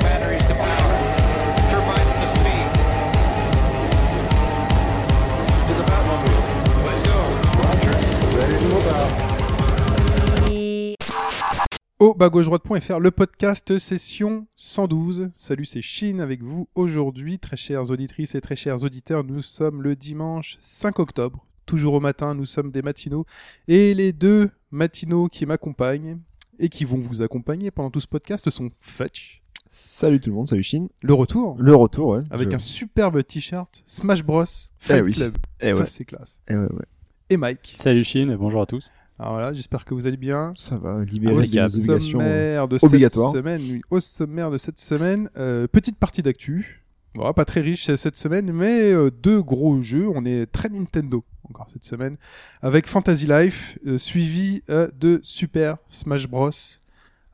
batteries to power. Turbines to speed. To the Batmobile. Let's go. au bas-gauche-droite.fr, le podcast session 112. Salut, c'est Chine avec vous aujourd'hui, très chères auditrices et très chers auditeurs. Nous sommes le dimanche 5 octobre, toujours au matin, nous sommes des matinaux. Et les deux matinaux qui m'accompagnent et qui vont vous accompagner pendant tout ce podcast sont Fetch, Salut tout le monde, salut Chine. le retour, Le retour, ouais. avec Je- un superbe t-shirt Smash Bros. Fight oui. Club. Eh Ça, ouais. c'est classe. Eh ouais, ouais. Et Mike. Salut Chine, bonjour à tous. Alors voilà, j'espère que vous allez bien. Ça va, libérer Au les gars, des obligations. euh, sommaire de obligatoires. cette semaine, oui, au sommaire de cette semaine, euh, petite partie d'actu. Voilà, pas très riche euh, cette semaine, mais euh, deux gros jeux. On est très Nintendo encore cette semaine, avec Fantasy Life euh, suivi euh, de Super Smash Bros.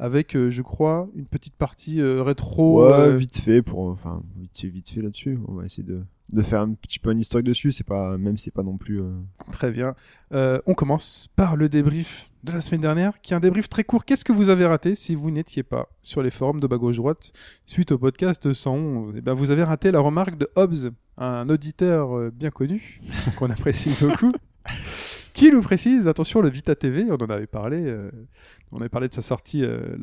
Avec, euh, je crois, une petite partie euh, rétro. Ouais, euh, vite fait pour, enfin, vite fait, vite fait là-dessus. On va essayer de, de faire un petit peu une historique dessus. C'est pas, même si c'est pas non plus. euh, Très bien. Euh, on commence par le débrief de la semaine dernière, qui est un débrief très court. Qu'est-ce que vous avez raté si vous n'étiez pas sur les forums de bas gauche droite suite au podcast 111 Eh ben, Vous avez raté la remarque de Hobbs, un auditeur euh, bien connu, qu'on apprécie beaucoup, qui nous précise, attention, le Vita TV, on en avait parlé, euh, on avait parlé de sa sortie, euh,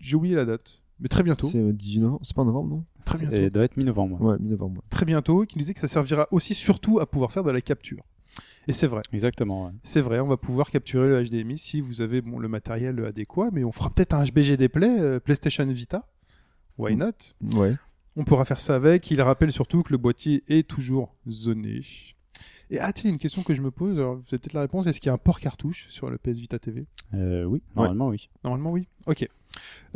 j'ai oublié la date, mais très bientôt. C'est euh, 18 novembre. C'est pas en novembre, non Très bientôt Et doit être mi-novembre. Ouais, mi-novembre. ouais. très bientôt, qui nous dit que ça servira aussi surtout à pouvoir faire de la capture. Et c'est vrai. Exactement. ouais. C'est vrai, on va pouvoir capturer le HDMI si vous avez bon, le matériel adéquat, mais on fera peut-être un HBG Dayplay, euh, PlayStation Vita. Why Mm. not Ouais. On pourra faire ça avec. Il rappelle surtout que le boîtier est toujours zoné. Et ah tiens, une question que je me pose, alors vous avez peut-être la réponse, est-ce qu'il y a un port cartouche sur le PS Vita TV Euh, oui, normalement oui. Normalement oui. Ok.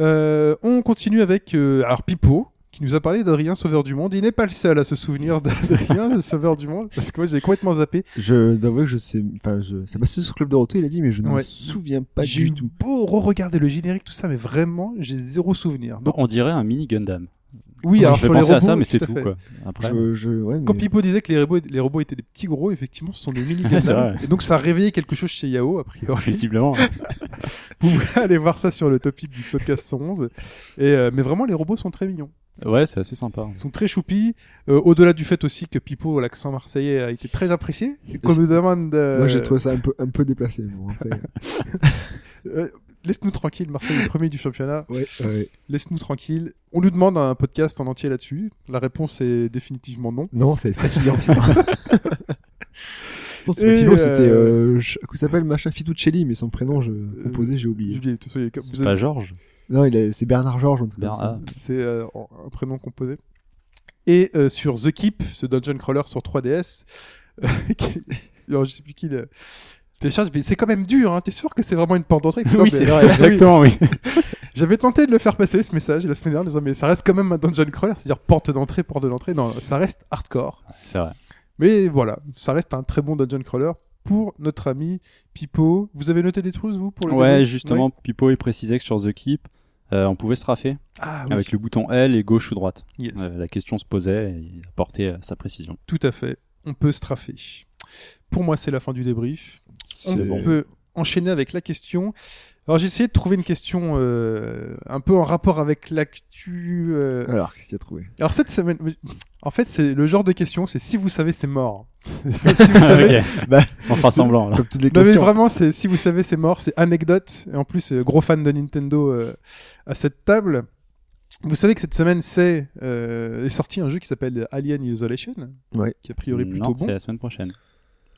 Euh, on continue avec euh, alors Pipo qui nous a parlé d'Adrien Sauveur du Monde. Il n'est pas le seul à se souvenir d'Adrien Sauveur du Monde parce que moi j'ai complètement zappé. Je d'avoue que je sais, enfin, je, ça passait sur Club Dorothée, il a dit, mais je ne Ouais. me souviens pas J'ai du eu tout. beau re-regarder le générique, tout ça, mais vraiment, j'ai zéro souvenir. Donc, On dirait un mini Gundam. oui, alors je fais sur les penser robots, à ça, mais c'est à tout fait. quoi. Après, Je, je, ouais, Quand mais- Pipo disait que les robots, les robots étaient des petits gros, effectivement, ce sont des mini C'est Gundam. vrai. Et donc, ça a réveillé quelque chose chez Yahoo, a priori. Vous visiblement. pouvez aller voir ça sur le topic du podcast 111. Et, euh, mais vraiment, les robots sont très mignons. ouais, c'est assez sympa. hein. Ils sont très choupis. Euh, Au-delà du fait aussi que Pipo, l'accent marseillais, a été très apprécié. Qu'on nous demande. euh, Moi, j'ai trouvé ça un peu, un peu déplacé. Bon, après, euh, Laisse-nous tranquille, Marseille, est premier du championnat. ouais, ouais. Laisse-nous tranquille. On nous demande un podcast en entier là-dessus. La réponse est définitivement non. Non, c'est fatigant. ça. Attends, Et, c'était Pilo, c'était. euh, Euh, je- comment il s'appelle Macha Fituccelli, mais son prénom, je composé, j'ai J'ai oublié. oublié, tout ça, il y a- C'est vous pas avez- Georges. Non, il est- c'est Bernard Georges, en tout cas. Bernard- ah. C'est euh, un prénom composé. Et euh, sur The Keep, ce dungeon crawler sur 3DS, euh, qui- alors, je sais plus qui le télécharge, mais c'est quand même dur. Hein. T'es sûr que c'est vraiment une porte d'entrée Non, mais- Ah. oui, c'est vrai, exactement, oui. J'avais tenté de le faire passer ce message la semaine dernière, en disant, mais ça reste quand même un dungeon crawler, c'est-à-dire porte d'entrée, porte d'entrée. Non, ça reste hardcore. C'est vrai. Mais voilà, ça reste un très bon dungeon crawler pour notre ami Pipo. Vous avez noté des choses, vous, pour le Ouais, débrief justement, Oui Pipo, il précisait que sur The Keep, euh, on pouvait se raffer Ah oui, avec le bouton L et gauche ou droite. yes. Euh, la question se posait et il apportait euh, sa précision. Tout à fait. On peut straffer. Pour moi, c'est la fin du débrief. On, C'est- on peut enchaîner avec la question. Alors, j'ai essayé de trouver une question euh, un peu en rapport avec l'actu. euh. Alors, qu'est-ce qu'il a trouvé Alors, cette semaine, en fait, c'est le genre de question c'est si vous savez, c'est mort. si vous savez, Ok. Bah. On fera semblant. alors. Comme toutes les Ah. Non mais questions. vraiment, c'est si vous savez, c'est mort, c'est anecdote. Et en plus, euh, gros fan de Nintendo euh, à cette table. Vous savez que cette semaine, c'est euh, est sorti un jeu qui s'appelle Alien Isolation, Ouais. qui a priori plutôt non, bon. c'est la semaine prochaine.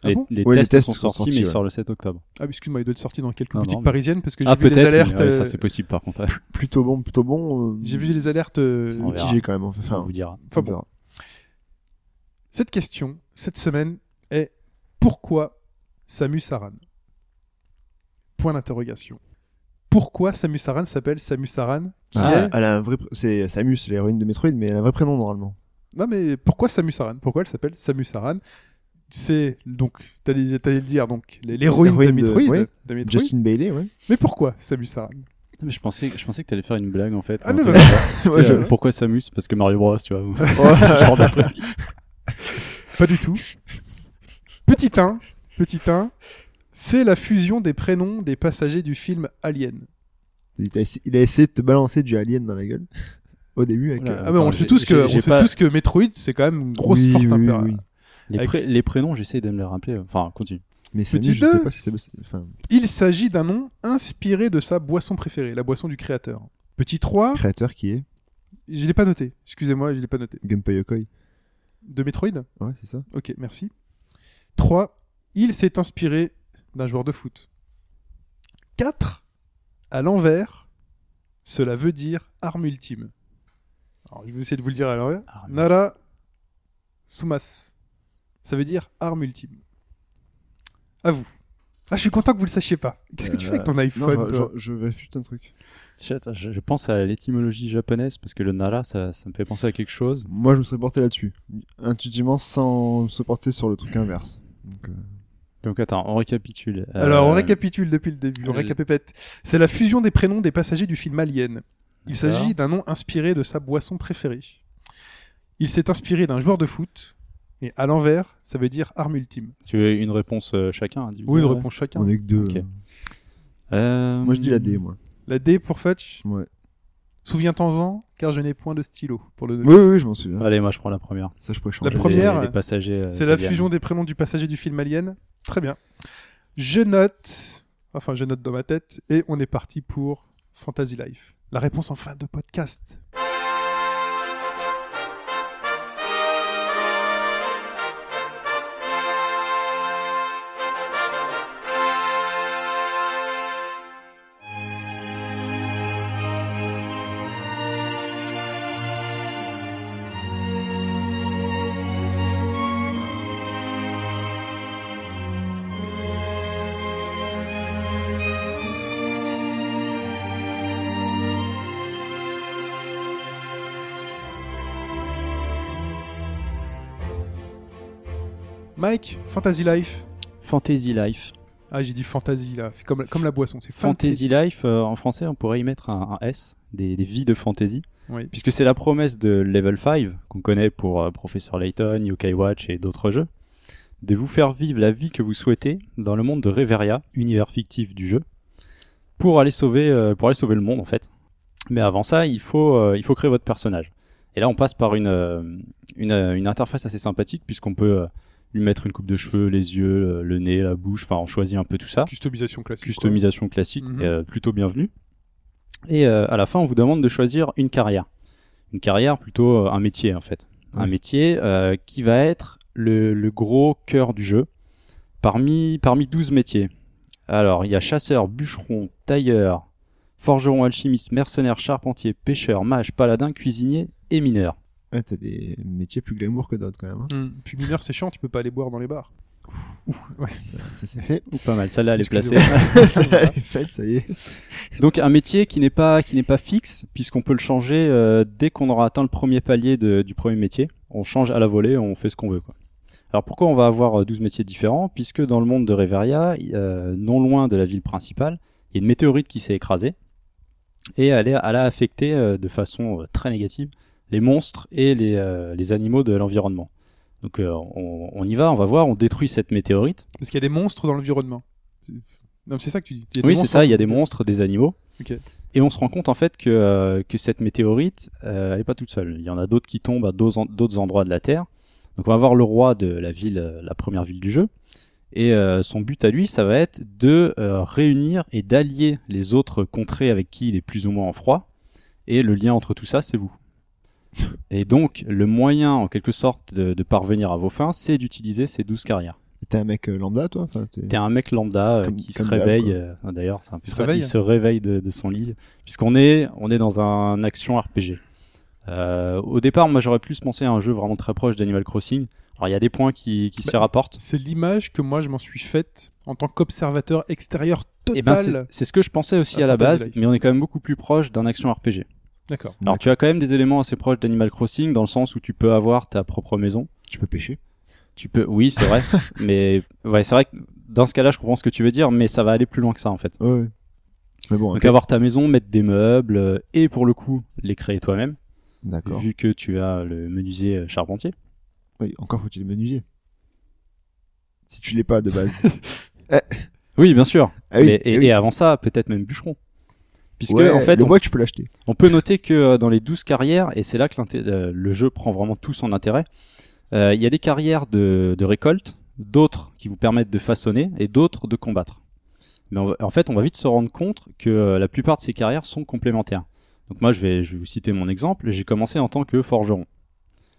Ah les, bon les Ouais, les tests tests sont sont sortis, sortis, mais il ouais. sort le 7 octobre. Ah, excuse-moi, il doit être sorti dans quelques Non, boutiques non, mais- parisiennes parce que j'ai Ah, vu les peut-être. mais alertes. ouais, euh, Ça, c'est possible par contre. Plutôt bon, plutôt bon. euh, J'ai vu les alertes. euh, Ça, on verra. mitigé quand même. On Enfin, vous dira. Enfin on bon, verra. cette question cette semaine est pourquoi Samu Saran Point d'interrogation. Pourquoi Samu Saran s'appelle Samu Saran qui Ah, est- elle a un vrai. pr- C'est Samus, l'héroïne de Metroid, mais elle a un vrai prénom normalement. Non mais pourquoi Samu Saran Pourquoi elle s'appelle Samu Saran C'est donc t'allais t'allais le dire donc l'héroïne de L'héroïne de- Metroid, ouais. de Metroid. Justin Bailey, ouais. Mais pourquoi Samu Saran Putain, mais je pensais, je pensais que t'allais faire une blague en fait. Ah Hein, non, t'es- non, t'es, Ouais, euh, je- Pourquoi Samus Parce que Mario Bros, tu vois. ou- ce genre de truc. Pas du tout. Petit 1, petit 1, c'est la fusion des prénoms des passagers du film Alien. Il a, essa- il a essayé de te balancer du alien dans la gueule au début. Avec, Oula. euh, Ah, mais on Attends, sait j'ai- tous que, j'ai- on j'ai sait pas- tous que Metroid, c'est quand même une grosse Oui, forte oui, impéra- oui. Les, Avec- pré- les prénoms, j'essaie de me les rappeler. euh, Enfin, continue. Mais Samus, Petit je deux. sais pas si c'est possible. Enfin, Il s'agit d'un nom inspiré de sa boisson préférée, la boisson du créateur. Petit 3, créateur qui est je l'ai pas noté. Excusez-moi, je l'ai pas noté. Gunpei Yokoi. De Metroid Ouais, c'est ça. Ok, merci. 3. Il s'est inspiré d'un joueur de foot. 4. À l'envers, cela veut dire arme ultime. Alors, je vais essayer de vous le dire à l'envers. Arme. Nara Sumas. Ça veut dire arme ultime. À vous. Ah, je suis content que vous le sachiez pas. Qu'est-ce que tu fais avec ton Non, iPhone je- toi je, je réfute un truc. Je, attends, je- je pense à l'étymologie japonaise parce que le nara, ça, ça me fait penser à quelque chose. Moi, je me serais porté là-dessus. Intuitivement, sans se porter sur le truc inverse. Donc, euh, Donc attends, on récapitule. Euh, Alors, on récapitule depuis le début, on je- récapépète. C'est la fusion des prénoms des passagers du film Alien. Il D'accord. s'agit d'un nom inspiré de sa boisson préférée. Il s'est inspiré d'un joueur de foot, et à l'envers, ça veut dire arme ultime. Tu veux une réponse euh, chacun individuelle Ou une réponse chacun. on est que deux. Ok. euh. Euh, Moi, je dis la D, moi. La D pour Fetch, Mmh. Ouais. souviens-t'en-en, car je n'ai point de stylo pour le Euh, Oui, oui, oui, je m'en souviens. Allez, moi je prends la première. Ça, je pourrais La changer. Les- première, Les passagers. euh, C'est la italiens. fusion des prénoms du passager du film Alien. Très bien. Je note, enfin je note dans ma tête, et on est parti pour Fantasy Life. La réponse en fin de podcast. Mike, Fantasy Life. Fantasy Life. Ah, j'ai dit fantasy là, C'est comme, comme la boisson, c'est fantasy. Fantasy Life, euh, en français, on pourrait y mettre un, un S, des, des vies de fantasy, Oui. puisque c'est la promesse de Level 5, qu'on connaît pour euh, Professor Layton, Yokai Watch et d'autres jeux, de vous faire vivre la vie que vous souhaitez dans le monde de Reveria, univers fictif du jeu, pour aller sauver, euh, pour aller sauver le monde en fait. Mais avant ça, il faut, euh, il faut créer votre personnage. Et là, on passe par une, euh, une, euh, une interface assez sympathique, puisqu'on peut euh, lui mettre une coupe de cheveux, les yeux, euh, le nez, la bouche, enfin, on choisit un peu tout ça Customisation classique. customisation classique, Mhm. euh, plutôt bienvenue. Et euh, à la fin, on vous demande de choisir une carrière. Une carrière, plutôt euh, un métier en fait. Un Ouais. métier euh, qui va être le, le gros cœur du jeu parmi, parmi 12 métiers. Alors, il y a chasseur, bûcheron, tailleur, forgeron, alchimiste, mercenaire, charpentier, pêcheur, mage, paladin, cuisinier et mineur. Ouais, t'as des métiers plus glamour que d'autres, quand même. hein. quoi. Mm. Puis mineur, c'est chiant, tu peux pas aller boire dans les bars. Ça, c'est fait. Ou pas mal, celle-là elle est placée. Excusez-moi. ça c'est fait, ça y est. Donc un métier qui n'est pas qui n'est pas fixe puisqu'on peut le changer euh, dès qu'on aura atteint le premier palier de- du premier métier. On change à la volée, on fait ce qu'on veut quoi. Alors pourquoi on va avoir euh, 12 métiers différents Puisque dans le monde de Reveria, euh, non loin de la ville principale, il y a une météorite qui s'est écrasée et elle, est- elle a affecté euh, de façon euh, très négative les monstres et les, euh, les animaux de l'environnement. Donc euh, on, on y va, on va voir, on détruit cette météorite. Parce qu'il y a des monstres dans l'environnement. Non, mais c'est ça que tu dis. Il y a des Oui, c'est monstres ça, dans- il y a des monstres, des animaux. Ok. Et on se rend compte en fait que, euh, que cette météorite, euh, elle n'est pas toute seule. Il y en a d'autres qui tombent à d'autres en- d'autres endroits de la Terre. Donc on va voir le roi de la ville, euh, la première ville du jeu. Et euh, son but à lui, ça va être de euh, réunir et d'allier les autres contrées avec qui il est plus ou moins en froid. Et le lien entre tout ça, c'est vous. Et donc, le moyen, en quelque sorte, de, de parvenir à vos fins, c'est d'utiliser ces 12 carrières. T'es un mec euh, lambda, toi enfin, t'es- T'es un mec lambda euh, Comme- qui comme se d'hab, réveille. quoi. euh, ah, D'ailleurs, c'est un peu Il se ça, réveille. il se réveille de, de son lit, puisqu'on est, on est dans un action RPG. Euh, au départ, moi, j'aurais plus pensé à un jeu vraiment très proche d'Animal Crossing. Alors, il y a des points qui, qui s'y Bah, rapportent. C'est l'image que moi je m'en suis faite en tant qu'observateur extérieur total. Et ben, c'est c'est ce que je pensais aussi à à la Fantasy base, Life. mais on est quand même beaucoup plus proche d'un action RPG. D'accord. Alors, tu as quand même des éléments assez proches d'Animal Crossing, dans le sens où tu peux avoir ta propre maison. Tu peux pêcher. Tu peux, oui, c'est vrai, mais ouais, c'est vrai que dans ce cas-là, je comprends ce que tu veux dire, mais ça va aller plus loin que ça en fait. Ouais, ouais. Mais bon, Donc ok. avoir ta maison, mettre des meubles euh, et pour le coup les créer toi-même, D'accord. vu que tu as le menuisier euh, charpentier. Oui, encore faut-il menuisier. Si tu l'es pas de base. Oui, bien sûr. Ah oui, Mais- et, ah oui. et avant ça, peut-être même bûcheron. Puisque, Ouais, en fait, le on, bois, tu peux l'acheter. on peut noter que euh, dans les 12 carrières, et c'est là que l'inté- euh, le jeu prend vraiment tout son intérêt, euh, il y a des carrières de, de récolte, d'autres qui vous permettent de façonner et d'autres de combattre. Mais on va- en fait, on va vite se rendre compte que euh, la plupart de ces carrières sont complémentaires. Donc moi, je vais, je vais vous citer mon exemple. J'ai commencé en tant que forgeron.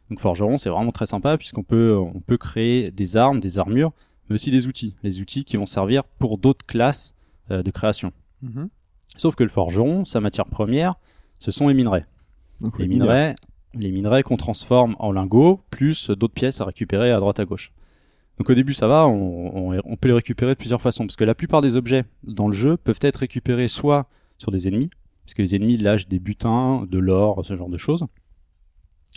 Donc forgeron, c'est vraiment très sympa puisqu'on peut, euh, on peut créer des armes, des armures, mais aussi des outils. Les outils qui vont servir pour d'autres classes euh, de création. Mhm. Sauf que le forgeron, sa matière première, ce sont les minerais. Donc, faut Les le mineur. minerais, les minerais qu'on transforme en lingots, plus d'autres pièces à récupérer à droite à gauche. Donc au début ça va, on, on- on peut les récupérer de plusieurs façons, parce que la plupart des objets dans le jeu peuvent être récupérés soit sur des ennemis, parce que les ennemis lâchent des butins, de l'or, ce genre de choses,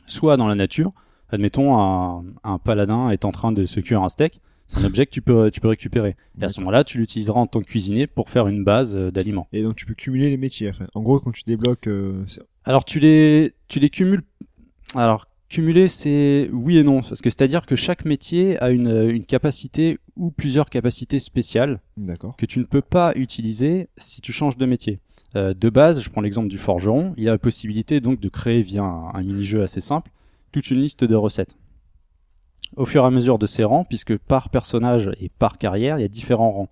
soit dans la nature. Admettons un, un paladin est en train de se cuire un steak, c'est un objet que tu peux, tu peux récupérer. Et à ce moment-là, tu l'utiliseras en tant que cuisinier pour faire une base euh, d'aliments. Et donc tu peux cumuler les métiers. enfin. En gros, quand tu débloques, euh, c'est- Alors tu les tu les cumules. Alors cumuler c'est oui et non parce que c'est-à-dire que chaque métier a une, euh, une capacité ou plusieurs capacités spéciales d'accord. que tu ne peux pas utiliser si tu changes de métier. Euh, de base, je prends l'exemple du forgeron, il y a la possibilité donc de créer via un, un mini-jeu assez simple toute une liste de recettes. Au fur et à mesure de ces rangs, puisque par personnage et par carrière, il y a différents rangs.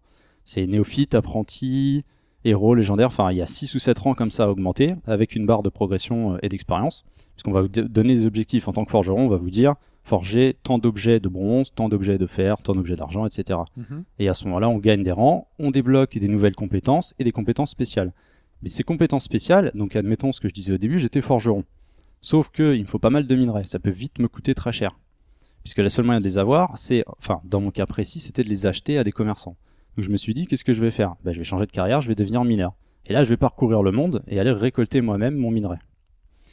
C'est néophyte, apprenti, héros, légendaire, enfin il y a 6 ou 7 rangs comme ça à augmenter, avec une barre de progression euh, et d'expérience. Puisqu'on va vous d- donner des objectifs en tant que forgeron, on va vous dire forger tant d'objets de bronze, tant d'objets de fer, tant d'objets d'argent, etc. Mhm. Et à ce moment-là, on gagne des rangs, on débloque des nouvelles compétences et des compétences spéciales. Mais ces compétences spéciales, donc admettons ce que je disais au début, j'étais forgeron. Sauf que il me faut pas mal de minerais, ça peut vite me coûter très cher. Puisque la seule moyen de les avoir, c'est, enfin, dans mon cas précis, c'était de les acheter à des commerçants. Donc je me suis dit, qu'est-ce que je vais faire ben, Je vais changer de carrière, je vais devenir mineur. Et là, je vais parcourir le monde et aller récolter moi-même mon minerai.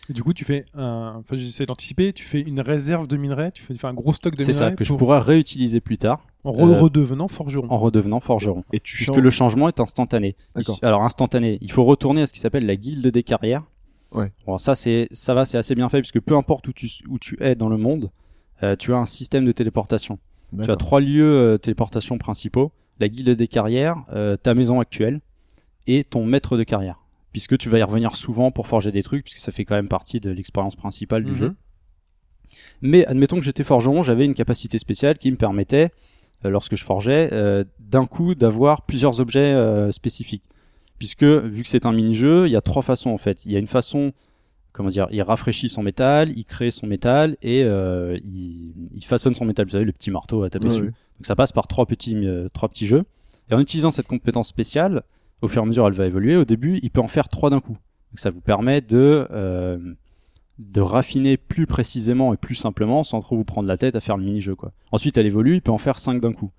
Et du coup, tu fais un. Enfin, j'essaie d'anticiper. Tu fais une réserve de minerais. Tu fais, tu fais un gros stock de C'est minerais. ça que je pour- pourrais réutiliser plus tard En re- euh, redevenant forgeron. en redevenant forgeron. Et tu Puisque changes- le changement est instantané. Il- D'accord. alors instantané, il faut retourner à ce qui s'appelle la guilde des carrières. Ouais. Bon, ça c'est ça va, c'est assez bien fait puisque peu importe où tu où tu es dans le monde, euh, tu as un système de téléportation. Tu as D'accord. trois lieux euh, téléportation principaux la guilde des carrières, euh, ta maison actuelle et ton maître de carrière. Puisque tu vas y revenir souvent pour forger des trucs, puisque ça fait quand même partie de l'expérience principale du Mhm. jeu. Mais admettons que j'étais forgeron, j'avais une capacité spéciale qui me permettait, euh, lorsque je forgeais, euh, d'un coup d'avoir plusieurs objets euh, spécifiques. Puisque, vu que c'est un mini-jeu, il y a trois façons en fait. Il y a une façon, comment dire, il rafraîchit son métal, il crée son métal et euh, il, il façonne son métal. Vous savez, le petit marteau à taper Ouais, dessus. ouais. Donc ça passe par trois petits, euh, trois petits jeux. Et en utilisant cette compétence spéciale, au fur et à mesure elle va évoluer. Au début, il peut en faire trois d'un coup. Donc ça vous permet de, euh, de raffiner plus précisément et plus simplement sans trop vous prendre la tête à faire le mini-jeu. Quoi. Ensuite, elle évolue, il peut en faire cinq d'un coup.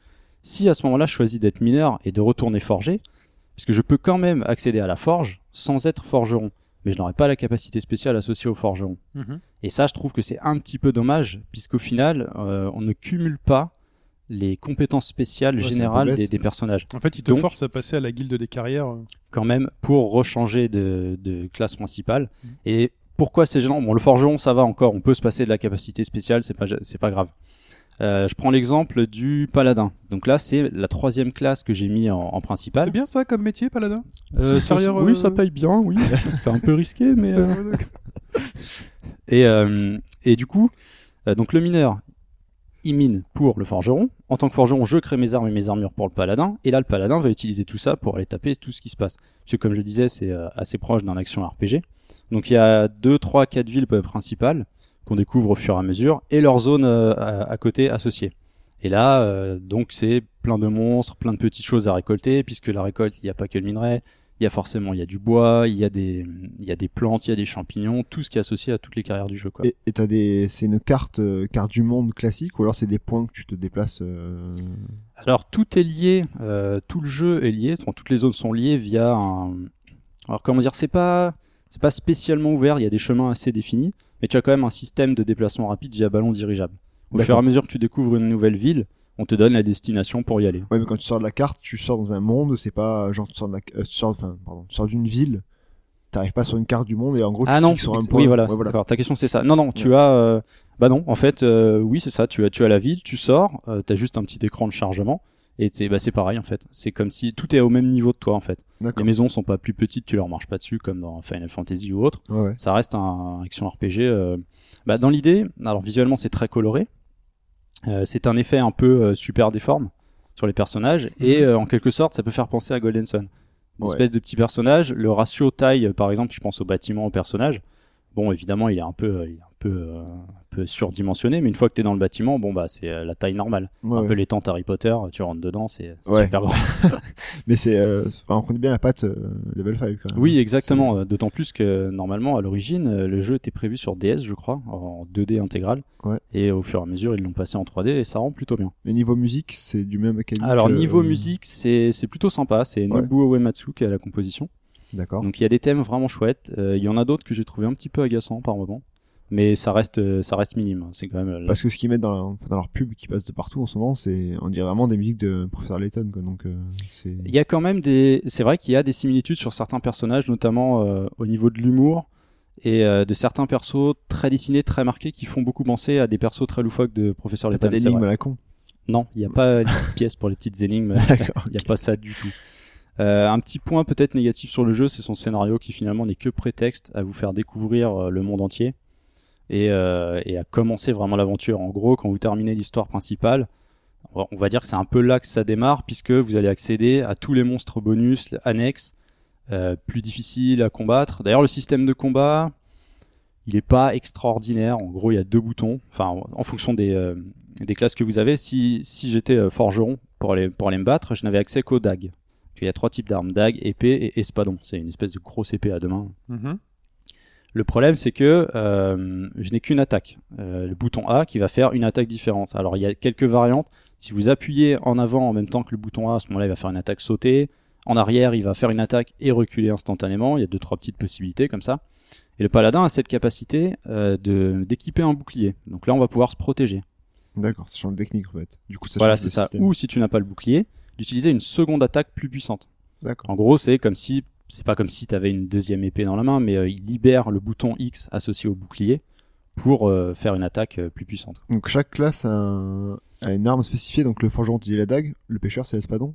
Si à ce moment-là, je choisis d'être mineur et de retourner forger, puisque je peux quand même accéder à la forge sans être forgeron, mais je n'aurai pas la capacité spéciale associée au forgeron. Mhm. Et ça, je trouve que c'est un petit peu dommage, puisqu'au final, euh, on ne cumule pas les compétences spéciales Ouais, c'est un peu générales des, bête. des personnages. En fait, il te Donc- force à passer à la guilde des carrières. euh. Quand même, pour rechanger de, de classe principale. Mm. Et pourquoi ces gens Bon, le forgeron, ça va encore, on peut se passer de la capacité spéciale, c'est pas, c'est pas grave. Euh, je prends l'exemple du paladin. Donc là, c'est la troisième classe que j'ai mis en, en C'est principale. bien ça comme métier, paladin Euh, c'est carrière, ça- Oui, euh, ça paye bien, oui. c'est un peu risqué, mais. euh, Et, euh, et du coup, euh, donc le mineur, il mine pour le forgeron. En tant que forgeron, je crée mes armes et mes armures pour le paladin. Et là, le paladin va utiliser tout ça pour aller taper tout ce qui se passe. Parce que comme je disais, c'est euh, assez proche d'un action RPG. Donc il y a 2, 3, 4 villes euh, principales qu'on découvre au fur et à mesure et leurs zones euh, à, à côté associées. Et là, euh, donc c'est plein de monstres, plein de petites choses à récolter, puisque la récolte, il n'y a pas que le minerai, il y a forcément il y a du bois, il y a des il y a des plantes, il y a des champignons, tout ce qui est associé à toutes les carrières du jeu quoi. Et et t'as des, c'est une carte, euh, carte du monde classique, ou alors c'est des points que tu te déplaces. euh, Alors tout est lié, euh, tout le jeu est lié, enfin, toutes les zones sont liées via un. Alors comment dire, c'est pas c'est pas spécialement ouvert, il y a des chemins assez définis, mais tu as quand même un système de déplacement rapide via ballon dirigeable. Au D'accord. fur et à mesure que tu découvres une nouvelle ville, on te donne la destination pour y aller. Ouais, mais quand tu sors de la carte, tu sors dans un monde. C'est pas euh, genre tu sors de la, euh, tu sors, enfin, pardon, tu sors d'une ville t'arrives pas sur une carte du monde et en gros, Ah Oh, tu non, cliques sur un ex- point. oui, voilà, Ouais, c'est- d'accord. Ta question, c'est ça. Non, non, tu as. euh, bah non, en fait, euh, oui, c'est ça. Tu as, tu as la ville, tu sors, euh, t'as juste un petit écran de chargement. Et c'est bah, c'est pareil, en fait. C'est comme si tout est au même niveau de toi, en fait. Les D'accord. maisons sont pas plus petites, tu leur marches pas dessus, comme dans Final Fantasy ou autre. Ouais, ouais. Ça reste un action RPG. euh, bah, dans l'idée, alors visuellement, c'est très coloré. Euh, c'est un effet un peu euh, super déforme sur les personnages. Et euh, en quelque sorte, ça peut faire penser à Golden Sun. Une Mhm. Ouais. espèce de petit personnage. Le ratio taille, euh, par exemple, je pense au bâtiment, au personnage. Bon, évidemment, il est un peu, euh, il est un peu, euh, un peu surdimensionné, mais une fois que tu es dans le bâtiment, bon, bah, c'est euh, la taille normale. Ouais, Un ouais. peu les tentes Harry Potter, euh, tu rentres dedans, c'est c'est Ouais. super grand. Mais c'est, euh, enfin, on connaît bien la patte euh, level 5. Quand même. Oui, exactement. euh, D'autant plus que normalement, à l'origine, euh, le jeu était prévu sur DS, je crois, en 2D intégral. Ouais. Et au fur et à mesure, ils l'ont passé en 3D et ça rend plutôt bien. Mais niveau musique, c'est du même mécanique. Alors, euh, niveau musique, c'est c'est plutôt sympa. C'est Ouais. Ah. Nobuo Uematsu qui a la composition. D'accord. Donc, il y a des thèmes vraiment chouettes. Euh, Il y en a d'autres que j'ai trouvé un petit peu agaçants par moment. Mais ça reste, euh, ça reste minime. hein. C'est quand même. euh, Parce que ce qu'ils mettent dans, la- enfin, dans leur pub qui passe de partout en ce moment, c'est, on dirait vraiment des musiques de Professeur Layton, quoi. Donc, euh, c'est. Il y a quand même des. C'est vrai qu'il y a des similitudes sur certains personnages, notamment euh, au niveau de l'humour et euh, de certains persos très dessinés, très marqués, qui font beaucoup penser à des persos très loufoques de Professeur T'as pas Layton. c'est d'énigmes vrai. à la con. Non, il n'y a pas les petites pièces pour les petites énigmes. D'accord. Il n'y a pas ça du tout. Euh, un petit point peut-être négatif sur le jeu, c'est son scénario qui finalement n'est que prétexte à vous faire découvrir euh, le monde entier et, euh, et à commencer vraiment l'aventure. En gros, quand vous terminez l'histoire principale, on va- on va dire que c'est un peu là que ça démarre puisque vous allez accéder à tous les monstres bonus, annexes, euh, plus difficiles à combattre. D'ailleurs, le système de combat, il n'est pas extraordinaire. En gros, il y a deux boutons, enfin, en fonction des, euh, des classes que vous avez. Si, si j'étais euh, forgeron pour aller, pour aller me battre, je n'avais accès qu'aux dagues. Puis Il y a trois types d'armes, dague, épée et espadon. C'est une espèce de grosse épée à deux mains. Mhm. Le problème, c'est que euh, je n'ai qu'une attaque. Euh, le bouton A qui va faire une attaque différente. Alors, il y a quelques variantes. Si vous appuyez en avant en même temps que le bouton A, à ce moment-là, il va faire une attaque sautée. En arrière, il va faire une attaque et reculer instantanément. Il y a deux, trois petites possibilités comme ça. Et le paladin a cette capacité euh, de- d'équiper un bouclier. Donc là, on va pouvoir se protéger. D'accord, ça change de technique en fait. Du coup, ça voilà, change de c'est ça. système. Ou si tu n'as pas le bouclier, d'utiliser une seconde attaque plus puissante. D'accord. En gros, c'est comme si, c'est pas comme si tu avais une deuxième épée dans la main, mais euh, il libère le bouton X associé au bouclier pour euh, faire une attaque euh, plus puissante. Donc chaque classe a, un- a une arme spécifiée. Donc le forgeron utilise la dague, le pêcheur c'est l'espadon.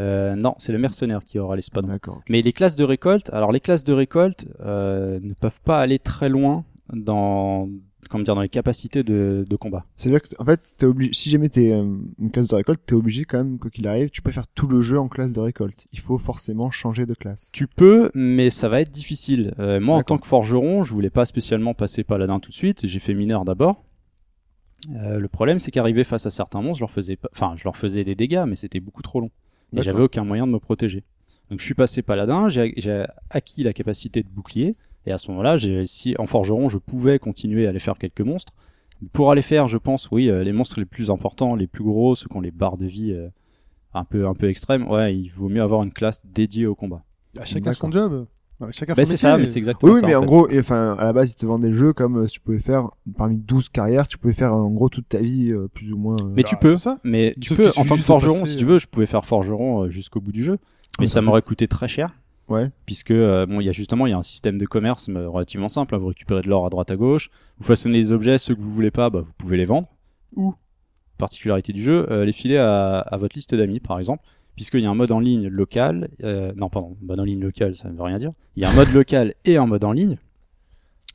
Euh, non, c'est le mercenaire qui aura l'espadon. D'accord. Mais les classes de récolte, alors les classes de récolte euh, ne peuvent pas aller très loin dans, comment dire, dans les capacités de, de combat. C'est-à-dire que en fait, t'es obligé. Si jamais t'es euh, une classe de récolte, t'es obligé quand même quoi qu'il arrive. Tu peux faire tout le jeu en classe de récolte. Il faut forcément changer de classe. Tu peux, mais ça va être difficile. Euh, moi, en D'accord. tant que forgeron, je voulais pas spécialement passer paladin tout de suite. J'ai fait mineur d'abord. Euh, le problème, c'est qu'arrivé face à certains monstres, je leur faisais, pas- enfin, je leur faisais des dégâts, mais c'était beaucoup trop long. Et D'accord. j'avais aucun moyen de me protéger. Donc, je suis passé paladin. J'ai j'ai acquis la capacité de bouclier. Et à ce moment-là, j'ai- si en forgeron, je pouvais continuer à aller faire quelques monstres. Pour aller faire, je pense, oui, euh, les monstres les plus importants, les plus gros, ceux qui ont les barres de vie euh, un peu un peu extrêmes. Ouais, il vaut mieux avoir une classe dédiée au combat. Bah, chacun son job. Bah, chacun Ben, son c'est ça, mais métier. c'est exactement Oui, oui, ça. mais en, fait. gros, et, enfin, à la base, ils te vendent des jeux comme euh, tu pouvais faire parmi 12 carrières, tu pouvais faire en gros toute ta vie, euh, plus ou moins. euh, Mais tu Ah, peux, c'est ça. mais tu Sauf peux, qu'il en suffit tant que juste de forgeron, passer, si tu veux, je pouvais faire forgeron euh, jusqu'au bout du jeu, mais ça certaines- m'aurait coûté très cher, Ouais. puisque euh, bon, il y a justement, il y a un système de commerce mais relativement simple. hein. vous récupérez de l'or à droite à gauche, vous façonnez les objets, ceux que vous voulez pas, bah, vous pouvez les vendre. Ou particularité du jeu, euh, les filer à, à votre liste d'amis, par exemple, puisqu'il y a un mode en ligne local. euh, non, pardon, mode en ligne local, ça ne veut rien dire. Il y a un mode local et un mode en ligne.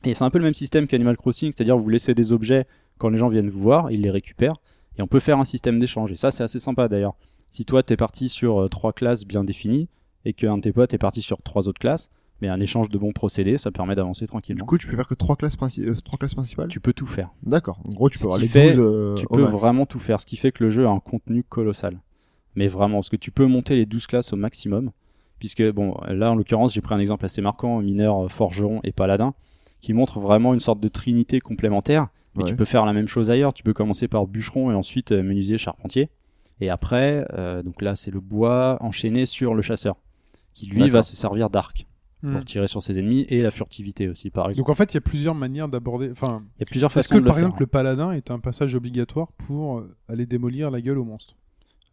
Et c'est un peu le même système qu'Animal Crossing, c'est-à-dire vous laissez des objets quand les gens viennent vous voir, ils les récupèrent, et on peut faire un système d'échange. Et ça, c'est assez sympa d'ailleurs. Si toi, t'es parti sur euh, trois classes bien définies, et qu'un de tes potes est parti sur trois autres classes, mais un échange de bons procédés, ça permet d'avancer Du tranquillement. coup, tu peux faire que trois classes, princi- euh, trois classes principales. Tu peux tout faire. D'accord. En gros, tu Ce peux avoir qui les fait- 12. euh, tu au peux max. vraiment tout faire, ce qui fait que le jeu a un contenu colossal. Mais vraiment, parce que tu peux monter les 12 classes au maximum, puisque, bon, là en l'occurrence, j'ai pris un exemple assez marquant, mineur, euh, forgeron et paladin, qui montre vraiment une sorte de trinité complémentaire, mais Ouais. tu peux faire la même chose ailleurs, tu peux commencer par bûcheron et ensuite euh, menuisier, charpentier, et après, euh, donc là c'est le bois enchaîné sur le chasseur, qui lui va D'accord. se servir d'arc Mhm. pour tirer sur ses ennemis, et la furtivité aussi, par exemple. Donc en fait, il y a plusieurs manières d'aborder. Enfin, Il y a plusieurs est-ce façons que de par le faire. exemple le paladin est un passage obligatoire pour euh, aller démolir la gueule au monstre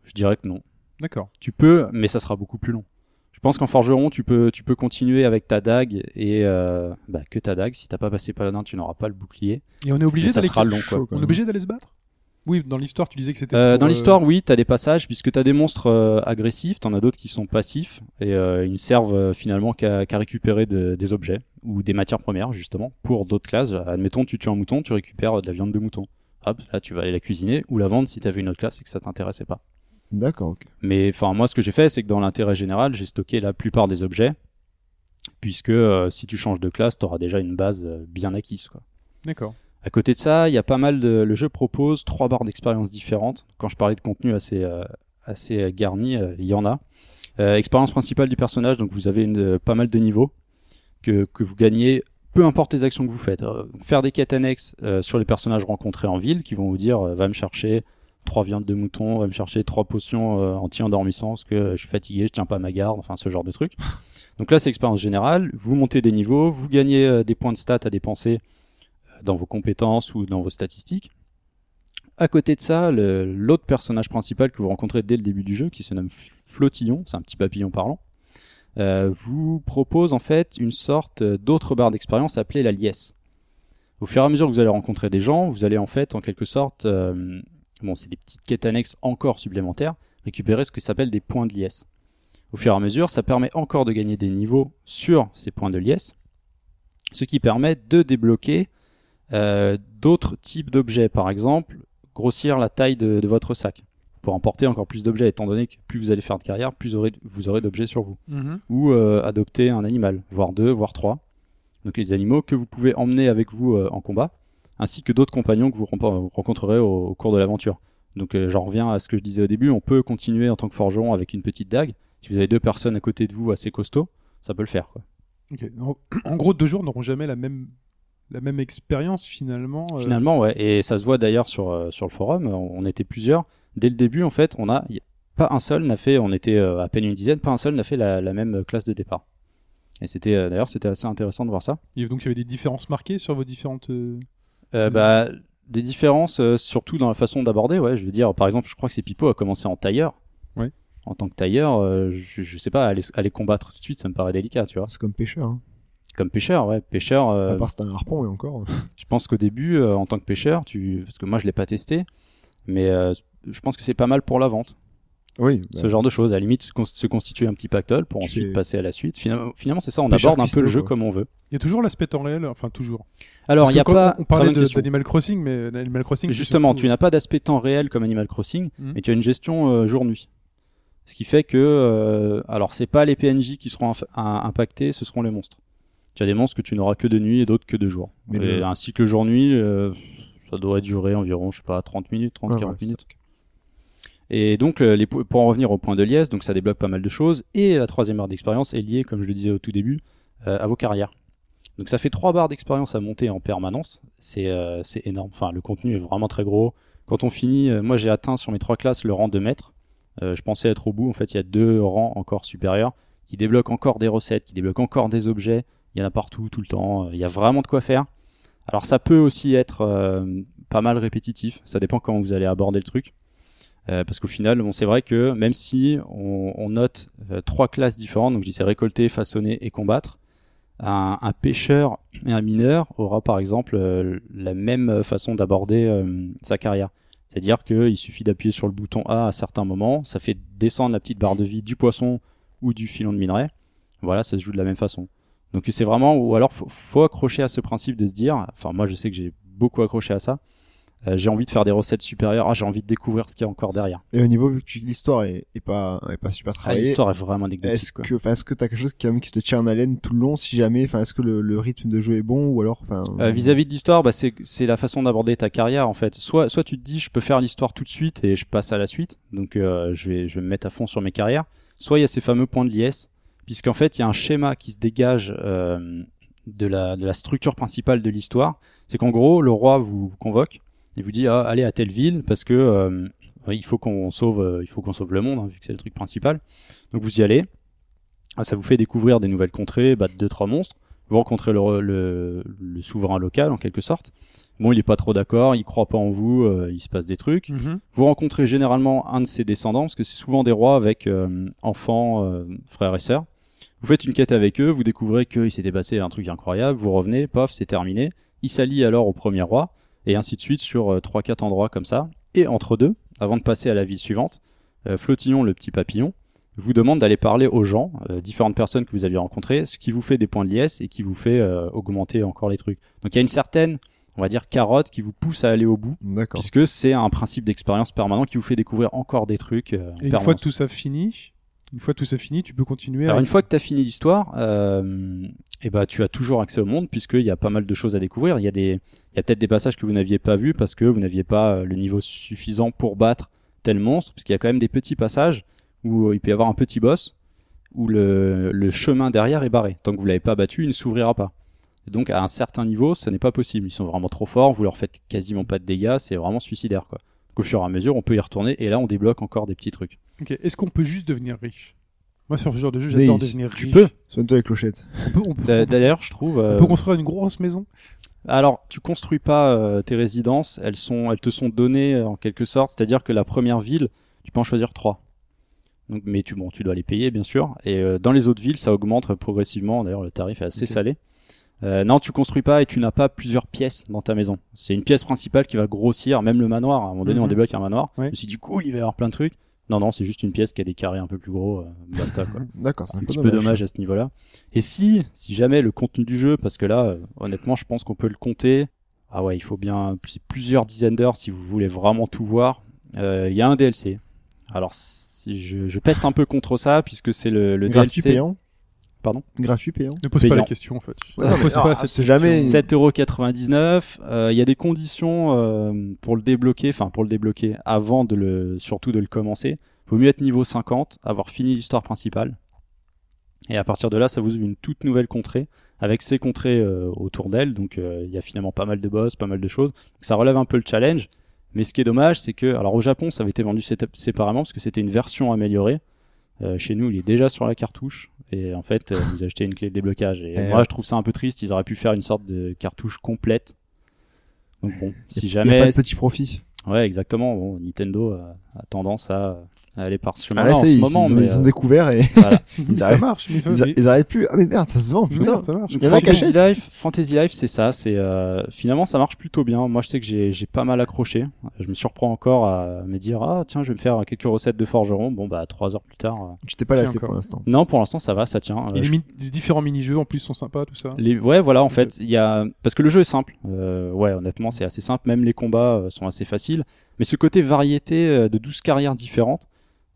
Je dirais que non. D'accord. Tu peux, mais ça sera beaucoup plus long. Je pense qu'en forgeron, tu peux, tu peux continuer avec ta dague et euh, bah, que ta dague. Si t'as pas passé paladin, tu n'auras pas le bouclier. Et on est obligé Mais ça d'aller sera long, quoi. on est obligé d'aller se battre Oui, dans l'histoire, tu disais que c'était. Euh, pour, dans euh, l'histoire, oui, t'as des passages puisque t'as des monstres euh, agressifs, t'en as d'autres qui sont passifs et euh, ils ne servent euh, finalement qu'à qu'à récupérer de- des objets ou des matières premières justement pour d'autres classes. Euh, Admettons, tu tues un mouton, tu récupères euh, de la viande de mouton. Hop, là tu vas aller la cuisiner ou la vendre si t'avais une autre classe et que ça t'intéressait pas. D'accord, ok. Mais enfin, moi, ce que j'ai fait, c'est que dans l'intérêt général, j'ai stocké la plupart des objets, puisque euh, si tu changes de classe, t'auras déjà une base euh, bien acquise. Quoi. D'accord. À côté de ça, il y a pas mal de. Le jeu propose trois barres d'expérience différentes. Quand je parlais de contenu assez, euh, assez euh, garni, euh, il y en a. Euh, expérience principale du personnage, donc vous avez une, euh, pas mal de niveaux que, que vous gagnez, peu importe les actions que vous faites. Euh, faire des quêtes annexes euh, sur les personnages rencontrés en ville qui vont vous dire euh, va me chercher trois viandes de mouton, va me chercher trois potions euh, anti-endormissement parce que euh, je suis fatigué, je tiens pas à ma garde, enfin ce genre de truc. Donc là, c'est expérience générale. Vous montez des niveaux, vous gagnez euh, des points de stats à dépenser dans vos compétences ou dans vos statistiques. À côté de ça, le- l'autre personnage principal que vous rencontrez dès le début du jeu, qui se nomme F- Flotillon, c'est un petit papillon parlant, euh, vous propose en fait une sorte euh, d'autre barre d'expérience appelée la liesse. Au fur et à mesure que vous allez rencontrer des gens, vous allez en fait, en quelque sorte, euh, bon, c'est des petites quêtes annexes encore supplémentaires, récupérer ce qui s'appelle des points de liesse. Au fur et à mesure, ça permet encore de gagner des niveaux sur ces points de liesse, ce qui permet de débloquer euh, d'autres types d'objets. Par exemple, grossir la taille de, de votre sac pour emporter encore plus d'objets, étant donné que plus vous allez faire de carrière, plus aurez- vous aurez d'objets sur vous. Mhm. Ou euh, adopter un animal, voire deux, voire trois. Donc les animaux que vous pouvez emmener avec vous euh, en combat, ainsi que d'autres compagnons que vous rempo- rencontrerez au, au cours de l'aventure. Donc euh, j'en reviens à ce que je disais au début, on peut continuer en tant que forgeron avec une petite dague. Si vous avez deux personnes à côté de vous assez costauds, ça peut le faire. quoi. Ok. En- En gros, deux jours n'auront jamais la même la même expérience finalement. euh, Finalement, ouais. Et ça se voit d'ailleurs sur, euh, sur le forum. On on était plusieurs. Dès le début, en fait, on a y a- pas un seul n'a fait. On était euh, à peine une dizaine. Pas un seul n'a fait la, la même euh, classe de départ. Et c'était euh, d'ailleurs c'était assez intéressant de voir ça. il y avait- Donc il y avait des différences marquées sur vos différentes. euh, Euh, Vas-y. bah, des différences, euh, surtout dans la façon d'aborder. Ouais, je veux dire, par exemple, je crois que c'est Pipo a commencé en tailleur. Ouais. En tant que tailleur, euh, je, je sais pas aller, aller combattre tout de suite, ça me paraît délicat, tu vois. C'est comme pêcheur, hein. Comme pêcheur, ouais, pêcheur. euh, Ah À part c'est un harpon et encore. euh, Je pense qu'au début, euh, en tant que pêcheur, tu... parce que moi je l'ai pas testé, mais euh, je pense que c'est pas mal pour la vente. oui. bah, Ce genre de choses, à la limite se cons- se constituer un petit pactole pour Tu ensuite fais- passer à la suite. Finalement, finalement, c'est ça, on Pêcheur aborde un peu le cuistot, jeu quoi. comme on veut. Il y a toujours l'aspect temps réel, enfin toujours. Alors, Parce il n'y a que quand pas. On très parlait bonne de- question. d'Animal Crossing, mais Animal Crossing. c'est Justement, surtout- euh, tu n'as pas d'aspect temps réel comme Animal Crossing, Hmm. Mhm. mais tu as une gestion euh, jour-nuit. Ce qui fait que, euh, alors, c'est pas les PNJ qui seront inf- un- impactés, ce seront les monstres. Tu as des monstres que tu n'auras que de nuit et d'autres que de jour. Mais Et le- Un cycle jour-nuit, euh, ça devrait durer environ, je sais pas, 30 minutes, 30-40 Ouais, voilà, c'est minutes. Et donc, euh, les po- pour en revenir au point de liesse, donc ça débloque pas mal de choses. Et la troisième barre d'expérience est liée, comme je le disais au tout début, euh, à vos carrières. Donc ça fait trois barres d'expérience à monter en permanence. C'est euh, c'est énorme. Enfin, le contenu est vraiment très gros. Quand on finit, euh, moi j'ai atteint sur mes trois classes le rang de maître. Euh, je pensais être au bout. En fait, il y a deux rangs encore supérieurs qui débloquent encore des recettes, qui débloquent encore des objets. Il y en a partout, tout le temps. Euh, Il y a vraiment de quoi faire. Alors ça peut aussi être euh, pas mal répétitif. Ça dépend comment vous allez aborder le truc. Euh, parce qu'au final, bon, c'est vrai que même si on, on note euh, trois classes différentes, donc je disais récolter, façonner et combattre, un, un pêcheur et un mineur aura par exemple euh, la même façon d'aborder euh, sa carrière. C'est-à-dire qu'il suffit d'appuyer sur le bouton A à certains moments, ça fait descendre la petite barre de vie du poisson ou du filon de minerai. Voilà, ça se joue de la même façon. Donc c'est vraiment, ou alors faut, faut accrocher à ce principe de se dire, enfin moi je sais que j'ai beaucoup accroché à ça, euh, j'ai envie de faire des recettes supérieures, ah, j'ai envie de découvrir ce qu'il y a encore derrière. Et au niveau, vu que l'histoire est, est pas, est pas super Ah, travaillée, L'histoire est vraiment anecdotique. est-ce quoi. que, enfin, est-ce que t'as quelque chose qui, quand même, qui te tient en haleine tout le long, si jamais, enfin, est-ce que le, le rythme de jeu est bon, ou alors, enfin. Euh, Vis-à-vis de l'histoire, bah, c'est c'est la façon d'aborder ta carrière en fait. Soit, soit tu te dis je peux faire l'histoire tout de suite et je passe à la suite, donc euh, je, vais, je vais me mettre à fond sur mes carrières. Soit il y a ces fameux points de liesse, puisqu'en fait il y a un schéma qui se dégage euh, de, la, de la structure principale de l'histoire. C'est qu'en gros le roi vous, vous convoque et vous dit ah, allez à telle ville parce que euh, il faut qu'on sauve, euh, il faut qu'on sauve le monde hein, vu que c'est le truc principal. Donc vous y allez, Ah, ça vous fait découvrir des nouvelles contrées, battre deux trois monstres. Vous rencontrez le, le, le souverain local en quelque sorte. Bon, il est pas trop d'accord, il croit pas en vous, euh, il se passe des trucs. Mhm. Vous rencontrez généralement un de ses descendants, parce que c'est souvent des rois avec euh, enfants, euh, frères et sœurs. Vous faites une quête avec eux, vous découvrez qu'il s'était passé un truc incroyable, vous revenez, paf, c'est terminé. Il s'allie alors au premier roi, et ainsi de suite sur euh, trois, quatre endroits comme ça. Et entre deux, avant de passer à la ville suivante, euh, Flotillon, le petit papillon, vous demande d'aller parler aux gens, euh, différentes personnes que vous aviez rencontrées, ce qui vous fait des points de liesse et qui vous fait euh, augmenter encore les trucs. Donc il y a une certaine, on va dire, carotte qui vous pousse à aller au bout D'accord. puisque c'est un principe d'expérience permanent qui vous fait découvrir encore des trucs. euh, en Et une permanence. fois tout ça fini, une fois tout ça fini, tu peux continuer. Alors à- une fois que tu as fini l'histoire, euh, eh ben, tu as toujours accès au monde puisqu'il y a pas mal de choses à découvrir. Il y a, des, il y a peut-être des passages que vous n'aviez pas vus parce que vous n'aviez pas euh, le niveau suffisant pour battre tel monstre, puisqu'il y a quand même des petits passages où euh, il peut y avoir un petit boss où le, le chemin derrière est barré. Tant que vous l'avez pas battu, il ne s'ouvrira pas. Et donc à un certain niveau, ça n'est pas possible. Ils sont vraiment trop forts, vous leur faites quasiment pas de dégâts, c'est vraiment suicidaire. Quoi. Donc au fur et à mesure, on peut y retourner et là, on débloque encore des petits trucs. Ok, Est-ce qu'on peut juste devenir riche Moi, sur ce genre de jeu, Mais j'adore il- devenir tu riche. peux. Soigne-toi les clochettes. On peut, on peut- D'a- D'ailleurs, je trouve... on euh, peut construire une grosse maison. Alors, tu construis pas euh, tes résidences, elles sont, elles te sont données euh, en quelque sorte. C'est-à-dire que la première ville, tu peux en choisir trois. Donc, mais tu, bon, tu dois les payer bien sûr. Et euh, dans les autres villes, ça augmente progressivement. D'ailleurs, le tarif est assez Ok. salé. Euh, non, tu construis pas et tu n'as pas plusieurs pièces dans ta maison. C'est une pièce principale qui va grossir, même le manoir. À un moment donné, on Mhm. débloque un manoir. Ouais. Je me suis dit, cool, il va y avoir plein de trucs. Non, non, c'est juste une pièce qui a des carrés un peu plus gros. euh, basta quoi D'accord, c'est un petit peu dommage à ce niveau-là. Et si, si jamais le contenu du jeu, parce que là, euh, honnêtement, je pense qu'on peut le compter. Ah ouais, il faut bien c'est plusieurs dizaines d'heures si vous voulez vraiment tout voir. Euh, Il y a un DLC. Alors, si- je, je peste un peu contre ça puisque c'est le, le Gratuit DLC payant Pardon Gratuit payant Ne pose Payant. pas la question en fait. Ouais, non, Ne pose mais pas alors, cette c'est question. jamais- 7,99€. Euh, Il y a des conditions euh, pour le débloquer, enfin pour le débloquer avant de le, surtout de le commencer. Vaut mieux être niveau 50, avoir fini l'histoire principale. Et à partir de là, ça vous ouvre une toute nouvelle contrée avec ces contrées euh, autour d'elle. Donc euh, il y a finalement pas mal de boss, pas mal de choses. Donc ça relève un peu le challenge. Mais ce qui est dommage, c'est que, alors au Japon, ça avait été vendu sé- séparément parce que c'était une version améliorée. Euh, chez nous, il est déjà sur la cartouche. Et en fait, euh, vous achetez une clé de déblocage. Et Eh moi, ouais. je trouve ça un peu triste. Ils auraient pu faire une sorte de cartouche complète. Donc bon, si Il n'y a jamais. pas de petit profit. Ouais, exactement. Bon, Nintendo a, a tendance à, à aller par ce Ah là, chemin-là en ça y est, ce ils, moment. ils, mais, ils ont euh, découvert et Mais ça arrivent. marche. Mais ils, a- mais- ils arrêtent plus. Ah mais merde, ça se vend, putain. Mmh. Merde, ça marche. Il y en a qui Fantasy achètent. Life, Fantasy Life, c'est ça. C'est euh, finalement ça marche plutôt bien. Moi, je sais que j'ai j'ai pas mal accroché. Je me surprends encore à me dire ah tiens, je vais me faire quelques recettes de forgeron. Bon bah trois heures plus tard. euh. Tu t'es pas Tiens, lassé encore. pour l'instant. Non, pour l'instant ça va, ça tient. Euh, Et les, je- mi- les différents mini-jeux en plus sont sympas, tout ça. les- Ouais, voilà, en fait, il y a parce que le jeu est simple. Euh, ouais, honnêtement, c'est assez simple. Même les combats euh, sont assez faciles. Mais ce côté variété euh, de 12 carrières différentes,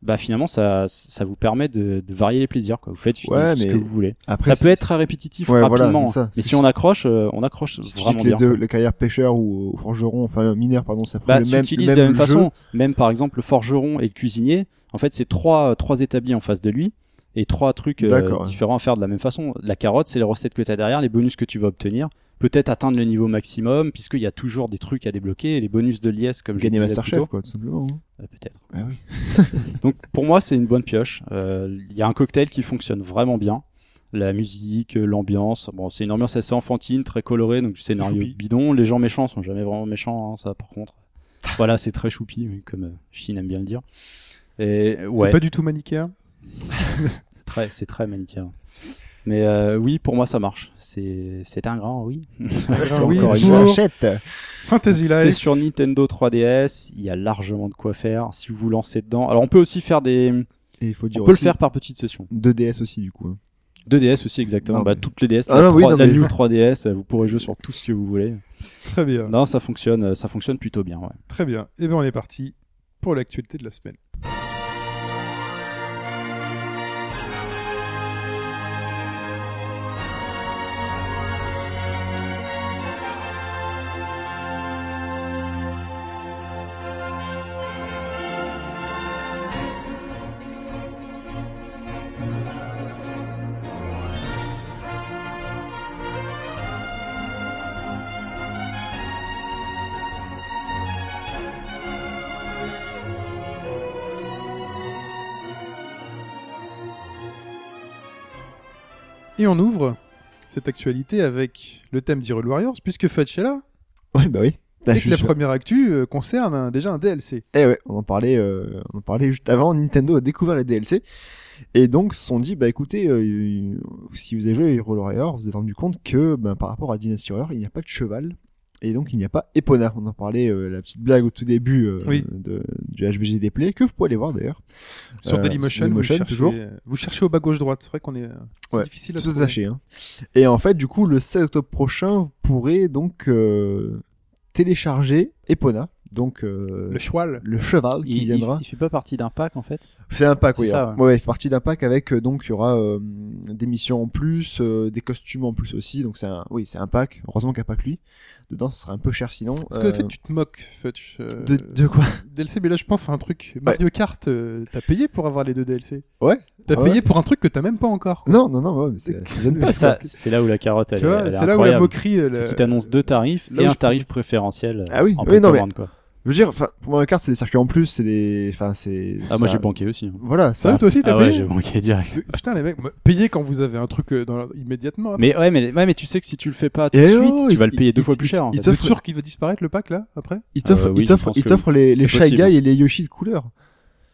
bah finalement ça ça vous permet de, de varier les plaisirs. Quoi. Vous faites Ouais, ce mais que vous voulez. Après, ça peut être très répétitif Ouais, voilà, rapidement. c'est ça. hein. Mais C'est- si on accroche, euh, on accroche si tu vraiment dis que les bien. deux, la carrière pêcheur ou euh, forgeron, enfin mineur, pardon, ça prend Bah, le même, s'utilisent le de la même jeu. façon. Même par exemple le forgeron et le cuisinier. En fait, c'est trois euh, trois établis en face de lui et trois trucs euh, D'accord, ouais. différents à faire de la même façon. La carotte, c'est les recettes que tu as derrière, les bonus que tu vas obtenir. Peut-être atteindre le niveau maximum puisqu'il y a toujours des trucs à débloquer et les bonus de liesse comme Gagner je disais plus Masterchef, tôt. quoi, tout simplement. hein. Euh, peut-être. Ah Bah oui. Donc pour moi, c'est une bonne pioche. Euh, Il y a un cocktail qui fonctionne vraiment bien. La musique, euh, l'ambiance. Bon, c'est une ambiance assez enfantine, très colorée, donc du scénario choupi. bidon. Les gens méchants sont jamais vraiment méchants, hein, ça par contre. Voilà, c'est très choupi, oui, comme euh, Chine aime bien le dire. Et euh, ouais, C'est pas du tout manichéen. très- c'est très manichéen. Mais euh, oui, pour moi, ça marche. C'est c'est un grand oui. Ah oui, Encore une bonjour. fois. J'achète. Fantasy C'est Life. sur Nintendo 3DS. Il y a largement de quoi faire si vous vous lancez dedans. Alors, on peut aussi faire des. Et il faut dire On peut le aussi, faire par petites sessions. 2DS aussi du coup. hein. 2DS aussi exactement, Non, bah mais- toutes les DS, Ah la, non, oui, 3 non, la mais- New 3DS, euh, vous pourrez jouer sur tout ce que vous voulez. Très bien. Non, ça fonctionne, euh, ça fonctionne plutôt bien. Ouais. Très bien. Et bien, on est parti pour l'actualité de la semaine. Et on ouvre cette actualité avec le thème d'Hyrule Warriors, puisque Fatshela, Ouais, bah oui. dès Je que suis la sûr. première actu euh, concerne un- déjà un DLC. Eh ouais, on en parlait, euh, on en parlait juste avant. Nintendo a découvert les DLC et donc se sont dit, bah écoutez, euh, si vous avez joué à Hero Warrior, vous êtes rendu compte que ben, par rapport à Dynasty Warrior, il n'y a pas de cheval et donc il n'y a pas Epona. On en parlait euh, la petite blague au tout début euh, Oui. de, du HBG des plays que vous pouvez aller voir d'ailleurs. Sur Euh, Dailymotion, vous, Dailymotion, cherchez, toujours. vous cherchez au bas gauche-droite. C'est vrai qu'on est, euh, c'est Ouais, difficile à tout trouver. attaché. Hein. Et en fait, du coup, le 16 octobre prochain, vous pourrez donc euh, télécharger Epona, donc euh, Le cheval. le cheval qui Il, il- viendra. il fait pas partie d'un pack en fait. C'est un pack, C'est oui. ça, alors. ouais. il fait partie d'un pack avec euh, donc il y aura euh, des missions en plus, euh, des costumes en plus aussi. Donc c'est un, oui, c'est un pack. Heureusement qu'il n'y a pas que lui. Dedans, ce serait un peu cher sinon. Parce que en Euh, fait, tu te moques, Fetch. euh, de, de quoi DLC, mais là, je pense à un truc. Mario Kart, euh, t'as payé pour avoir les deux DLC. Ouais. T'as Ah payé ouais. pour un truc que t'as même pas encore. quoi. Non, non, non, ouais, mais c'est- ça donne pas. Parce Ça, que- c'est là où la carotte elle, tu vois, elle est c'est là où la incroyable. moquerie. elle, C'est qu'ils euh, t'annoncent deux tarifs là et où un je- tarif préférentiel. euh, Ah oui, en oui, non, mais- précommande, quoi. Je veux dire, enfin, pour Mario Kart, c'est des circuits en plus, c'est des, enfin, c'est. Ah moi ça- j'ai banqué aussi. hein. Voilà, C'est vrai, ça. toi aussi, t'as Ah ouais, payé j'ai banqué direct. Putain, les mecs, payez quand vous avez un truc euh, dans la- immédiatement. après. Mais ouais, mais ouais, mais tu sais que si tu le fais pas tout Eh de suite, oh, tu il- vas le payer deux il- fois il- plus cher. en il fait. te- Vous êtes t'offre- sûr qu'il va disparaître le pack là après Il t'offre, Euh, oui, il t'offre, je pense il que t'offre les, les C'est Shy possible. Guy et les Yoshi de couleur.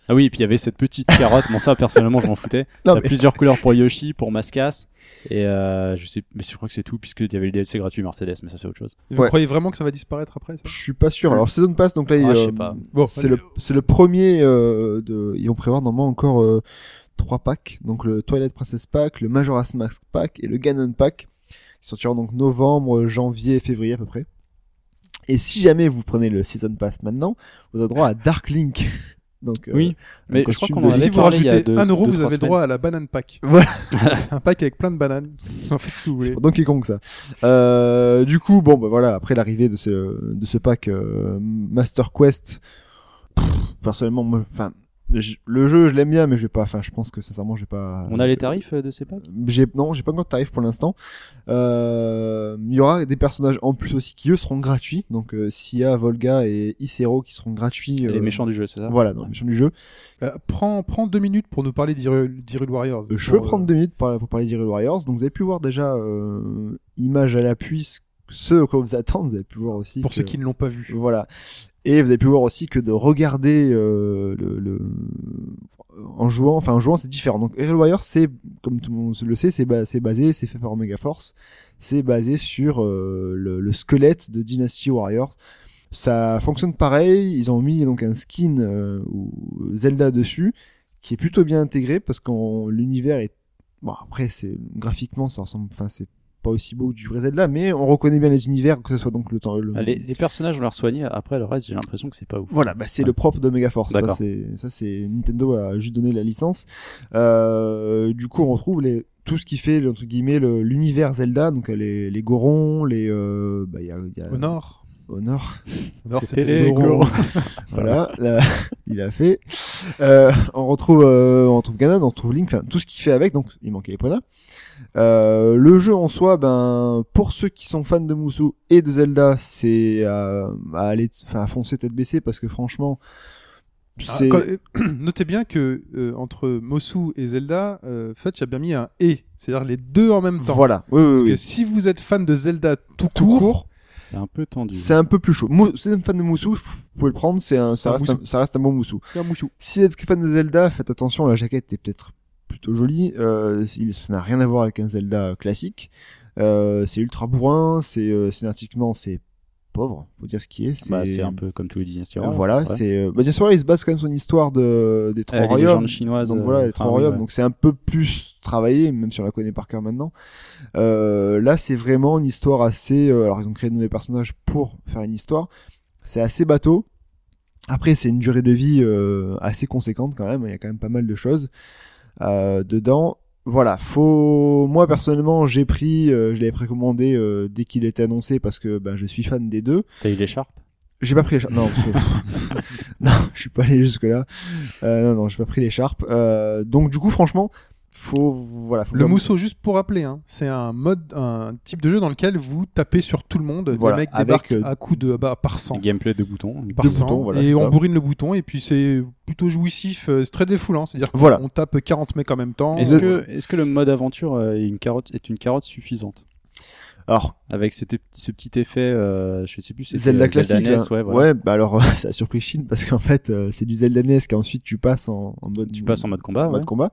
Ah oui, et puis il y avait cette petite carotte. Bon ça personnellement je m'en foutais. Non, T'as mais- plusieurs couleurs pour Yoshi, pour Mascas et euh, je sais, mais je crois que c'est tout puisque il y avait le DLC gratuit Mercedes, mais ça c'est autre chose. Vous Ouais. croyez vraiment que ça va disparaître après ça Je suis pas sûr. Alors, Season Pass, donc là, il, Ah, je euh, sais pas. Bon, c'est le, c'est le premier euh, de. Ils vont prévoir normalement encore euh, trois packs. Donc le Twilight Princess Pack, le Majora's Mask Pack et le Ganon Pack. Ils sortiront donc novembre, janvier, février à peu près. Et si jamais vous prenez le Season Pass maintenant, vous avez droit à Dark Link. donc euh, Oui, un mais je crois costume qu'on de- en Et avait si vous parlé il y a rajoutez deux- 1 euro, deux, vous trois avez semaines. droit à la banane pack. Voilà. un pack avec plein de bananes. Vous en faites ce que vous C'est voulez. pour Donkey Kong ça. Euh, du coup, bon, bah voilà, après l'arrivée de ce, de ce pack euh, Master Quest, pff, personnellement, moi, enfin, je- le jeu, je l'aime bien, mais je vais pas, enfin, je pense que sincèrement, j'ai pas. On a les tarifs euh, de ces packs. J'ai non, j'ai pas encore de tarif pour l'instant. Euh, Il y aura des personnages en plus aussi qui eux seront gratuits, donc euh, Sia, Volga et Icero qui seront gratuits. Les euh, méchants du jeu, c'est ça. Voilà, dans les méchants du jeu. Euh, prends, prends deux minutes pour nous parler d'Hyrule d'Hyrule Warriors. Euh, Je peux Pour, euh, prendre deux minutes pour, pour parler d'Hyrule Warriors. Donc vous avez pu voir déjà, euh, image à l'appui, ce- ce à quoi vous attendez. Vous avez pu voir aussi. Pour que- ceux qui ne l'ont pas vu. Voilà. Et vous avez pu voir aussi que de regarder euh, le, le- en jouant, enfin en jouant, c'est différent. Donc Hyrule Warriors, c'est comme tout le monde le sait, c'est ba- c'est basé, c'est fait par Omega Force, c'est basé sur euh, le, le squelette de Dynasty Warriors. Ça fonctionne pareil. Ils ont mis donc un skin euh, ou Zelda dessus, qui est plutôt bien intégré parce que l'univers est bon. Après, c'est graphiquement, ça ressemble. Enfin, c'est pas aussi beau que du vrai Zelda, mais on reconnaît bien les univers, que ce soit donc le temps. le- Ah, Les, les personnages on leur soigné. Après le reste, j'ai l'impression que c'est pas ouf. voilà, bah c'est Ouais. le propre d'Omega Force. Ça, D'accord. c'est, ça, c'est Nintendo a juste donné la licence. Euh, du coup, on retrouve les, tout ce qui fait, entre guillemets, le- l'univers Zelda. Donc, euh, les, les Gorons, les, euh, bah, il y a, il y a- Au nord. Honor. Au nord, C'était c'était les Zoro. Gorons. Voilà. là, il a fait. Euh, on retrouve, euh, on retrouve Ganon, on retrouve Link, enfin, tout ce qu'il fait avec. Donc, il manquait Epona. Euh, le jeu en soi, ben, pour ceux qui sont fans de Musou et de Zelda, c'est à, à aller, enfin, à foncer tête baissée parce que franchement, Ah, c'est. quand- euh, Notez bien que euh, entre Mosu et Zelda, euh, Fetch a bien mis un et, c'est-à-dire les deux en même temps. Voilà. Oui, oui, Parce que oui. si vous êtes fan de Zelda tout Tout court, court, C'est un peu tendu. c'est un peu plus chaud. Mou- Si vous êtes fan de Moussou, vous pouvez le prendre, c'est un, ça, Un reste un, Moussou. ça reste un bon Moussou. c'est un mouchou. Si vous êtes fan de Zelda, faites attention, la jaquette est peut-être plutôt jolie. Euh, il- ça n'a rien à voir avec un Zelda classique. Euh, c'est ultra bourrin, c'est euh, scénaristiquement c'est pauvre, faut dire ce qui est. Bah, c'est un peu comme tous les Dynasty Warriors, voilà, ouais. c'est. euh, Bah, bien sûr, il se base quand même sur une histoire de des trois Euh, les royaumes. légendes chinoises. Donc euh, voilà, les enfin, trois oui, royaumes. ouais. Donc c'est un peu plus travaillé, même si on la connaît par cœur maintenant. Euh, là, c'est vraiment une histoire assez. euh, alors ils ont créé de nouveaux personnages pour faire une histoire. C'est assez bateau. Après, c'est une durée de vie euh, assez conséquente quand même. Il y a quand même pas mal de choses euh, dedans. Voilà, faut. Moi personnellement, j'ai pris, euh, je l'avais précommandé euh, dès qu'il était annoncé parce que ben, je suis fan des deux. T'as eu l'écharpe. J'ai pas pris l'écharpe. Non, parce que- non, je suis pas allé jusque là. Euh, non, non, j'ai pas pris l'écharpe. Euh, donc du coup, franchement, faut voilà. Faut Le quand même- mousseau, juste pour rappeler, hein, c'est un mode, un type de jeu dans lequel vous tapez sur tout le monde. Voilà, le mec avec, débarque euh, à coup de bah, par 100. Gameplay de boutons. Par deux 100, boutons, voilà, et c'est on ça. bourrine le bouton, et puis c'est plutôt jouissif, euh, c'est très défoulant. C'est-à-dire Voilà. qu'on tape 40 mecs en même temps. Est-ce euh, que, est-ce que le mode aventure euh, est une carotte, est une carotte suffisante Alors, avec cette- ce petit effet, euh, je sais plus, c'était Zelda classique. NES, là. ouais, voilà. bah alors euh, ça a surpris Shin parce qu'en fait euh, c'est du Zelda NES qu'ensuite tu passes en, en mode Tu passes en mode combat, en ouais. mode combat.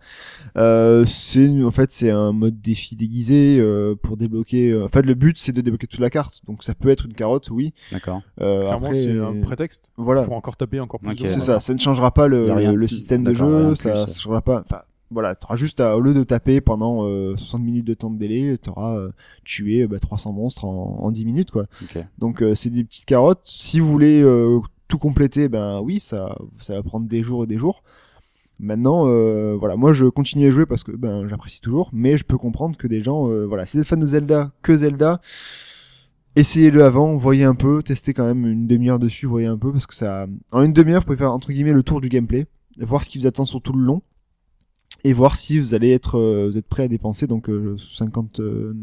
Euh, c'est en fait c'est un mode défi déguisé euh, pour débloquer. euh, En fait le but c'est de débloquer toute la carte. Donc ça peut être une carotte, oui. D'accord. Euh, Clairement, après, c'est un prétexte Voilà, pour encore taper encore plus. Ok. de euh, c'est monde. ça. Ça ne changera pas y le, a rien le de- système de d'accord, rien jeu. de Ça, plus. ça changera pas. Enfin voilà, t'auras juste à, au lieu de taper pendant euh, 60 minutes de temps de délai, t'auras euh, tué euh, bah, 300 monstres en, en 10 minutes quoi. Ok. Donc euh, c'est des petites carottes. Si vous voulez euh, tout compléter, ben oui, ça, ça va prendre des jours et des jours. Maintenant, euh, voilà, moi je continue à jouer parce que ben j'apprécie toujours, mais je peux comprendre que des gens, euh, voilà, si vous êtes fan de Zelda, que Zelda, essayez-le avant, voyez un peu, testez quand même une demi-heure dessus, voyez un peu parce que ça, en une demi-heure, vous pouvez faire entre guillemets le tour du gameplay, voir ce qui vous attend sur tout le long et voir si vous allez être, euh, vous êtes prêt à dépenser donc euh, 50, euh,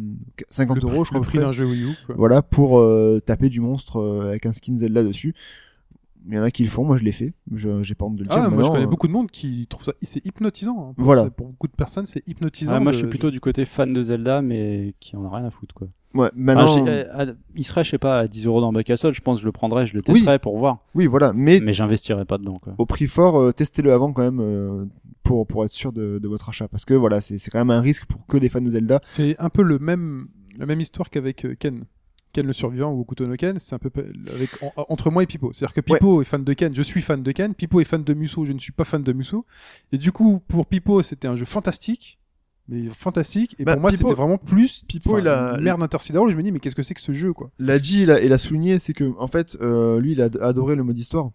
50 Le euros, prix- je crois, Le que prix d'un jeu Wii U. quoi. voilà pour euh, taper du monstre euh, avec un skin Zelda dessus. Il y en a qui le font, moi je l'ai fait, je j'ai pas honte de le dire. Ah, moi je maintenant, connais euh, beaucoup de monde qui trouve ça. C'est hypnotisant. hein. Pour Voilà. ça- Pour beaucoup de personnes, c'est hypnotisant. Ouais, Ah, moi, je de- suis plutôt du côté fan de Zelda, mais qui en a rien à foutre, quoi. Ouais, Ah, maintenant. j'ai- euh, à- il serait, je sais pas, à 10 euros dans Bac à Sol, je pense que je le prendrais, je le testerais pour voir, Oui, voilà, mais mais j'investirais pas dedans, quoi. au prix fort, euh, testez-le avant quand même euh, pour pour être sûr de, de votre achat, parce que voilà, c'est c'est quand même un risque pour que les fans de Zelda. C'est un peu le même, la même histoire qu'avec euh, Ken. Ken le survivant ou Okuto no Ken, c'est un peu pa- avec, en- euh, entre moi et Pipo. C'est-à-dire que Pipo est fan de Ken, je suis fan de Ken. Pipo est fan de Musso, je ne suis pas fan de Musso. Et du coup, pour Pipo, c'était un jeu fantastique. Mais fantastique. Et Bah, pour moi, Pipo- c'était vraiment plus. Pipo, enfin, il a- Merde intersidérale, je me dis, mais qu'est-ce que c'est que ce jeu, quoi L'a dit, il a, il a souligné, c'est que en fait, euh, lui, il a ad- adoré le mode histoire.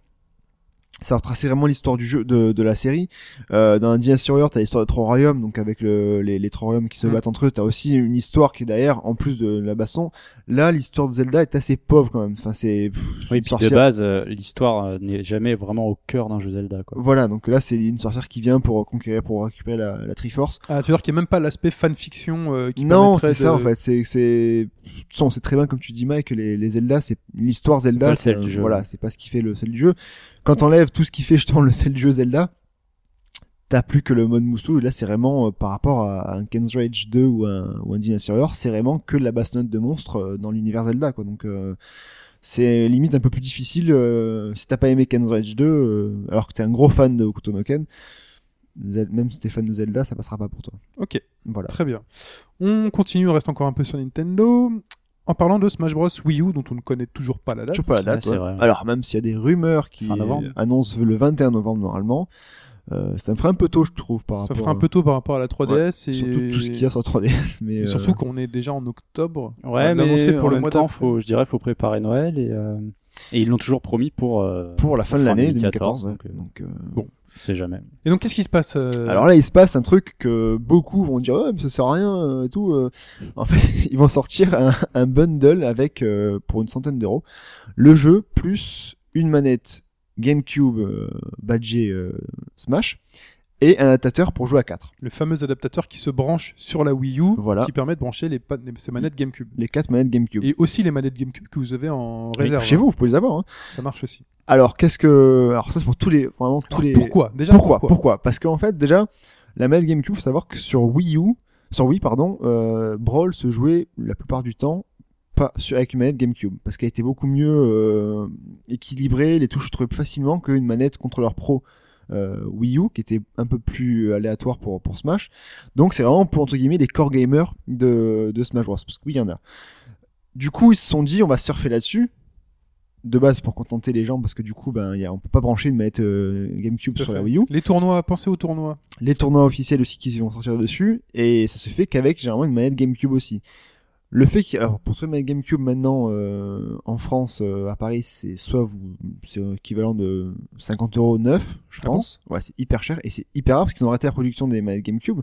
Ça retraçait vraiment l'histoire du jeu, de, de la série. Euh, dans Indiana Survivor, t'as l'histoire de trois royaumes, donc avec le, les, les trois royaumes qui se Mm. battent entre eux, t'as aussi une histoire qui est derrière, en plus de la baston. Là, l'histoire de Zelda est assez pauvre quand même. Enfin, c'est pff, Oui, une puis de sorcière. base, euh, l'histoire euh, n'est jamais vraiment au cœur d'un jeu Zelda, quoi. Voilà, donc là, c'est une sorcière qui vient pour conquérir, pour récupérer la, la Triforce. Ah, tu veux dire qu'il n'y a même pas l'aspect fanfiction euh, qui non, permettrait c'est ça de- en fait. C'est, c'est, de toute façon, on sait très bien, comme tu dis, Mike, que les, les Zelda, c'est l'histoire C'est pas Zelda. le sel c'est- du jeu. Voilà, c'est pas ce qui fait le sel du jeu. Quand t'enlèves tout ce qui fait justement le sel du jeu Zelda, t'as plus que le mode Moustou. Et là, c'est vraiment euh, par rapport à, à un Ken's Rage 2 ou un, ou un Dynasty Warrior, c'est vraiment que de la bastonnade de monstres euh, dans l'univers Zelda, quoi. Donc euh, c'est limite un peu plus difficile euh, si t'as pas aimé Ken's Rage 2, euh, alors que t'es un gros fan de Hokuto no Ken. Zel- Même si t'es fan de Zelda, ça passera pas pour toi. Ok. Voilà. Très bien. On continue, on reste encore un peu sur Nintendo. En parlant de Smash Bros Wii U, dont on ne connaît toujours pas la date. Toujours pas la Ça, date. c'est ouais. vrai. Alors, même s'il y a des rumeurs qui Fin novembre. euh, annoncent le 21 novembre normalement, euh, ça me ferait un peu tôt, je trouve, par Ça rapport fera un à- peu tôt par rapport à la 3DS et surtout tout ce qu'il y a sur 3DS. Mais et euh, surtout qu'on est déjà en octobre. Ouais, On l'a mais annoncé pour le mois temps, d'après. faut, je dirais, faut préparer Noël et, euh, et ils l'ont toujours promis pour. euh, pour la fin de l'année 2014, 2014. donc, euh, donc, euh, on sait jamais. Et donc qu'est-ce qui se passe euh, Alors là, il se passe un truc que beaucoup vont dire, ouais, mais ça sert à rien euh, et tout. euh. En fait, ils vont sortir un, un bundle avec, euh, pour une centaine d'euros, le jeu plus une manette GameCube euh, badgée euh, Smash et un adaptateur pour jouer à 4. le fameux adaptateur qui se branche sur la Wii U, Voilà. qui permet de brancher les, pa- les- ces manettes GameCube. Les 4 manettes GameCube. Et aussi les manettes GameCube que vous avez en Oui, réserve. Chez vous, vous pouvez les avoir. hein. Ça marche aussi. Alors, qu'est-ce que. Alors, ça, c'est pour tous les. Vraiment, tous Alors, les. Ah, Pourquoi Déjà Pourquoi, Pourquoi Parce qu'en fait, déjà, la manette GameCube, faut savoir que sur Wii U, sur Wii, pardon, euh, Brawl se jouait la plupart du temps pas sur, avec une manette GameCube. Parce qu'elle était beaucoup mieux euh, équilibrée, les touches se trouvaient plus facilement qu'une manette contrôleur pro. euh, Wii U qui était un peu plus aléatoire pour, pour Smash donc c'est vraiment pour entre guillemets les core gamers de, de Smash Bros parce que oui il y en a du coup ils se sont dit on va surfer là-dessus de base pour contenter les gens parce que du coup ben il y a, on peut pas brancher une manette euh, GameCube Tout à sur la fait. Wii U Les tournois, pensez aux tournois. les tournois officiels aussi qui vont sortir dessus, et ça se fait qu'avec généralement une manette GameCube aussi. Le fait qu'il alors pour trouver une manette GameCube maintenant euh, en France, euh, à Paris, c'est soit vous, c'est équivalent de 50 euros neuf, je Ah pense. ouais, c'est hyper cher et c'est hyper rare parce qu'ils ont arrêté la production des manettes GameCube.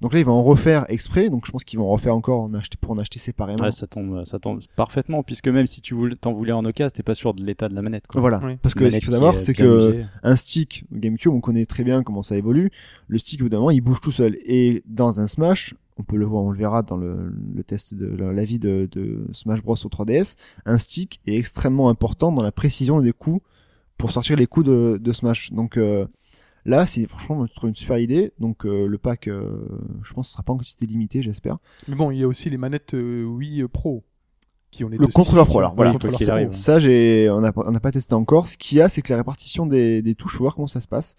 Donc là, ils vont en refaire exprès. Donc je pense qu'ils vont en refaire encore en acheter pour en acheter séparément. Ah, Ouais, ça tombe, ça tombe parfaitement, puisque même si tu voulais, t'en voulais en Occas, t'es pas sûr de l'état de la manette. Quoi. voilà. Oui. Parce que Manette ce qu'il faut qui savoir, est c'est bien que usée. un stick GameCube, on connaît très bien comment ça évolue. Le stick, au bout d'un moment, il bouge tout seul. Et dans un Smash, on peut le voir, on le verra dans le, le test de la- l'avis de, de Smash Bros au 3DS, un stick est extrêmement important dans la précision des coups pour sortir les coups de, de Smash. Donc euh, Là, c'est franchement, je trouve une super idée. Donc euh, le pack, euh, je pense, que ce sera pas en quantité limitée, j'espère. Mais bon, il y a aussi les manettes euh, Wii euh, Pro qui ont les deux Le sticks. contrôleur pro, alors, voilà. Le contrôleur Quoi qu'il pro. arrive. Ça, j'ai, on n'a pas- on n'a pas testé encore. Ce qu'il y a, c'est que la répartition des, des touches, faut voir comment ça se passe.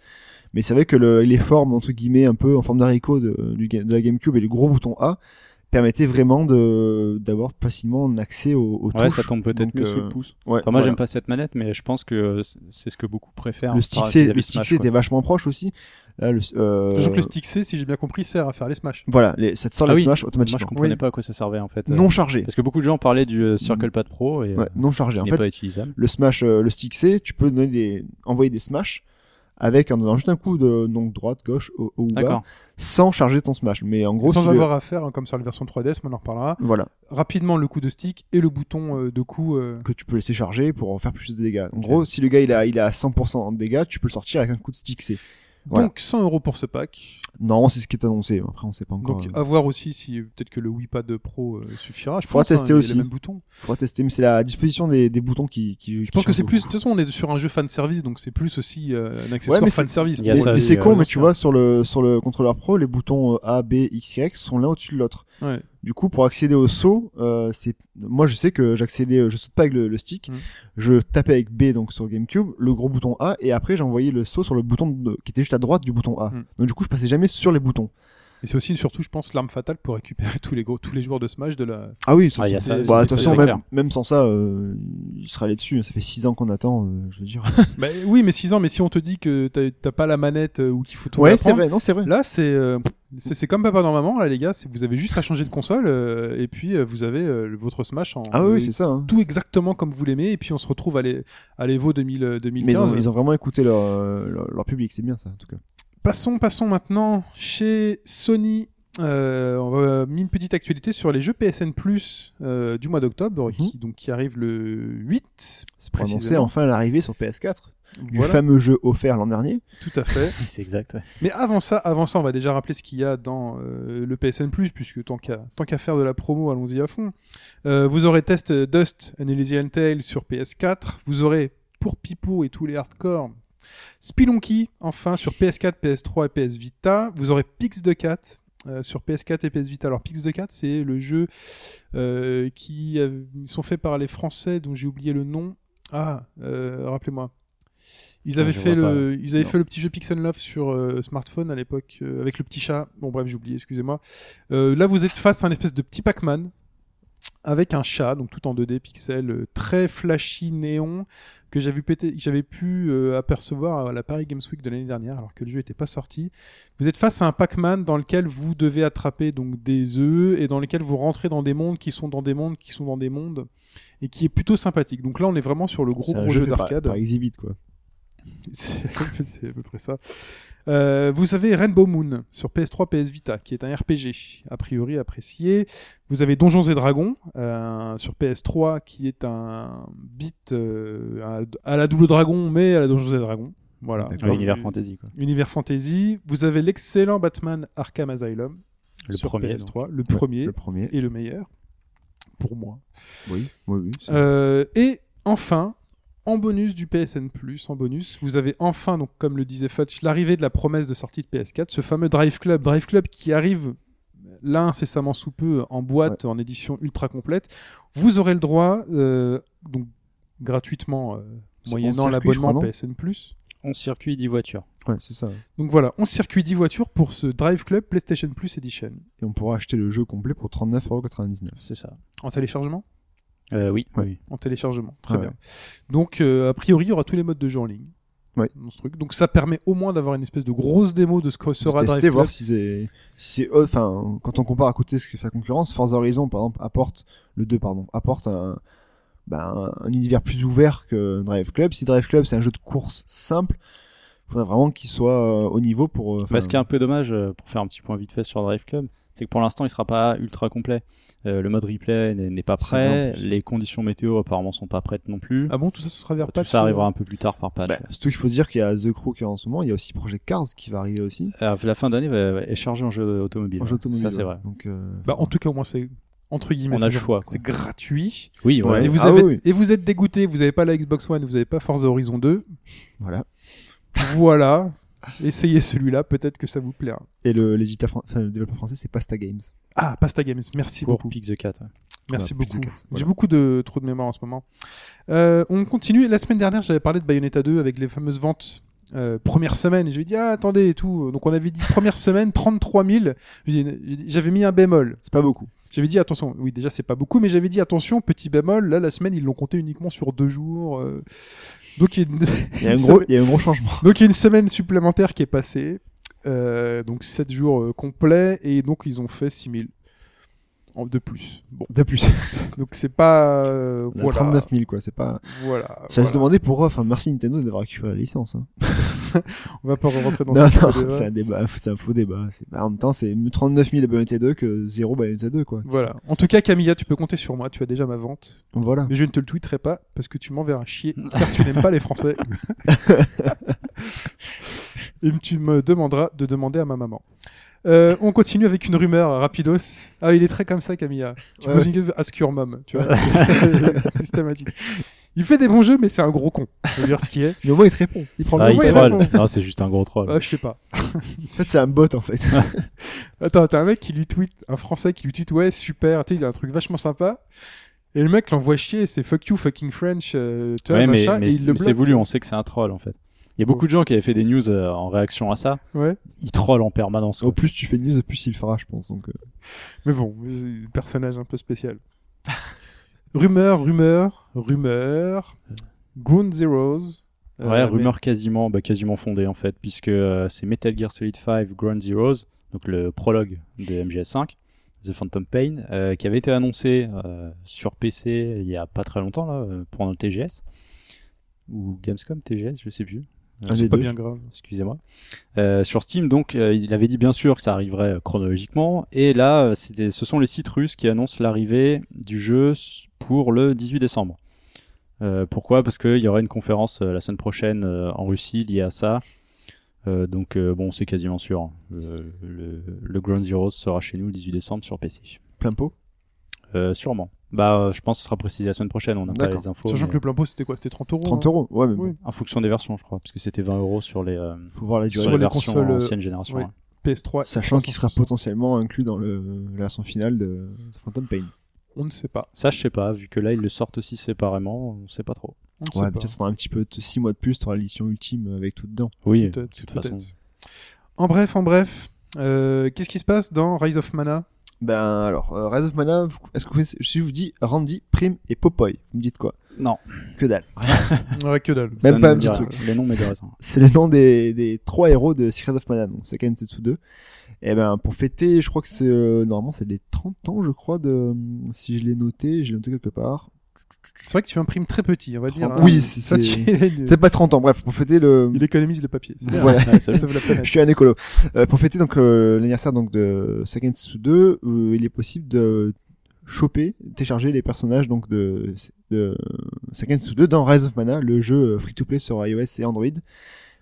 Mais c'est vrai que le- les formes, entre guillemets, un peu en forme d'haricot de, du ga- de la GameCube et le gros bouton A permettaient vraiment de, d'avoir facilement un accès aux, aux Ouais, touches. ça tombe peut-être Donc, mieux sous euh, le pouce. Ouais, Enfin, moi, voilà. j'aime pas cette manette, mais je pense que c- c'est ce que beaucoup Le préfèrent. par- stick vis-à-vis C, le de stick Smash, C quoi. était vachement proche aussi. Là, le, euh, Sachant que le stick C, si j'ai bien compris, sert à faire les Smash. Voilà, les, ça te sort Ah les oui, Smash Moi, je automatiquement. comprenais Oui. pas à quoi ça servait en fait. euh, non chargé. Parce que beaucoup de gens parlaient du euh, Circle Pad Pro et euh, Ouais, non chargé. qui En n'est fait, pas utilisable. le Smash, euh, le stick C, tu peux donner des, envoyer des Smash avec en donnant juste un coup de donc droite, gauche, haut, haut ou bas. D'accord. sans charger ton smash. Mais en gros, Sans si le- avoir à faire, hein, comme sur la version 3DS, mais on en reparlera, voilà, rapidement le coup de stick et le bouton euh, de coup. euh, que tu peux laisser charger pour en faire plus de dégâts. En gros, si le gars il a, il a 100% de dégâts, tu peux le sortir avec un coup de stick C. Voilà. Donc 100 euros pour ce pack. Non, c'est ce qui est annoncé. Après, on sait pas encore. Donc euh, à voir aussi si peut-être que le Wiipad Pro euh, suffira. Je Faudra pense hein, il tester y a aussi. Les mêmes boutons. faudra tester, mais c'est la disposition des, des boutons qui. qui Je pense que c'est plus. De toute façon, on est sur un jeu fan service, donc c'est plus aussi euh, un accessoire Ouais, mais fan service. il y a Mais, ça, mais oui, c'est euh, con, bien mais tu sûr. vois sur le sur le contrôleur pro, les boutons euh, A, B, X, Y sont l'un au-dessus de l'autre. Ouais. Du coup, pour accéder au saut, euh, c'est moi je sais que j'accédais, je saute pas avec le, le stick, Mm. je tapais avec B donc sur GameCube, le gros bouton A et après j'envoyais le saut sur le bouton de- qui était juste à droite du bouton A. Mm. Donc du coup, je passais jamais sur les boutons. Et c'est aussi surtout, je pense, l'arme fatale pour récupérer tous les gros, tous les joueurs de Smash de la. Ah oui, Ah, il y a ça. Bah, de c'est- toute c'est- façon, c'est même, clair. même sans ça, euh, il sera allé dessus. hein. Ça fait 6 ans qu'on attend, euh, je veux dire. Bah, oui, mais 6 ans. Mais si on te dit que t'as- t'as pas la manette euh, ou qu'il faut tout ouais, c'est réapprendre, vrai, non, c'est vrai. Là, c'est euh, c'est c'est comme papa dans maman là, les gars. c'est- Vous avez juste à changer de console euh, et puis euh, vous avez euh, le- votre Smash en Ah oui, euh, oui, c'est ça. hein. tout exactement comme vous l'aimez. Et puis on se retrouve à l'E- à l'Evo 2000, euh, Mais ils ont, 2015. ils ont vraiment écouté leur, euh, leur, leur public, c'est bien ça, en tout cas. Passons, passons maintenant chez Sony. Euh, on va mis une petite actualité sur les jeux PSN Plus euh, du mois Mhm. d'octobre, qui donc qui arrive le 8. C'est pour annoncer Précisément. enfin l'arrivée sur PS4 du Voilà, fameux jeu offert l'an dernier. tout à fait. C'est exact. ouais. Mais avant ça, avant ça, on va déjà rappeler ce qu'il y a dans euh, le PSN Plus, puisque tant qu'à tant qu'à faire de la promo, allons-y à fond. Euh, vous aurez test euh, Dust and Elysian Tale sur PS4. Vous aurez pour Pipo et tous les hardcore Spelunky enfin sur PS4, PS3 et PS Vita. Vous aurez Pix de Cat euh, sur PS4 et PS Vita. Alors Pix de Cat, c'est le jeu euh, qui euh, ils sont faits par les Français, dont j'ai oublié le nom. Ah, euh, rappelez-moi. Ils Ah, avaient je fait vois le, ils avaient Non. fait le petit jeu Pixel Love sur euh, smartphone à l'époque euh, avec le petit chat. Bon bref, j'ai oublié, excusez-moi. Euh, là, vous êtes face à un espèce de petit Pac-Man avec un chat, donc tout en 2D pixel, euh, très flashy néon que j'avais pu, que j'avais pu euh, apercevoir à la Paris Games Week de l'année dernière, alors que le jeu n'était pas sorti. Vous êtes face à un Pac-Man dans lequel vous devez attraper donc des œufs et dans lequel vous rentrez dans des mondes qui sont dans des mondes qui sont dans des mondes et qui est plutôt sympathique. Donc là, on est vraiment sur le gros C'est un gros jeu fait par- d'arcade. Par Exhibit, quoi. C'est c'est à peu près ça. Euh, vous avez Rainbow Moon sur PS3, PS Vita, qui est un RPG, a priori apprécié. Vous avez Donjons et Dragons euh, sur PS3, qui est un beat euh, à à la Double Dragon, mais à la Donjons et Dragons. Voilà. Ouais, L'univers fantasy quoi. Univers fantasy. Vous avez l'excellent Batman Arkham Asylum Le sur premier, PS3, le premier Le premier. et le meilleur, pour moi. Oui, oui, oui. c'est- Euh, et enfin, en bonus du PSN en bonus, vous avez enfin, donc comme le disait Fudge, l'arrivée de la promesse de sortie de PS4, ce fameux Drive Club, Drive Club qui arrive là incessamment sous peu en boîte, en édition ultra complète. Vous aurez le droit, euh, donc gratuitement, euh, C'est moyennant bon, circuit, je crois, l'abonnement non PSN On circuit 10 voitures. Ouais, c'est ça. Donc voilà, on circuit 10 voitures pour ce Drive Club PlayStation Plus Edition. Et on pourra acheter le jeu complet pour 39,99€. C'est ça. En téléchargement Euh, oui. Ouais. oui. En téléchargement, très Ouais. bien. Donc, euh, a priori, il y aura tous les modes de jeu en ligne. Ouais. Dans ce truc. Donc, ça permet au moins d'avoir une espèce de grosse démo de ce que sera Drive tester, Club. voir si c'est, si c'est, enfin, quand on compare à côté ce que fait la concurrence, Forza Horizon, par exemple, apporte, le 2, pardon, apporte un, ben, un univers plus ouvert que Drive Club. Si Drive Club, c'est un jeu de course simple, faudrait vraiment qu'il soit euh, au niveau pour, euh, Bah, ce enfin, qui est un peu dommage, euh, pour faire un petit point vite fait sur Drive Club, c'est que pour l'instant, il sera pas ultra complet. Euh, le mode replay n'est n'est pas C'est vrai, en prêt. plus. Les conditions météo apparemment sont pas prêtes non plus. Ah bon, tout ça, ce sera vers Bah, Tout patch, ça euh, arrivera un peu plus tard par patch. bah, surtout qu'il faut se dire qu'il y a The Crew qui est en ce moment, il y a aussi Project Cars qui va arriver aussi, Euh, la fin d'année va- va- est chargée en jeu automobile. en jeu automobile. Ça, c'est ouais. vrai. Donc, euh, Bah, en tout cas, au moins, c'est entre guillemets. On a le toujours- choix, quoi. C'est gratuit. Oui, Ouais. ouais. Et, vous Ah avez- oui, oui. et vous êtes dégoûté. Vous n'avez pas la Xbox One, vous n'avez pas Forza Horizon 2. voilà. voilà. Essayez celui-là, peut-être que ça vous plaira. Et le, l'éditeur, fran- enfin, le développeur français, c'est Pasta Games. Ah, Pasta Games, merci pour beaucoup. Pix the Cat. ouais. Merci Bah, plus beaucoup. de quatre, J'ai voilà. beaucoup de trous de mémoire en ce moment. Euh, on continue. La semaine dernière, j'avais parlé de Bayonetta 2 avec les fameuses ventes. euh, première semaine, et j'avais dit ah attendez et tout. Donc on avait dit première semaine 33 000. J'ai dit- J'avais mis un bémol. C'est pas beaucoup. J'avais dit attention. Oui déjà c'est pas beaucoup, mais j'avais dit attention petit bémol. Là la semaine ils l'ont compté uniquement sur deux jours. euh. Donc il y a une- Il y a un une gros, il y a un gros changement. donc il y a une semaine supplémentaire qui est passée, euh, donc 7 jours euh, complets, et donc ils ont fait 6000 en- de plus. Bon, De plus. donc c'est pas... euh, On a voilà, 39 000, quoi. C'est pas. voilà, Ça se voilà. demandait pourquoi. Enfin, merci Nintendo d'avoir récupéré la licence. hein. On va pas rentrer dans Non, ce non, débat. c'est un débat, c'est un faux débat. C'est- bah, En même temps, c'est 39 000 à Bayonetta 2 que 0 Bayonetta 2, quoi. Voilà. En tout cas, Camilla, tu peux compter sur moi. Tu as déjà ma vente. Voilà. Mais je ne te le tweeterai pas parce que tu m'enverras chier car tu n'aimes pas les Français. Et tu me demanderas de demander à ma maman. Euh, on continue avec une rumeur rapidos. Ah, il est très comme ça, Camilla. Tu Ouais, poses une question, ask your mom, tu vois. C'est systématique. Il fait des bons jeux, mais c'est un gros con. Faut dire ce qui est. Mais au moins, il te répond. Il prend Ah, le il mot, il troll. répond. Non, c'est juste un gros troll. Ah, je sais pas. Ça, c'est un bot, en fait. Attends, t'as un mec qui lui tweet, un français qui lui tweet, ouais, super, tu sais, il a un truc vachement sympa. Et le mec l'envoie chier, c'est fuck you, fucking French, euh, tu vois, Ouais, mais, machin, mais et c'est- il le mais c'est bloque. voulu, on sait que c'est un troll en fait. Il y a beaucoup de gens qui avaient fait des news euh, en réaction à ça. Ouais. Ils trollent en permanence. Au plus tu fais de news, au plus il le fera, je pense. Donc, euh, Mais bon, c'est un personnage un peu spécial. rumeur, rumeur, rumeur. Ground Zeroes. Ouais, euh, rumeur quasiment, bah, quasiment fondée en fait, puisque euh, c'est Metal Gear Solid 5 Ground Zeroes, donc le prologue de MGS5, The Phantom Pain, euh, qui avait été annoncé euh, sur PC il y a pas très longtemps là, euh, pendant le TGS ou Gamescom TGS, je sais plus. un mais des Ah, C'est pas deux. bien grave. excusez-moi, Euh, sur Steam. Donc, euh, il avait dit bien sûr que ça arriverait euh, chronologiquement. Et là, euh, c'était- ce sont les sites russes qui annoncent l'arrivée du jeu s- pour le 18 décembre. Euh, pourquoi Parce qu'il y aura une conférence euh, la semaine prochaine euh, en Russie liée à ça. Euh, donc, euh, bon, c'est quasiment sûr. hein. Le, le- le Ground Zero sera chez nous le 18 décembre sur PC. Plein pot. Euh, sûrement. Bah, euh, je pense que ce sera précisé la semaine prochaine. On n'a pas D'accord. les infos. Sachant mais que le plein pot, c'était quoi C'était 30 euros 30 hein euros. Ouais, mais Oui. bon, En fonction des versions, je crois. Parce que c'était 20 euros sur les, euh, faut voir la sur durée. Sur les les versions consoles, euh, ancienne génération. ouais. hein. PS3. Sachant qu'il sera 360. potentiellement inclus dans le, la version finale de Phantom Pain. On ne sait pas. Ça, je sais pas, vu que là, ils le sortent aussi séparément, on sait pas trop. On ne Ouais, sait pas. peut-être ça aura un petit peu 6 mois de plus, t'auras l'édition ultime avec tout dedans. Oui, Peut-être, toute peut-être. façon. En bref, en bref, euh, qu'est-ce qui se passe dans Rise of Mana Ben alors, euh, Rise of Mana, vous- est-ce que vous connaissez- si je vous dis Randy, Prime et Popoy, vous me dites quoi Non. Que dalle. Ouais, que dalle. Même Ça pas un ne petit me dit truc. rien. Les noms m'intéressent. C'est le nom des, des trois héros de Secret of Mana, donc Seiken Setsu 2. Et ben pour fêter, je crois que c'est euh, normalement c'est les 30 ans, je crois, de si je l'ai noté, je l'ai noté quelque part. C'est vrai que tu imprimes très petit, on va dire. 30. hein. Oui, c'est Ça, tu- c'est- c'est pas 30 ans. Bref, pour fêter le Il économise le papier. c'est bien. voilà. Ouais, ça- Ça sauve la planète. Je suis un écolo. Euh, pour fêter donc euh, l'anniversaire donc de Second sous 2, euh, il est possible de choper, télécharger les personnages donc de de Second sous 2 dans Rise of Mana, le jeu free to play sur iOS et Android.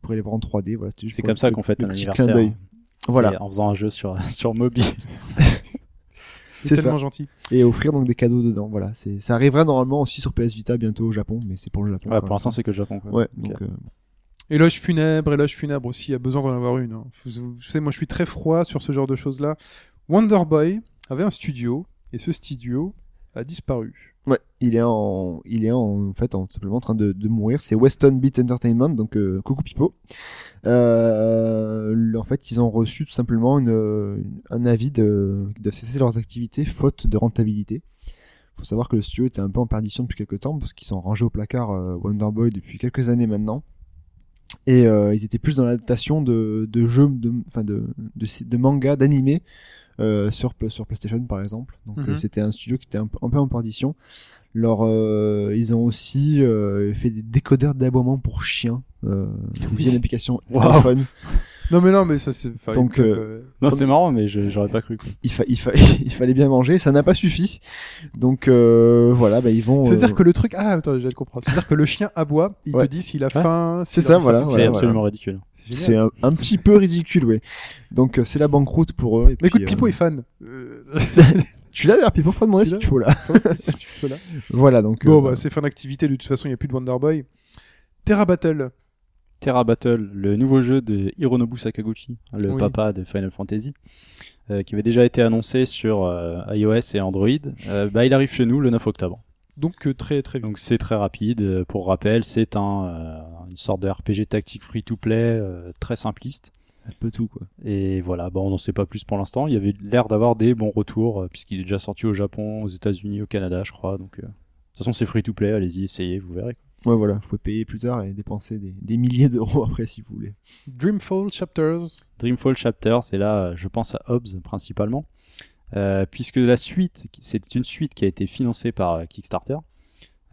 Pour les voir en 3D, voilà. c'était juste C'est pour comme le- ça qu'on fait le un petit anniversaire. clin d'œil. C'est Voilà. En faisant un jeu sur, sur mobile. C'est C'est tellement ça. gentil. Et offrir donc des cadeaux dedans, voilà. C'est, ça arrivera normalement aussi sur PS Vita bientôt au Japon, mais c'est pour le Japon. Ouais, quoi. pour l'instant, c'est que le Japon. Quoi. Ouais, Ok. donc, euh, Éloge funèbre, éloge funèbre aussi, il y a besoin d'en avoir une. hein. Vous, vous savez, moi je suis très froid sur ce genre de choses-là. Wonder Boy avait un studio, et ce studio a disparu. Ouais, il est en, il est en, en fait en, simplement en train de, de mourir. C'est Weston Beat Entertainment, donc euh, coucou Pipo. Euh, le- en fait, ils ont reçu tout simplement une, une- un avis de, de cesser leurs activités faute de rentabilité. Faut savoir que le studio était un peu en perdition depuis quelques temps parce qu'ils sont rangés au placard euh, Wonderboy depuis quelques années maintenant. Et euh, ils étaient plus dans l'adaptation de, de jeux, de, enfin de, de, de mangas, d'animés euh, sur, pla- sur PlayStation par exemple. Donc Mhm. euh, c'était un studio qui était un, peu- un peu en perdition. Leur, euh, ils ont aussi euh, fait des décodeurs d'aboiements pour chiens euh, via l'application Wow. iPhone. Non, mais non, mais ça c'est. enfin, Donc, euh, ils peuvent, Non, c'est marrant, mais je- j'aurais pas cru. quoi. Il, fa- il, fa- il fallait bien manger, ça n'a pas suffi. Donc euh, voilà, bah, ils vont. euh, C'est-à-dire que le truc. Ah, attends, je vais le comprendre. C'est-à-dire que le chien aboie, il te Ouais. dit s'il a Ouais. faim. s'il C'est a ça, soif. voilà, c'est voilà, absolument ridicule. C'est génial. C'est un, un petit peu ridicule, ouais. Donc euh, c'est la banqueroute pour eux. Et Mais puis, écoute, euh, Pipo est fan. Euh, Tu l'as d'ailleurs, Pipo, faut demander Tu si l'as tu peux là. si tu peux, là. Voilà donc. Bon, euh, bah, c'est fin d'activité, de toute façon, il n'y a plus de Wonder Boy. Terra Battle. Terra Battle, le nouveau jeu de Hironobu Sakaguchi, le Oui. papa de Final Fantasy, euh, qui avait déjà été annoncé sur euh, iOS et Android, euh, bah, il arrive chez nous le 9 octobre. Donc euh, très très vite. Donc c'est très rapide. Euh, Pour rappel, c'est un, euh, une sorte de RPG tactique free-to-play euh, très simpliste. Un peu tout, quoi. Et voilà, bah, on n'en sait pas plus pour l'instant. Il y avait l'air d'avoir des bons retours, euh, puisqu'il est déjà sorti au Japon, aux États-Unis, au Canada, je crois. Donc, euh, de toute façon, c'est free-to-play, allez-y, essayez, vous verrez. Ouais, voilà, vous pouvez payer plus tard et dépenser des, des milliers d'euros après si vous voulez. Dreamfall Chapters. Dreamfall Chapter, c'est là, euh, je pense à Hobbs principalement, euh, puisque la suite, qui- c'est une suite qui a été financée par euh, Kickstarter,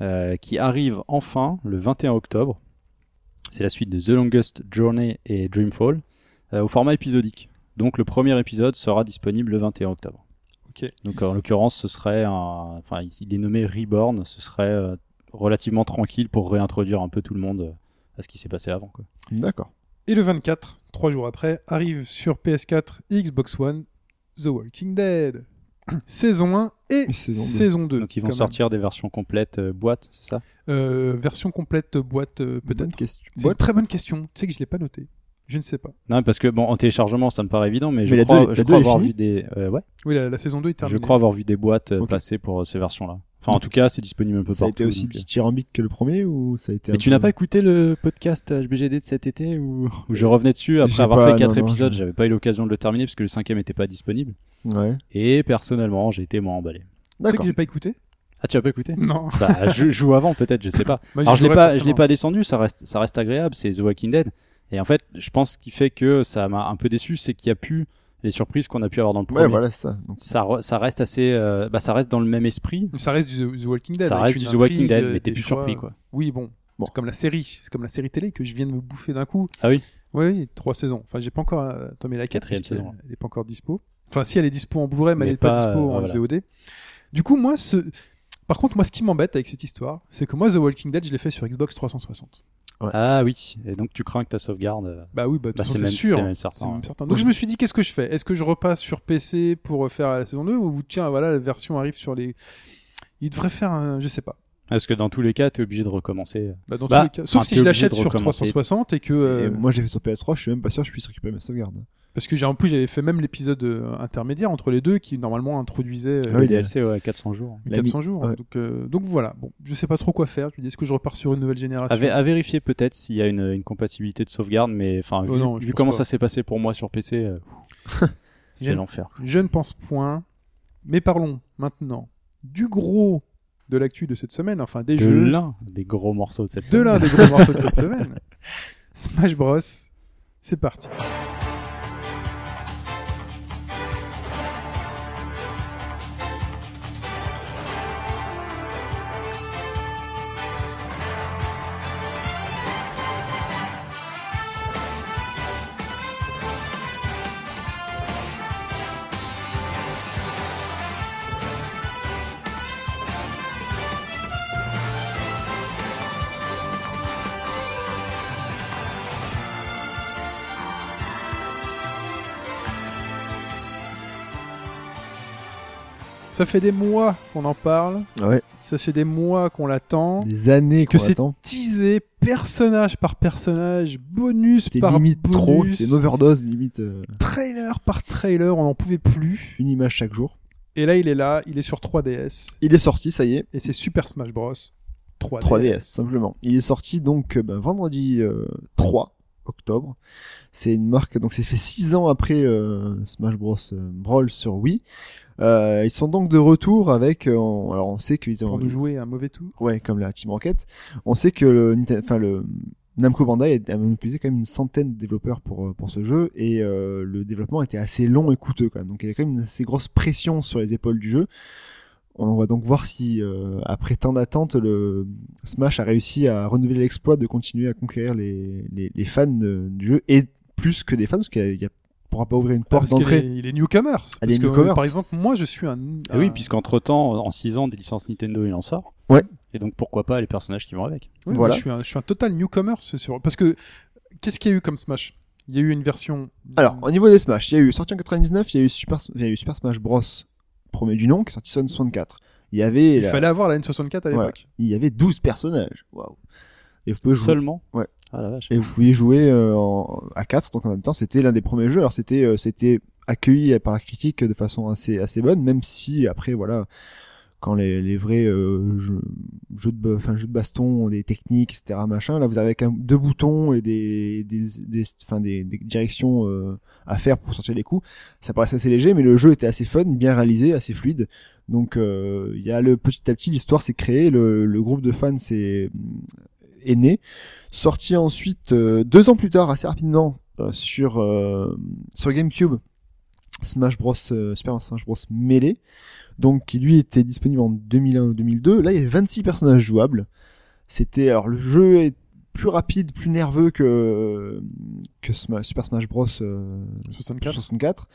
euh, qui arrive enfin le 21 octobre. C'est la suite de The Longest Journey et Dreamfall euh, au format épisodique. Donc le premier épisode sera disponible le 21 octobre. Ok. Donc en l'occurrence, ce serait un, enfin il- il est nommé Reborn, ce serait euh, relativement tranquille pour réintroduire un peu tout le monde euh, à ce qui s'est passé avant. quoi. D'accord. Et le 24, trois jours après, arrive sur PS4 et Xbox One The Walking Dead. saison 1 et Et saison saison 2. deux. Donc ils Euh, quand vont même. sortir des versions complètes euh, boîte, c'est ça Euh, version complète boîte euh, peut-être. Bonne question. C'est une Boîte. très bonne question. Tu sais que je l'ai pas noté. Je ne sais pas. Non, parce que bon, en téléchargement, ça me paraît évident, mais, je Mais la crois, deux- la je deux crois est avoir finie vu des, euh, ouais, Oui, la, la saison 2 est je terminée. crois avoir vu des boîtes euh, Ok. passer pour euh, ces versions-là. Enfin, en tout cas, c'est disponible un peu Ça a partout. été aussi donc, euh. dithyrambique que le premier ou ça a été Mais un tu peu- n'as pas écouté le podcast euh, HBGD de cet été où, où je revenais dessus après Euh, J'ai avoir pas- fait quatre non, non, épisodes, je- j'avais pas eu l'occasion de le terminer parce que le cinquième n'était pas disponible. Ouais. Et personnellement, j'ai été moins emballé. Tu sais que D'accord. j'ai pas écouté Ah, tu as pas écouté Non. Bah, je joue avant peut-être, je sais pas. Moi, j'y Alors je l'ai jouerai pas, je forcément. l'ai pas descendu, ça reste, ça reste agréable, c'est The Walking Dead. Et en fait, je pense ce qui fait que ça m'a un peu déçu, c'est qu'il y a plus les surprises qu'on a pu avoir dans le premier. Ouais, voilà c'est ça. Donc, Ça, re- ça reste assez, euh, bah ça reste dans le même esprit. Mais Ça reste du The- The Walking Dead. ça avec reste du une The Walking intrigue, Dead, euh, mais t'es des plus choix. surpris quoi. Oui, bon. Bon. C'est comme la série. C'est comme la série télé que je viens de me bouffer d'un coup. Ah oui. Oui, oui, trois saisons. Enfin, j'ai pas encore. euh, Attends, mais la quatre, Quatrième puisqu'elle- saison. Elle est pas encore dispo. Enfin, si elle est dispo en Blu-ray, mais, Mais elle est pas, pas, dispo euh, en voilà. VOD. Du coup, moi, ce. Par contre, moi, ce qui m'embête avec cette histoire, c'est que moi, The Walking Dead, je l'ai fait sur Xbox 360. Ah oui, et donc tu crains que ta sauvegarde. euh, Bah oui, bah, de toute Bah, façon, c'est c'est même- sûr. c'est même certain, C'est ouais. certain. Donc, je me suis dit, qu'est-ce que je fais Est-ce que je repasse sur PC pour euh, faire la saison 2 ou tiens, voilà, la version arrive sur les. Il devrait faire un. Je sais pas. Parce que dans tous les cas, t'es obligé de recommencer. Bah, dans Bah, tous les cas. Sauf enfin, si t'es je obligé l'achète de sur recommencer. 360 et que. et euh, moi je l'ai fait sur PS3, je suis même pas sûr que je puisse récupérer ma sauvegarde. Parce que j'ai en plus j'avais fait même l'épisode euh, intermédiaire entre les deux qui normalement introduisait euh, Ah oui, le DLC ouais, 400 jours. la 400 jours. ouais. Donc, euh, donc voilà. Bon, je sais pas trop quoi faire. Tu dis est-ce que je repars sur une nouvelle génération À, vé- à vérifier peut-être s'il y a une, une compatibilité de sauvegarde, mais enfin vu, Oh non, je vu pense comment pas. ça s'est passé pour moi sur PC, euh, c'était J'aime- l'enfer. Je ne pense point. Mais parlons maintenant du gros de l'actu de cette semaine, enfin des De jeux, l'un des gros morceaux de cette de semaine. l'un des gros morceaux de cette semaine. Smash Bros. C'est parti. Ça fait des mois qu'on en parle. Ouais. Ça fait des mois qu'on l'attend. Des années Que qu'on c'est- attend. Teasé personnage par personnage, bonus C'était par limite bonus. trop, c'était une overdose limite euh, trailer par trailer, on n'en pouvait plus. une image chaque jour. Et là, il est là, il est sur 3DS Il est sorti, ça y est. et c'est Super Smash Bros. 3DS. 3DS, simplement. Il est sorti donc euh, ben, vendredi euh, 3 octobre. C'est une marque, donc c'est fait 6 ans après euh, Smash Bros. euh, Brawl sur Wii. Euh, ils sont donc de retour avec, euh, en- alors on sait qu'ils Pour ont, nous jouer un mauvais tour. ouais, comme la Team Rocket, on sait que le, Nita- enfin le Namco Bandai a a mobilisé quand même une centaine de développeurs pour euh, pour ce jeu et euh, le développement était assez long et coûteux quand même. Donc il y a quand même une assez grosse pression sur les épaules du jeu. On va donc voir si euh, après tant d'attentes, le Smash a réussi à renouveler l'exploit de continuer à conquérir les les, les fans de- du jeu et plus que des fans parce qu'il y a- il y a- pourra pas ouvrir une porte Ah, Parce qu'il d'entrée. est- Il est newcomer. Ah, Parce des que, newcomers. Eh par exemple, moi, je suis un. Et oui, un- puisqu'entre temps, en 6 ans, des licences Nintendo, il en sort. Ouais. Et donc pourquoi pas les personnages qui vont avec. oui, moi, voilà. je, suis un, je suis un total newcomer. c'est Sur... Parce que qu'est-ce qu'il y a eu comme Smash Il y a eu une version. Alors, au niveau des Smash, il y a eu sorti en 99, il y a eu Super, il y a eu Super Smash Bros. premier du nom qui est sorti sur N64. Il y avait il la- fallait avoir la N64 à l'époque. il y avait 12 personnages. Waouh. Et vous pouvez jouer. Seulement Ouais. Ah la vache. Et vous pouviez jouer euh, en- à 4, donc en même temps, c'était l'un des premiers jeux. Alors c'était euh, c'était accueilli par la critique de façon assez assez bonne, même si après voilà, quand les, les vrais euh, jeux, jeux de ba- enfin jeux de baston, des techniques, etc. machin, là vous avez qu'un- deux boutons et des des des, enfin, des, des directions euh, à faire pour sortir les coups. Ça paraissait assez léger, mais le jeu était assez fun, bien réalisé, assez fluide. Donc euh, il y a le petit à petit l'histoire s'est créée, le, le groupe de fans s'est est né sorti ensuite euh, deux ans plus tard assez rapidement euh, sur euh, sur GameCube Smash Bros euh, Super Smash Bros Melee donc qui lui était disponible en 2001 ou 2002 là il y avait 26 personnages jouables c'était alors le jeu est plus rapide plus nerveux que que Sma- Super Smash Bros euh, 64. 64.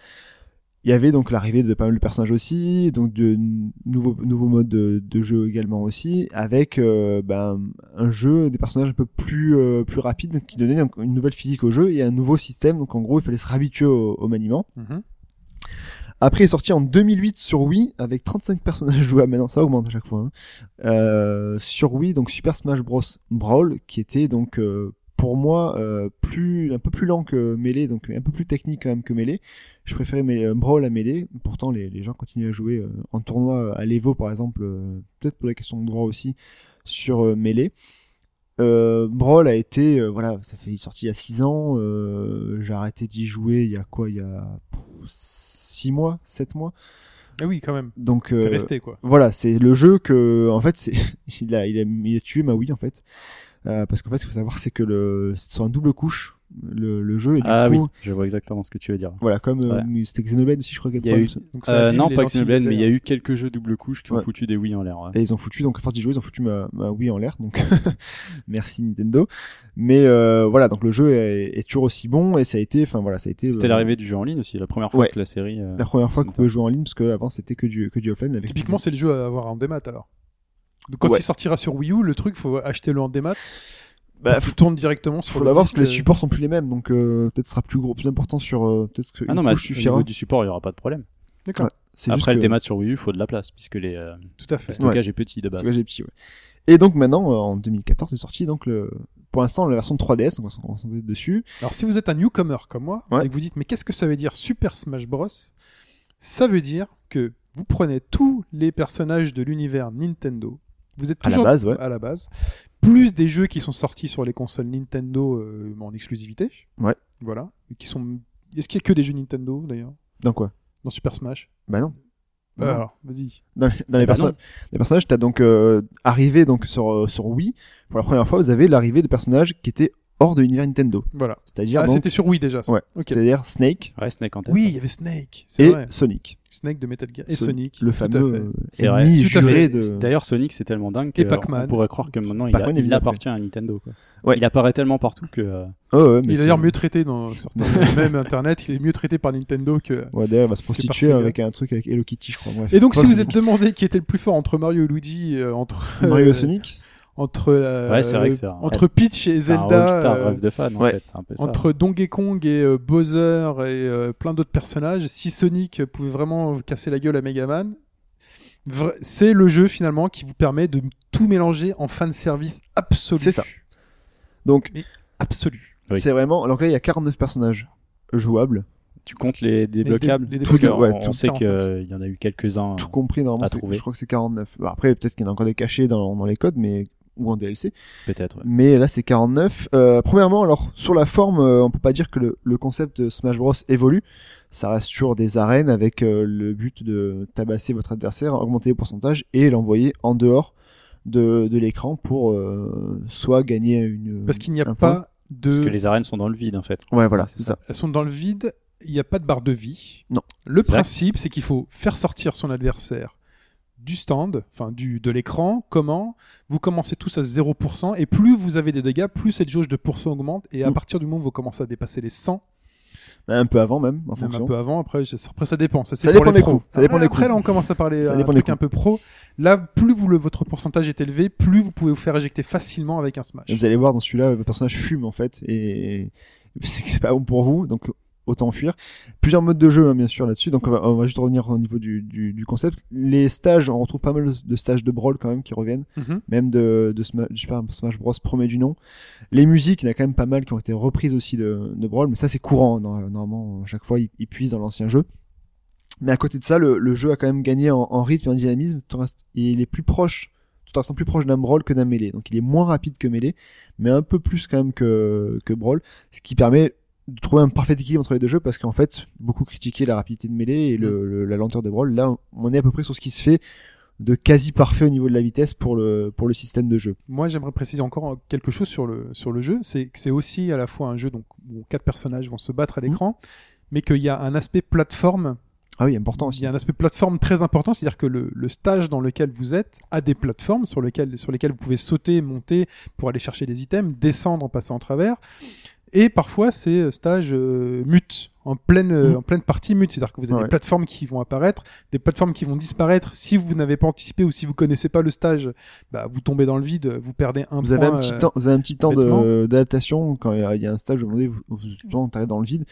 Il y avait donc l'arrivée de pas mal de personnages aussi, donc de n- nouveaux, nouveaux modes de, de jeu également aussi, avec euh, ben, un jeu, des personnages un peu plus, euh, plus rapides qui donnait donc une nouvelle physique au jeu et un nouveau système. Donc en gros, il fallait se réhabituer au, au maniement. Mhm. Après, il est sorti en 2008 sur Wii avec 35 personnages jouables. Maintenant, ça augmente à chaque fois. hein. Euh, sur Wii, donc Super Smash Bros. Brawl, qui était donc euh, pour moi euh, plus un peu plus lent que Melee, donc un peu plus technique quand même que Melee. Je préférais Melee- euh, Brawl à Melee. Pourtant, les, les gens continuent à jouer euh, en tournoi à l'Evo, par exemple, euh, peut-être pour la question de droit aussi sur euh, Melee. Euh, Brawl a été, euh, voilà, ça fait il est sorti il y a 6 ans. euh, J'ai arrêté d'y jouer il y a quoi Il y a 6 mois, 7 mois. Ah oui, quand même. Donc euh, T'es resté, quoi. voilà, c'est le jeu que en fait c'est il a il a, il a tué ma Wii en fait. Euh, parce qu'en fait, ce qu'il faut savoir, c'est que le c'est sur un double couche le, le jeu et du Ah coup, oui, je vois exactement ce que tu veux dire. voilà comme euh, c'était Xenoblade aussi, je crois Il quelque y a part, eu- le- Donc, ça Euh, abîme non, les pas lentilles Xenoblade, mais il y a laser. eu quelques jeux double couche qui ont Ouais. foutu des oui en l'air. ouais. Et ils ont foutu, donc à force d'y jouer, ils ont foutu ma, ma Wii en l'air, donc merci Nintendo. Mais euh, voilà, donc le jeu est, est toujours aussi bon et ça a été, enfin voilà, ça a été. C'était euh, l'arrivée du jeu en ligne aussi, la première fois Ouais. que la série. euh, la première fois c'est qu'on pouvait jouer en ligne parce qu'avant c'était que du que du offline. Avec Typiquement, c'est le jeu à avoir en démat, alors. Donc, quand Ouais. il sortira sur Wii U, le truc, faut acheter le en démat. bah, tu tournes directement sur faut le l'avoir parce disque, que les euh, supports sont plus les mêmes, donc euh, peut-être ce sera plus gros, plus important sur euh, peut-être que Ah non, une mais couche au suffira. niveau du support, il n'y aura pas de problème. D'accord, C'est juste Après, le que- démat sur Wii U, il faut de la place, puisque les, euh, tout à le fait. stockage est petit de Parce base. que j'ai petit, ouais. Et donc maintenant, euh, en 2014, est sorti donc le, pour l'instant la version 3DS, donc on va se concentrer dessus. Alors si vous êtes un newcomer comme moi Ouais. et que vous dites mais qu'est-ce que ça veut dire Super Smash Bros Ça veut dire que vous prenez tous les personnages de l'univers Nintendo. Vous êtes À la toujours base, ouais. à la base, plus des jeux qui sont sortis sur les consoles Nintendo euh, en exclusivité. Ouais. Voilà, Et qui sont Est-ce qu'il y a que des jeux Nintendo d'ailleurs Dans quoi dans Super Smash Euh, Bah non. Non. Alors, vas-y. Dans les, dans les, Bah perso- non. les personnages, t'as donc euh, arrivé donc sur euh, sur Wii pour la première fois, vous avez l'arrivée de personnages qui étaient hors de l'univers Nintendo, Voilà. c'est-à-dire Ah, donc- c'était sur Wii déjà. ça. ouais, Ok. c'est-à-dire Snake Ouais, Snake en tête. Oui, il y avait Snake, c'est et vrai. Sonic, Snake de Metal Gear et Ce- Sonic. le tout à fait. fameux C'est euh, vrai. ennemi Tout à fait. juré C'est- de. c'est- D'ailleurs, Sonic, c'est tellement dingue Et que euh, Pac-Man. on pourrait croire que maintenant il, a- Pac-Man, il évidemment, appartient à Nintendo. Quoi. Ouais. Il apparaît tellement partout que. euh, Ouais, ouais, mais Il est c'est- d'ailleurs mieux traité dans certains même internet, il est mieux traité par Nintendo que. Ouais, d'ailleurs, il va se prostituer par Sega. avec un truc avec Hello Kitty, je crois. bref. Et donc, Pas si vous Sonic. êtes demandé qui était le plus fort entre Mario et Luigi, euh, entre Mario euh, et Sonic, entre euh, Ouais, c'est vrai que c'est un- entre Peach et c'est un Zelda, all-star euh, rêve de fan en ouais. fait. C'est un peu ça. entre Donkey Kong et euh, Bowser et euh, plein d'autres personnages, si Sonic pouvait vraiment casser la gueule à Megaman, vra- c'est le jeu finalement qui vous permet de tout mélanger en fan service absolu. C'est ça. donc Absolu. Oui. c'est vraiment. Alors que là, il y a 49 personnages jouables, Tu comptes les dé- les débloquables dé- Parce que débloquables, ouais, on tout sait ça, en fait. qu'il y en a eu quelques-uns. tout compris normalement. Ah. à c'est- trouver. Je crois que c'est 49. Bah, après, peut-être qu'il y en a encore des cachés dans, dans les codes, mais ou en DLC. Peut-être. ouais. Mais là, c'est 49. Euh, premièrement, alors sur la forme, euh, on peut pas dire que le, le concept de Smash Bros évolue. Ça reste toujours des arènes avec euh, le but de tabasser votre adversaire, augmenter les pourcentages et l'envoyer en dehors de, de l'écran pour euh, soit gagner une. Parce qu'il n'y a un pas de. Mm. Parce que les arènes sont dans le vide en fait. point. Ouais, voilà, Ouais, c'est c'est ça. ça. elles sont dans le vide, il n'y a pas de barre de vie. Non. Le Exact. principe, c'est qu'il faut faire sortir son adversaire du stand, enfin du de l'écran. Comment Vous commencez tous à 0% et plus vous avez des dégâts, plus cette jauge de pourcent augmente et à Mm. partir du moment où vous commencez à dépasser les 100, Un peu avant même, en même fonction. un peu avant, après, je- après ça dépend. Ça, c'est Ça pour dépend les des pros. coups. Ça dépend après, des coups. là, on commence à parler Ça un dépend des truc coups. un peu pro. Là, plus vous le, votre pourcentage est élevé, plus vous pouvez vous faire éjecter facilement avec un smash. Et Vous allez voir dans celui-là, le personnage fume en fait et c'est c'est pas bon pour vous. Donc autant fuir. Plusieurs modes de jeu, hein, bien sûr, là-dessus. Donc, on va, on va juste revenir au niveau du, du, du concept. Les stages, on retrouve pas mal de stages de brawl quand même qui reviennent, Mhm. même de, de Sma- je sais pas, Smash Bros. premier du nom. Les musiques, il y en a quand même pas mal qui ont été reprises aussi de, de brawl, mais ça, c'est courant. hein. Normalement, à chaque fois, ils, ils puisent dans l'ancien jeu. Mais à côté de ça, le, le jeu a quand même gagné en, en rythme et en dynamisme. Tout en rest- Il est plus proche, tout en restant plus proche d'un brawl que d'un mêlé. Donc il est moins rapide que mêlé, mais un peu plus quand même que, que brawl. Ce qui permet de trouver un parfait équilibre entre les deux jeux parce qu'en fait, beaucoup critiquaient la rapidité de mêlé et le- le- la lenteur de brawl. Là, on est à peu près sur ce qui se fait de quasi parfait au niveau de la vitesse pour le, pour le système de jeu. Moi, j'aimerais préciser encore quelque chose sur le, sur le jeu. C'est que c'est aussi à la fois un jeu donc, où quatre personnages vont se battre à l'écran, mais qu'il y a un aspect plateforme. Ah oui, important aussi. Il y a un aspect plateforme très important, c'est-à-dire que le, le stage dans lequel vous êtes a des plateformes sur lesquelles, sur lesquelles vous pouvez sauter, monter pour aller chercher des items, descendre en passant en travers. Et parfois, c'est stage euh, mute, en pleine, euh, en pleine partie mute. C'est-à-dire que vous avez Mmh. Ouais. des plateformes qui vont apparaître, des plateformes qui vont disparaître. Si vous n'avez pas anticipé ou si vous connaissez pas le stage, bah, vous tombez dans le vide, vous perdez un Vous point. avez un petit euh, temps, vous avez un petit temps de- bêtement. d'adaptation quand il y a- il y, a un stage. Vous demandez, vous, vous souvent, t'arrives dans le vide.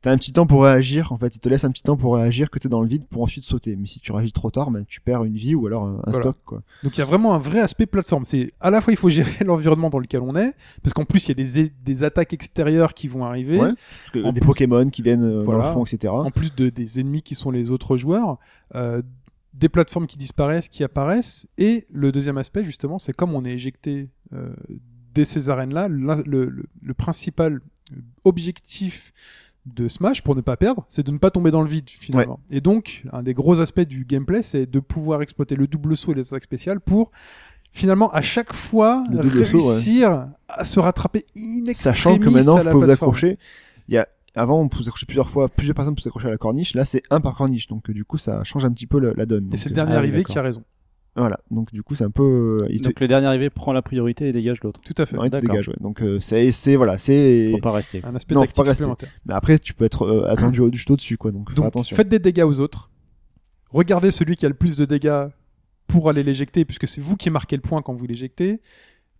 T'as un petit temps pour réagir. En fait, il te laisse un petit temps pour réagir que t'es dans le vide pour ensuite sauter. Mais si tu réagis trop tard, ben, tu perds une vie ou alors un, un Voilà. stock. Quoi. Donc il y a vraiment un vrai aspect plateforme. C'est à la fois il faut gérer l'environnement dans lequel on est, parce qu'en plus il y a des, des attaques extérieures qui vont arriver, Ouais. En des plus- Pokémon qui viennent euh, dans Voilà. le fond, etc. en plus de, des ennemis qui sont les autres joueurs, euh, des plateformes qui disparaissent, qui apparaissent. Et le deuxième aspect justement, c'est comme on est éjecté euh, dès ces arènes-là, l'un- le, le- le principal euh, objectif de Smash pour ne pas perdre, c'est de ne pas tomber dans le vide finalement. Et donc, un des gros aspects du gameplay, c'est de pouvoir exploiter le double saut et les attaques spéciales pour finalement à chaque fois Le double saut, ouais. réussir à se rattraper in Sachant que extremis maintenant, à vous la pouvez vous plateforme. accrocher. Il y a, avant, on pouvait s'accrocher plusieurs fois, plusieurs personnes pouvaient s'accrocher à la corniche. Là, c'est un par corniche. Donc, euh, du coup, ça change un petit peu le- la donne. Et Donc, c'est le euh, dernier ah oui, arrivé qui d'accord. a raison. Voilà. Donc, du coup, c'est un peu, euh, il te, Donc le dernier arrivé prend la priorité et dégage l'autre. Tout à fait. non, il te d'accord. dégage, ouais. Donc, euh, c'est, c'est, voilà, c'est, Faut pas rester. Un aspect Non, faut pas tactique rester. supplémentaire. Mais après, tu peux être euh, attendu Mmh. au juste au-dessus, quoi. Donc, faut faire Donc attention. faites des dégâts aux autres. Regardez celui qui a le plus de dégâts pour aller l'éjecter, puisque c'est vous qui marquez le point quand vous l'éjectez.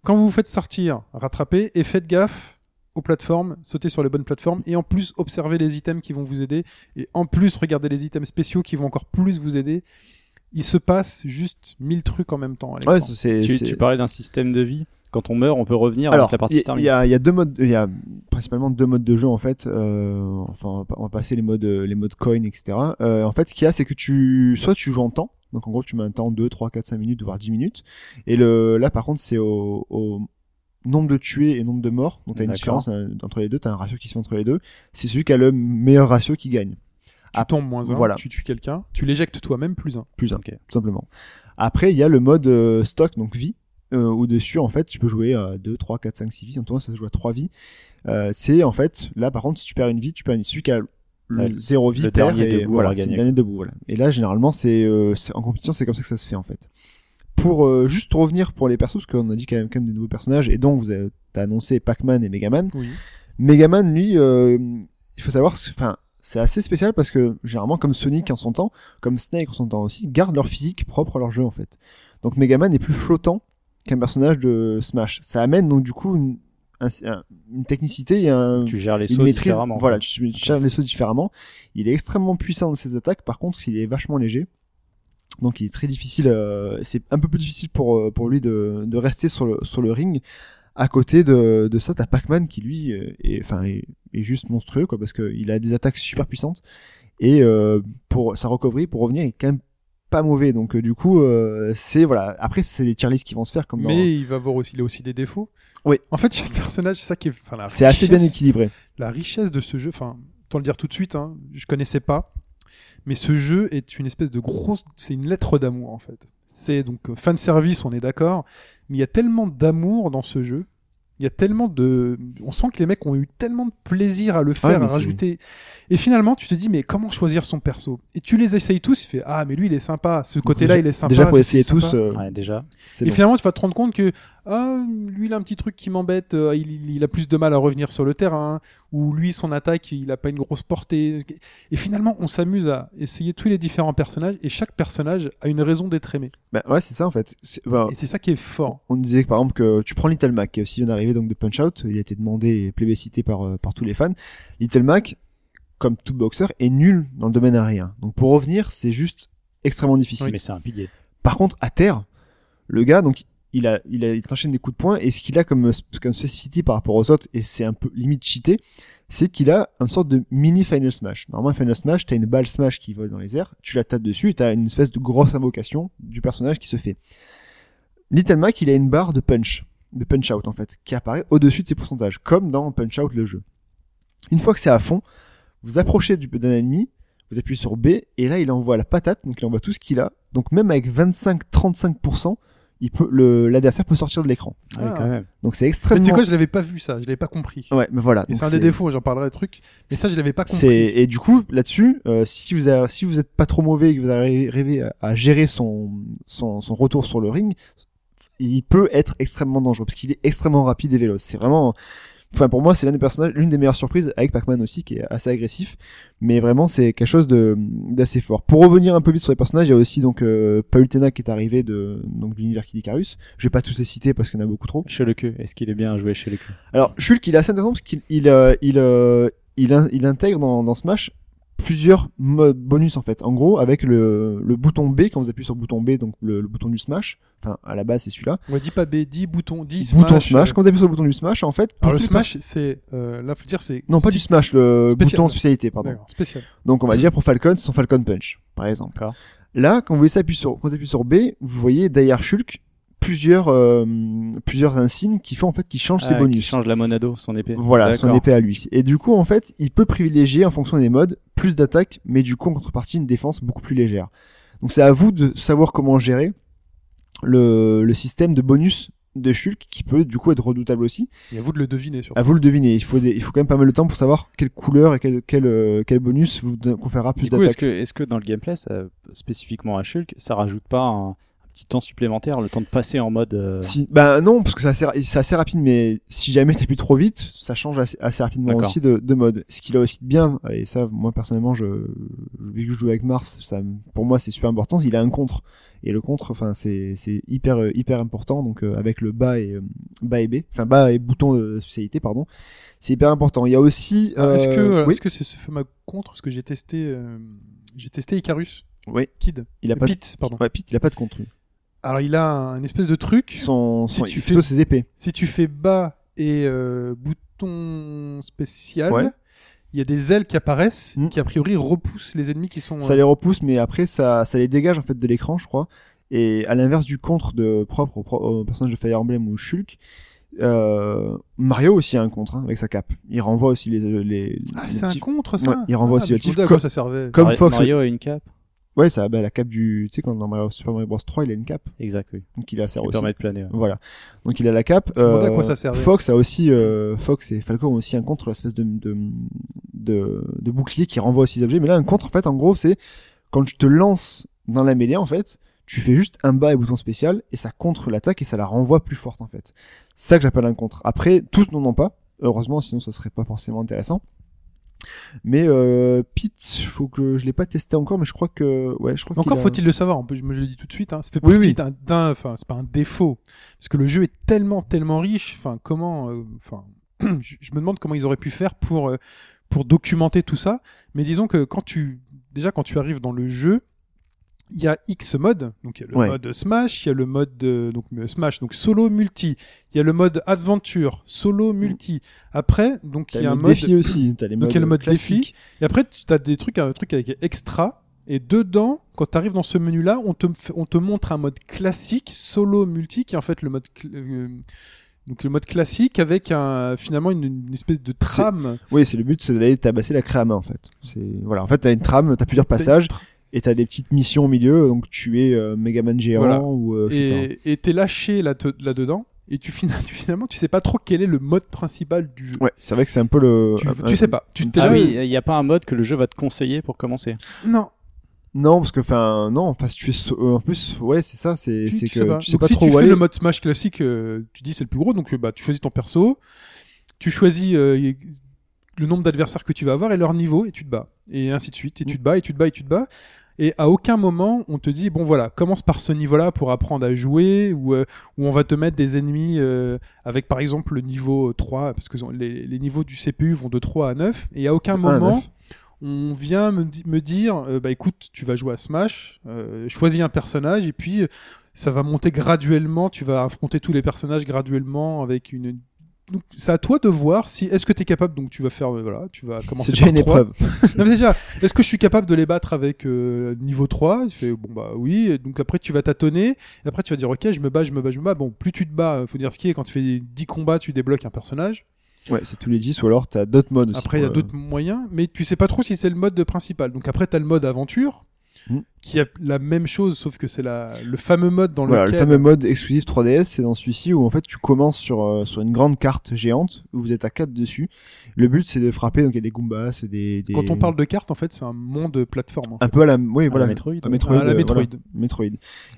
Quand vous vous faites sortir, rattrapez et faites gaffe aux plateformes, sautez sur les bonnes plateformes et en plus observez les items qui vont vous aider et en plus regardez les items spéciaux qui vont encore plus vous aider. Il se passe juste mille trucs en même temps. à l'écran. Ouais, c'est. Tu, c'est- tu parlais d'un système de vie. Quand on meurt, on peut revenir Alors, avec la partie il y, terminée. il y a, il y a deux modes, il y a principalement deux modes de jeu en fait. Euh, enfin, on va pas- on va passer les modes, les modes coin, etc. Euh, en fait, ce qu'il y a, c'est que tu, soit tu joues en temps, donc en gros, tu mets un temps 2, 3, 4, 5 minutes, voire 10 minutes. Et le, là, par contre, c'est au, au nombre de tués et nombre de morts. Donc, t'as une D'accord. différence hein, entre les deux, t'as un ratio qui se fait entre les deux. C'est celui qui a le meilleur ratio qui gagne. tu tombes moins un, voilà. tu tues quelqu'un, tu l'éjectes toi-même plus un. plus un, Ok. tout simplement. Après, il y a le mode euh, stock, donc vie, euh, où dessus, en fait, tu peux jouer à 2, 3, 4, 5, 6 vies. En tout cas, ça se joue à 3 vies. Euh, c'est, en fait, là, par contre, si tu perds une vie, tu perds une vie. Celui qui a Ouais, le 0 vie le perd, dernier et debout voilà, aura c'est le gagné. dernier debout. Voilà. Et là, généralement, c'est, euh, c'est- en compétition, c'est comme ça que ça se fait, en fait. Pour euh, juste revenir pour les persos, parce qu'on a dit quand même, quand même des nouveaux personnages, et donc, vous avez, t'as annoncé Pac-Man et Megaman. Oui. Megaman, lui, euh, il faut savoir, c'est- enfin, c'est assez spécial parce que généralement, comme Sonic en son temps, comme Snake en son temps aussi, gardent leur physique propre à leur jeu en fait. Donc Megaman est plus flottant qu'un personnage de Smash. Ça amène donc du coup une, un- un- une technicité et un, Tu gères les il sauts maîtrise, différemment. Voilà, quoi. tu, tu charges les sauts différemment. Il est extrêmement puissant dans ses attaques, par contre, il est vachement léger. Donc il est très difficile, euh, c'est un peu plus difficile pour, euh, pour lui de, de rester sur le, sur le ring. À côté de, de ça, t'as Pac-Man qui lui euh, est, enfin, est, est juste monstrueux, quoi, parce qu'il a des attaques super puissantes. Et euh, pour sa recovery, pour revenir, il est quand même pas mauvais. Donc euh, du coup, euh, c'est voilà. Après, c'est les tier lists qui vont se faire comme dans- Mais il va avoir aussi, il a aussi des défauts. Oui. En fait, chaque personnage, c'est ça qui est. enfin, la C'est assez bien richesse- équilibré. la richesse de ce jeu, enfin, autant le dire tout de suite, hein, je connaissais pas, mais ce jeu est une espèce de grosse, c'est une lettre d'amour en fait. C'est donc euh, fan service, on est d'accord, mais il y a tellement d'amour dans ce jeu, il y a tellement de, on sent que les mecs ont eu tellement de plaisir à le faire, Ah mais à c'est- rajouter. Et finalement, tu te dis mais comment choisir son perso Et tu les essayes tous, tu fais ah mais lui il est sympa, ce côté-là il déjà- est sympa. Déjà pour c'est essayer sympa. tous, euh, Ouais, déjà. c'est Et long. finalement, tu vas te rendre compte que ah, lui, il a un petit truc qui m'embête, euh, il, il- il a plus de mal à revenir sur le terrain, ou lui, son attaque, il a pas une grosse portée. Et finalement, on s'amuse à essayer tous les différents personnages, et chaque personnage a une raison d'être aimé. Bah, ouais, c'est ça en fait. C'est- bah, Et c'est ça qui est fort. On disait que, par exemple que tu prends Little Mac, qui aussi vient d'arriver donc de Punch Out, il a été demandé et plébiscité par, euh, par tous les fans. Little Mac, comme tout boxeur, est nul dans le domaine aérien. Donc pour revenir, c'est juste extrêmement difficile. Mais c'est un pilier. Par contre, à terre, le gars, donc, il a, il a, il enchaîne des coups de poing, et ce qu'il a comme, comme spécificité par rapport aux autres, et c'est un peu limite cheaté, c'est qu'il a une sorte de mini final smash. Normalement, un final smash, t'as une balle smash qui vole dans les airs, tu la tapes dessus, et t'as une espèce de grosse invocation du personnage qui se fait. Little Mac, il a une barre de punch, de punch out, en fait, qui apparaît au-dessus de ses pourcentages, comme dans punch out le jeu. Une fois que c'est à fond, vous approchez du- d'un ennemi, vous appuyez sur B, et là, il envoie la patate, donc il envoie tout ce qu'il a. Donc même avec 25-35%, il peut, le, l'adversaire peut sortir de l'écran. Ouais, Ah. quand même. Donc c'est Mais extrêmement... tu sais quoi, je l'avais pas vu ça, je l'avais pas compris. Ouais, mais voilà. Et donc c'est un des défauts, j'en parlerai le truc. Mais ça, je l'avais pas c'est- compris. et du coup là-dessus, euh, si vous avez- si vous êtes pas trop mauvais et que vous arrivez à, à gérer son, son son retour sur le ring, il peut être extrêmement dangereux parce qu'il est extrêmement rapide et véloce. C'est vraiment, enfin pour moi c'est l'un des personnages, l'une des meilleures surprises avec Pac-Man aussi qui est assez agressif, mais vraiment c'est quelque chose de d'assez fort. Pour revenir un peu vite sur les personnages, il y a aussi donc euh, Paul Tena qui est arrivé de donc de l'univers Kid Icarus. Je vais pas tous les citer parce qu'il y en a beaucoup trop. Chez le queue, est-ce qu'il est bien joué chez le queue Alors, Shulk, il est assez intéressant parce qu'il il, euh, il, euh, il, in- il intègre dans, dans Smash plusieurs modes bonus en fait. En gros, avec le, le bouton B, quand vous appuyez sur le bouton B, donc le, le bouton du Smash, enfin à la base c'est celui-là, On dit pas B, dit bouton, dit bouton smash. euh. Smash, quand vous appuyez sur le bouton du Smash, en fait... Alors le tout- hein. smash, c'est euh, là, faut dire, c'est Non, pas du stick- Smash, le Spécial. bouton spécialité, pardon. D'accord, spécial. Donc on va dire pour Falcon, c'est son Falcon Punch, par exemple. D'accord. Là, quand vous laissez appuyer sur, quand vous appuyez sur B, vous voyez derrière Shulk plusieurs euh, plusieurs insignes qui font en fait qui changent ses Ah, bonus. qui change la monado, son épée. Voilà, son D'accord. épée à lui. Et du coup, en fait, il peut privilégier en fonction des modes plus d'attaques, mais du coup, en contrepartie, une défense beaucoup plus légère. Donc c'est à vous de savoir comment gérer le, le système de bonus de Shulk qui peut du coup être redoutable aussi. Et à vous de le deviner, surtout. À vous le deviner, il faut, des- il faut quand même pas mal de temps pour savoir quelle couleur et quel, quel, euh, quel bonus vous don- conférera plus Du coup, est-ce d'attaques. que, est-ce que dans le gameplay, ça- spécifiquement à Shulk, ça rajoute pas un, un petit temps supplémentaire, le temps de passer en mode. euh, Si, bah non, parce que c'est assez, ra- c'est assez rapide, mais si jamais t'appuies trop vite, ça change assez, assez rapidement D'accord. aussi de, de mode. Ce qu'il a aussi de bien, et ça, moi personnellement, je, vu que je joue avec Mars, ça, me- pour moi c'est super important, il a un contre. Et le contre, enfin, c'est, c'est hyper, euh, hyper important, donc euh, avec le bas et, euh, bas et B, enfin bas et bouton de spécialité, pardon, c'est hyper important. Il y a aussi. euh, Est-ce que euh, oui, est-ce que c'est ce fameux contre Parce que j'ai testé euh, j'ai testé Icarus oui, Kid, il a Euh, pas de, Pete, pardon. ouais, Pete, il a pas de contre. Alors il a un espèce de truc. Son, Si son, tu il- fais- plutôt ses épées. Si tu fais bas et euh, bouton spécial, Ouais. il y a des ailes qui apparaissent Mm. qui a priori repoussent les ennemis qui sont. ça euh, les repousse, mais après ça, ça les dégage en fait de l'écran, je crois. Et à l'inverse du contre de propre au, pro- au personnage de Fire Emblem ou Shulk, euh, Mario aussi a un contre hein, avec sa cape. Il renvoie aussi les les, les Ah, les c'est un petits- contre ça. Ouais, il renvoie Ah, aussi je le me type demandais à co- quoi ça servait. comme Mario- Fox. Mario a une cape Ouais, ça bah, la cape du tu sais quand dans Mario Super Mario Bros 3, il a une cape, Exact, oui. donc il a ça Qui aussi. permet de planer. ouais. Voilà. Donc il a la cape. Euh, Je me demandais à quoi ça servait. Fox a aussi euh, Fox et Falco ont aussi un contre l'espèce de de, de de bouclier qui renvoie aussi des objets. Mais là un contre en fait en gros c'est quand je te lance dans la mêlée en fait tu fais juste un bas et bouton spécial et ça contre l'attaque et ça la renvoie plus forte en fait. C'est ça que j'appelle un contre. Après tous n'en ont pas. Heureusement sinon ça serait pas forcément intéressant. Mais euh, Pete, faut que je l'ai pas testé encore, mais je crois que ouais, je crois Mais Encore qu'il a- faut-il le savoir, on peut- je me je le dis tout de suite, hein, ça fait Oui, partie oui. d'un- d'un, enfin c'est pas un défaut, parce que le jeu est tellement tellement riche, enfin comment, euh, enfin je je me demande comment ils auraient pu faire pour euh, pour documenter tout ça, mais disons que quand tu déjà quand tu arrives dans le jeu, il y a X modes, donc il y a le Ouais. mode Smash, il y a le mode euh, donc euh, Smash donc solo multi, il y a le mode Adventure solo multi, après donc T'as il y a le un mode mode défi aussi, t'as les donc modes il y a le mode classiques. défi. Et après, tu as des trucs, un truc avec extra. Et dedans, quand tu arrives dans ce menu-là, on te, f- on te montre un mode classique, solo multi, qui est en fait le mode, cl- euh, donc le mode classique avec un, finalement une, une espèce de trame. Oui, c'est le but, c'est d'aller tabasser la craie à main en fait. C'est voilà, en fait, t'as une trame, t'as plusieurs passages et t'as des petites missions au milieu, donc tu es euh, Megaman géant Voilà. ou euh, etc. Et et t'es lâché là- te- là-dedans. et tu, finis- tu- finalement, tu sais pas trop quel est le mode principal du jeu. Ouais, c'est vrai que c'est un peu le. Tu, un- tu un- sais pas. Euh, Tu t'es Ah là- euh, oui, il n'y a pas un mode que le jeu va te conseiller pour commencer. Non, Non, parce que enfin, non, enfin, si tu es so- euh, en plus, ouais, c'est ça, c'est tu, c'est tu que sais pas. tu sais Donc pas si trop tu où fais aller. le mode Smash classique, euh, tu dis c'est le plus gros, donc euh, bah, tu choisis ton perso, tu choisis euh, y- le nombre d'adversaires que tu vas avoir et leur niveau, et tu te bats. Et ainsi de suite, et tu te bats, et tu te bats, et tu te bats. Et à aucun moment on te dit bon voilà commence par ce niveau-là pour apprendre à jouer ou euh, ou on va te mettre des ennemis euh, avec par exemple le niveau 3 parce que les, les niveaux du CPU vont de 3 à 9 et à aucun Ah, moment neuf. on vient me, di- me dire euh, bah écoute tu vas jouer à Smash euh, choisis un personnage et puis euh, ça va monter graduellement tu vas affronter tous les personnages graduellement avec une donc c'est à toi de voir si est-ce que tu es capable donc tu vas faire euh, voilà tu vas commencer C'est déjà par une trois. épreuve. Non, mais c'est ça. Est-ce que je suis capable de les battre avec euh, niveau 3 Il fait bon bah oui. Et donc après tu vas tâtonner. Et après tu vas dire ok je me bats, je me bats, je me bats. Bon plus tu te bats, euh, faut dire ce qui est. Quand tu fais 10 combats, tu débloques un personnage. Ouais, c'est tous les 10 ou alors t'as d'autres modes aussi. euh, après il y a pour, d'autres moyens, mais tu sais pas trop si c'est le mode de principal. Donc après t'as le mode aventure Mm. qui a la même chose sauf que c'est la le fameux mode dans Voilà, lequel le fameux mode exclusif 3DS, c'est dans celui-ci où en fait tu commences sur, euh, sur une grande carte géante où vous êtes à 4 dessus. Le but c'est de frapper, donc il y a des Goombas, c'est des, des- quand on parle de cartes en fait c'est un monde plateforme. hein. un peu à la, oui, voilà, Metroid. à Metroid, À la euh, Metroid. voilà, Metroid.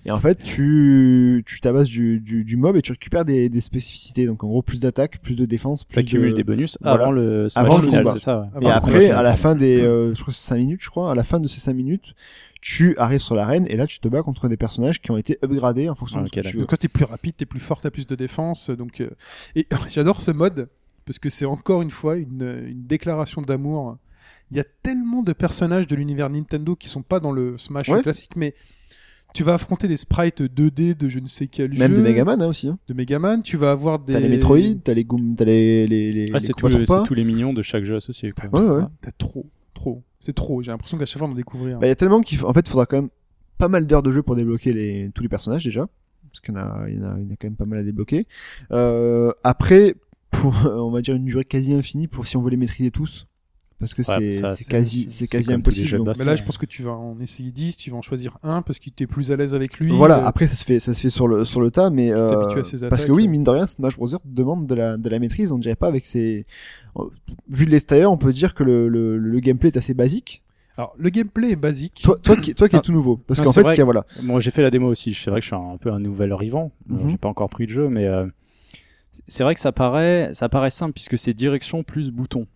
Et en fait tu tu tabasses du, du, du mob et tu récupères des, des spécificités, donc en gros plus d'attaque, plus de défense, plus T'accumules de... des bonus voilà. avant le Smash Avant le final, combat. c'est ça. ouais. Ah, Et bah, après, combat. à la fin des, euh, je crois que c'est 5 minutes, je crois, à la fin de ces 5 minutes, tu arrives sur l'arène et là tu te bats contre des personnages qui ont été upgradés en fonction Ah, de ce ok, que tu d'accord. veux. Donc quand t'es plus rapide, t'es plus fort, t'as plus de défense. Donc, euh, et j'adore ce mode parce que c'est encore une fois une, euh, une déclaration d'amour. Il y a tellement de personnages de l'univers Nintendo qui sont pas dans le Smash Ouais. classique, mais tu vas affronter des sprites 2D de je ne sais quel Même jeu, de Megaman hein, aussi. Hein. de Megaman. Tu vas avoir des T'as les Metroid, t'as les Goom, t'as les les les. Ah, les c'est tous, combattants les- pas. c'est tous les mignons de chaque jeu associé. quoi. Ouais, ouais. T'as trop, trop. C'est trop. J'ai l'impression qu'à chaque fois on en découvrir. Bah, il y a tellement qu'il faut- en fait, faudra quand même pas mal d'heures de jeu pour débloquer les tous les personnages déjà, parce qu'il y en a, il y en a, il y en a quand même pas mal à débloquer. Euh, après, pour on va dire une durée quasi infinie pour si on veut les maîtriser tous, parce que c'est Ouais, ça, c'est c'est- quasi c'est c'est quasi comme tous les jeux impossible. de donc- base. mais là, je pense que tu vas en essayer 10, tu vas en choisir un parce que t'es plus à l'aise avec lui. voilà, Euh, après ça se fait ça se fait sur le sur le tas, mais euh, t'habitues à ses parce attaques, que oui, euh. mine de rien, Smash Bros demande de la de la maîtrise. On dirait pas avec ses euh, vu de l'extérieur, on peut dire que le, le le gameplay est assez basique. Alors, le gameplay est basique. Toi toi qui toi qui Ah. est tout nouveau, parce Non, qu'en c'est fait, ce vrai qu'il y a voilà, Moi, j'ai fait la démo aussi. C'est vrai que je suis un, un peu un nouvel arrivant. Euh, Mhm. J'ai pas encore pris de jeu, mais euh, c'est- c'est vrai que ça paraît, ça paraît simple puisque c'est direction plus bouton.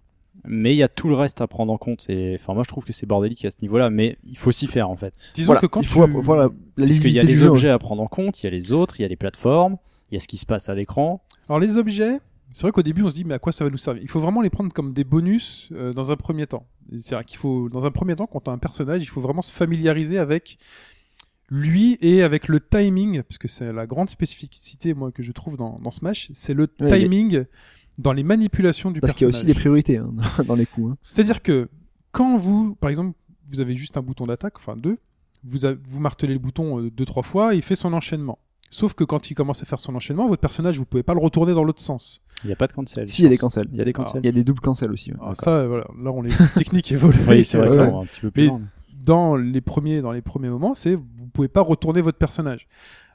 Mais il y a tout le reste à prendre en compte. Et enfin, moi, je trouve que c'est bordélique à ce niveau-là, mais il faut s'y faire en fait. Disons voilà, que quand il faut tu... voilà la Parce qu'il y lisibilité a du les jeu. ouais. objets à prendre en compte, il y a les autres, il y a les plateformes, il y a ce qui se passe à l'écran. Alors les objets, c'est vrai qu'au début on se dit mais à quoi ça va nous servir Il faut vraiment les prendre comme des bonus euh, dans un premier temps. C'est-à-dire qu'il faut dans un premier temps quand on a un personnage, il faut vraiment se familiariser avec lui et avec le timing, parce que c'est la grande spécificité moi que je trouve dans, dans Smash, c'est le Ouais, il y a- timing dans les manipulations du Parce qu'il y a personnage. aussi des priorités hein, dans les coups. hein. C'est-à-dire que quand vous, par exemple, vous avez juste un bouton d'attaque, enfin deux, vous, a- vous martelez le bouton euh, deux, trois fois, il fait son enchaînement. Sauf que quand il commence à faire son enchaînement, votre personnage, vous pouvez pas le retourner dans l'autre sens. Il n'y a pas de cancel. Si, il y a des cancels. Ah. Il y a des cancels. Il y a des doubles cancels aussi. ouais. Alors ça, euh, voilà, là on est technique évolue. Oui, c'est vrai que Ah, Ouais, là, ouais. on est un petit peu plus Mais- loin. Dans les premiers, dans les premiers moments, c'est vous pouvez pas retourner votre personnage.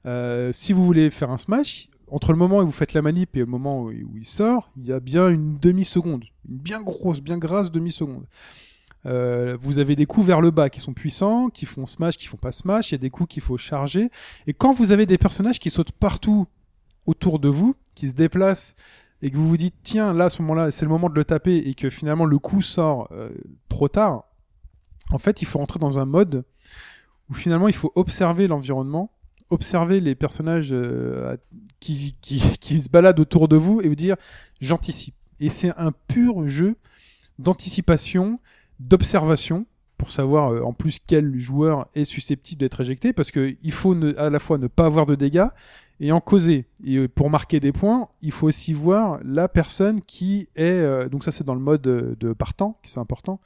Euh, si vous voulez faire un smash, entre le moment où vous faites la manip et le moment où, où il sort, il y a bien une demi seconde, une bien grosse, bien grasse demi seconde. Euh, vous avez des coups vers le bas qui sont puissants, qui font smash, qui font pas smash. Il y a des coups qu'il faut charger. Et quand vous avez des personnages qui sautent partout autour de vous, qui se déplacent et que vous vous dites tiens là à ce moment-là c'est le moment de le taper et que finalement le coup sort euh, trop tard, en fait il faut rentrer dans un mode où finalement il faut observer l'environnement, observer les personnages euh, à- qui, qui, qui se baladent autour de vous et vous dire j'anticipe. Et c'est un pur jeu d'anticipation, d'observation pour savoir euh, en plus quel joueur est susceptible d'être éjecté parce que il faut ne- à la fois ne pas avoir de dégâts et en causer. Et euh, pour marquer des points, il faut aussi voir la personne qui est. euh, donc ça, c'est dans le mode euh, de partant, qui c'est important.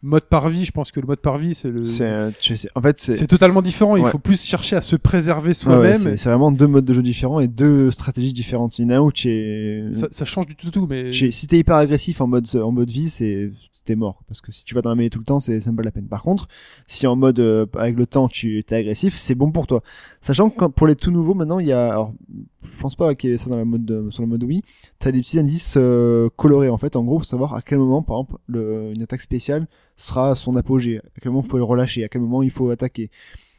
Mode parvis, je pense que le mode parvis, c'est le. C'est, Ah. euh, tu sais, en fait, c'est C'est totalement différent. Il Ouais. faut plus chercher à se préserver Ouais, ouais, soi-même. c'est- c'est vraiment deux modes de jeu différents et deux stratégies différentes. Il y en a où tu es, ça, ça change du tout, tout mais tu es- si t'es hyper agressif en mode en mode vie, c'est t'es mort parce que si tu vas dans la mêlée tout le temps, c'est ça me pas la peine. Par contre, si en mode euh, avec le temps tu t'es agressif, c'est bon pour toi. Sachant que quand- pour les tout nouveaux maintenant, il y a, alors, je pense pas qu'il y ait ça dans la mode de- sur le mode Wii, t'as des petits indices euh, colorés en fait, en gros pour savoir à quel moment par exemple le- une attaque spéciale sera à son apogée, à quel moment il faut le relâcher, à quel moment il faut attaquer.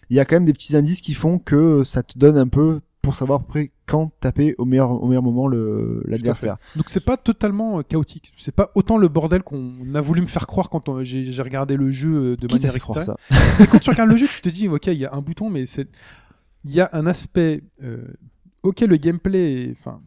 Il y a quand même des petits indices qui font que ça te donne un peu pour savoir à peu près quand taper au meilleur au meilleur moment le l'adversaire. donc c'est pas totalement euh, chaotique. C'est pas autant le bordel qu'on a voulu me faire croire quand on- j'ai j'ai regardé le jeu euh, de Qui t'a manière fait croire extérieure. ça Et quand tu regardes le jeu, tu te dis, ok, il y a un bouton, mais c'est, il y a un aspect, euh, ok, le gameplay, est- enfin,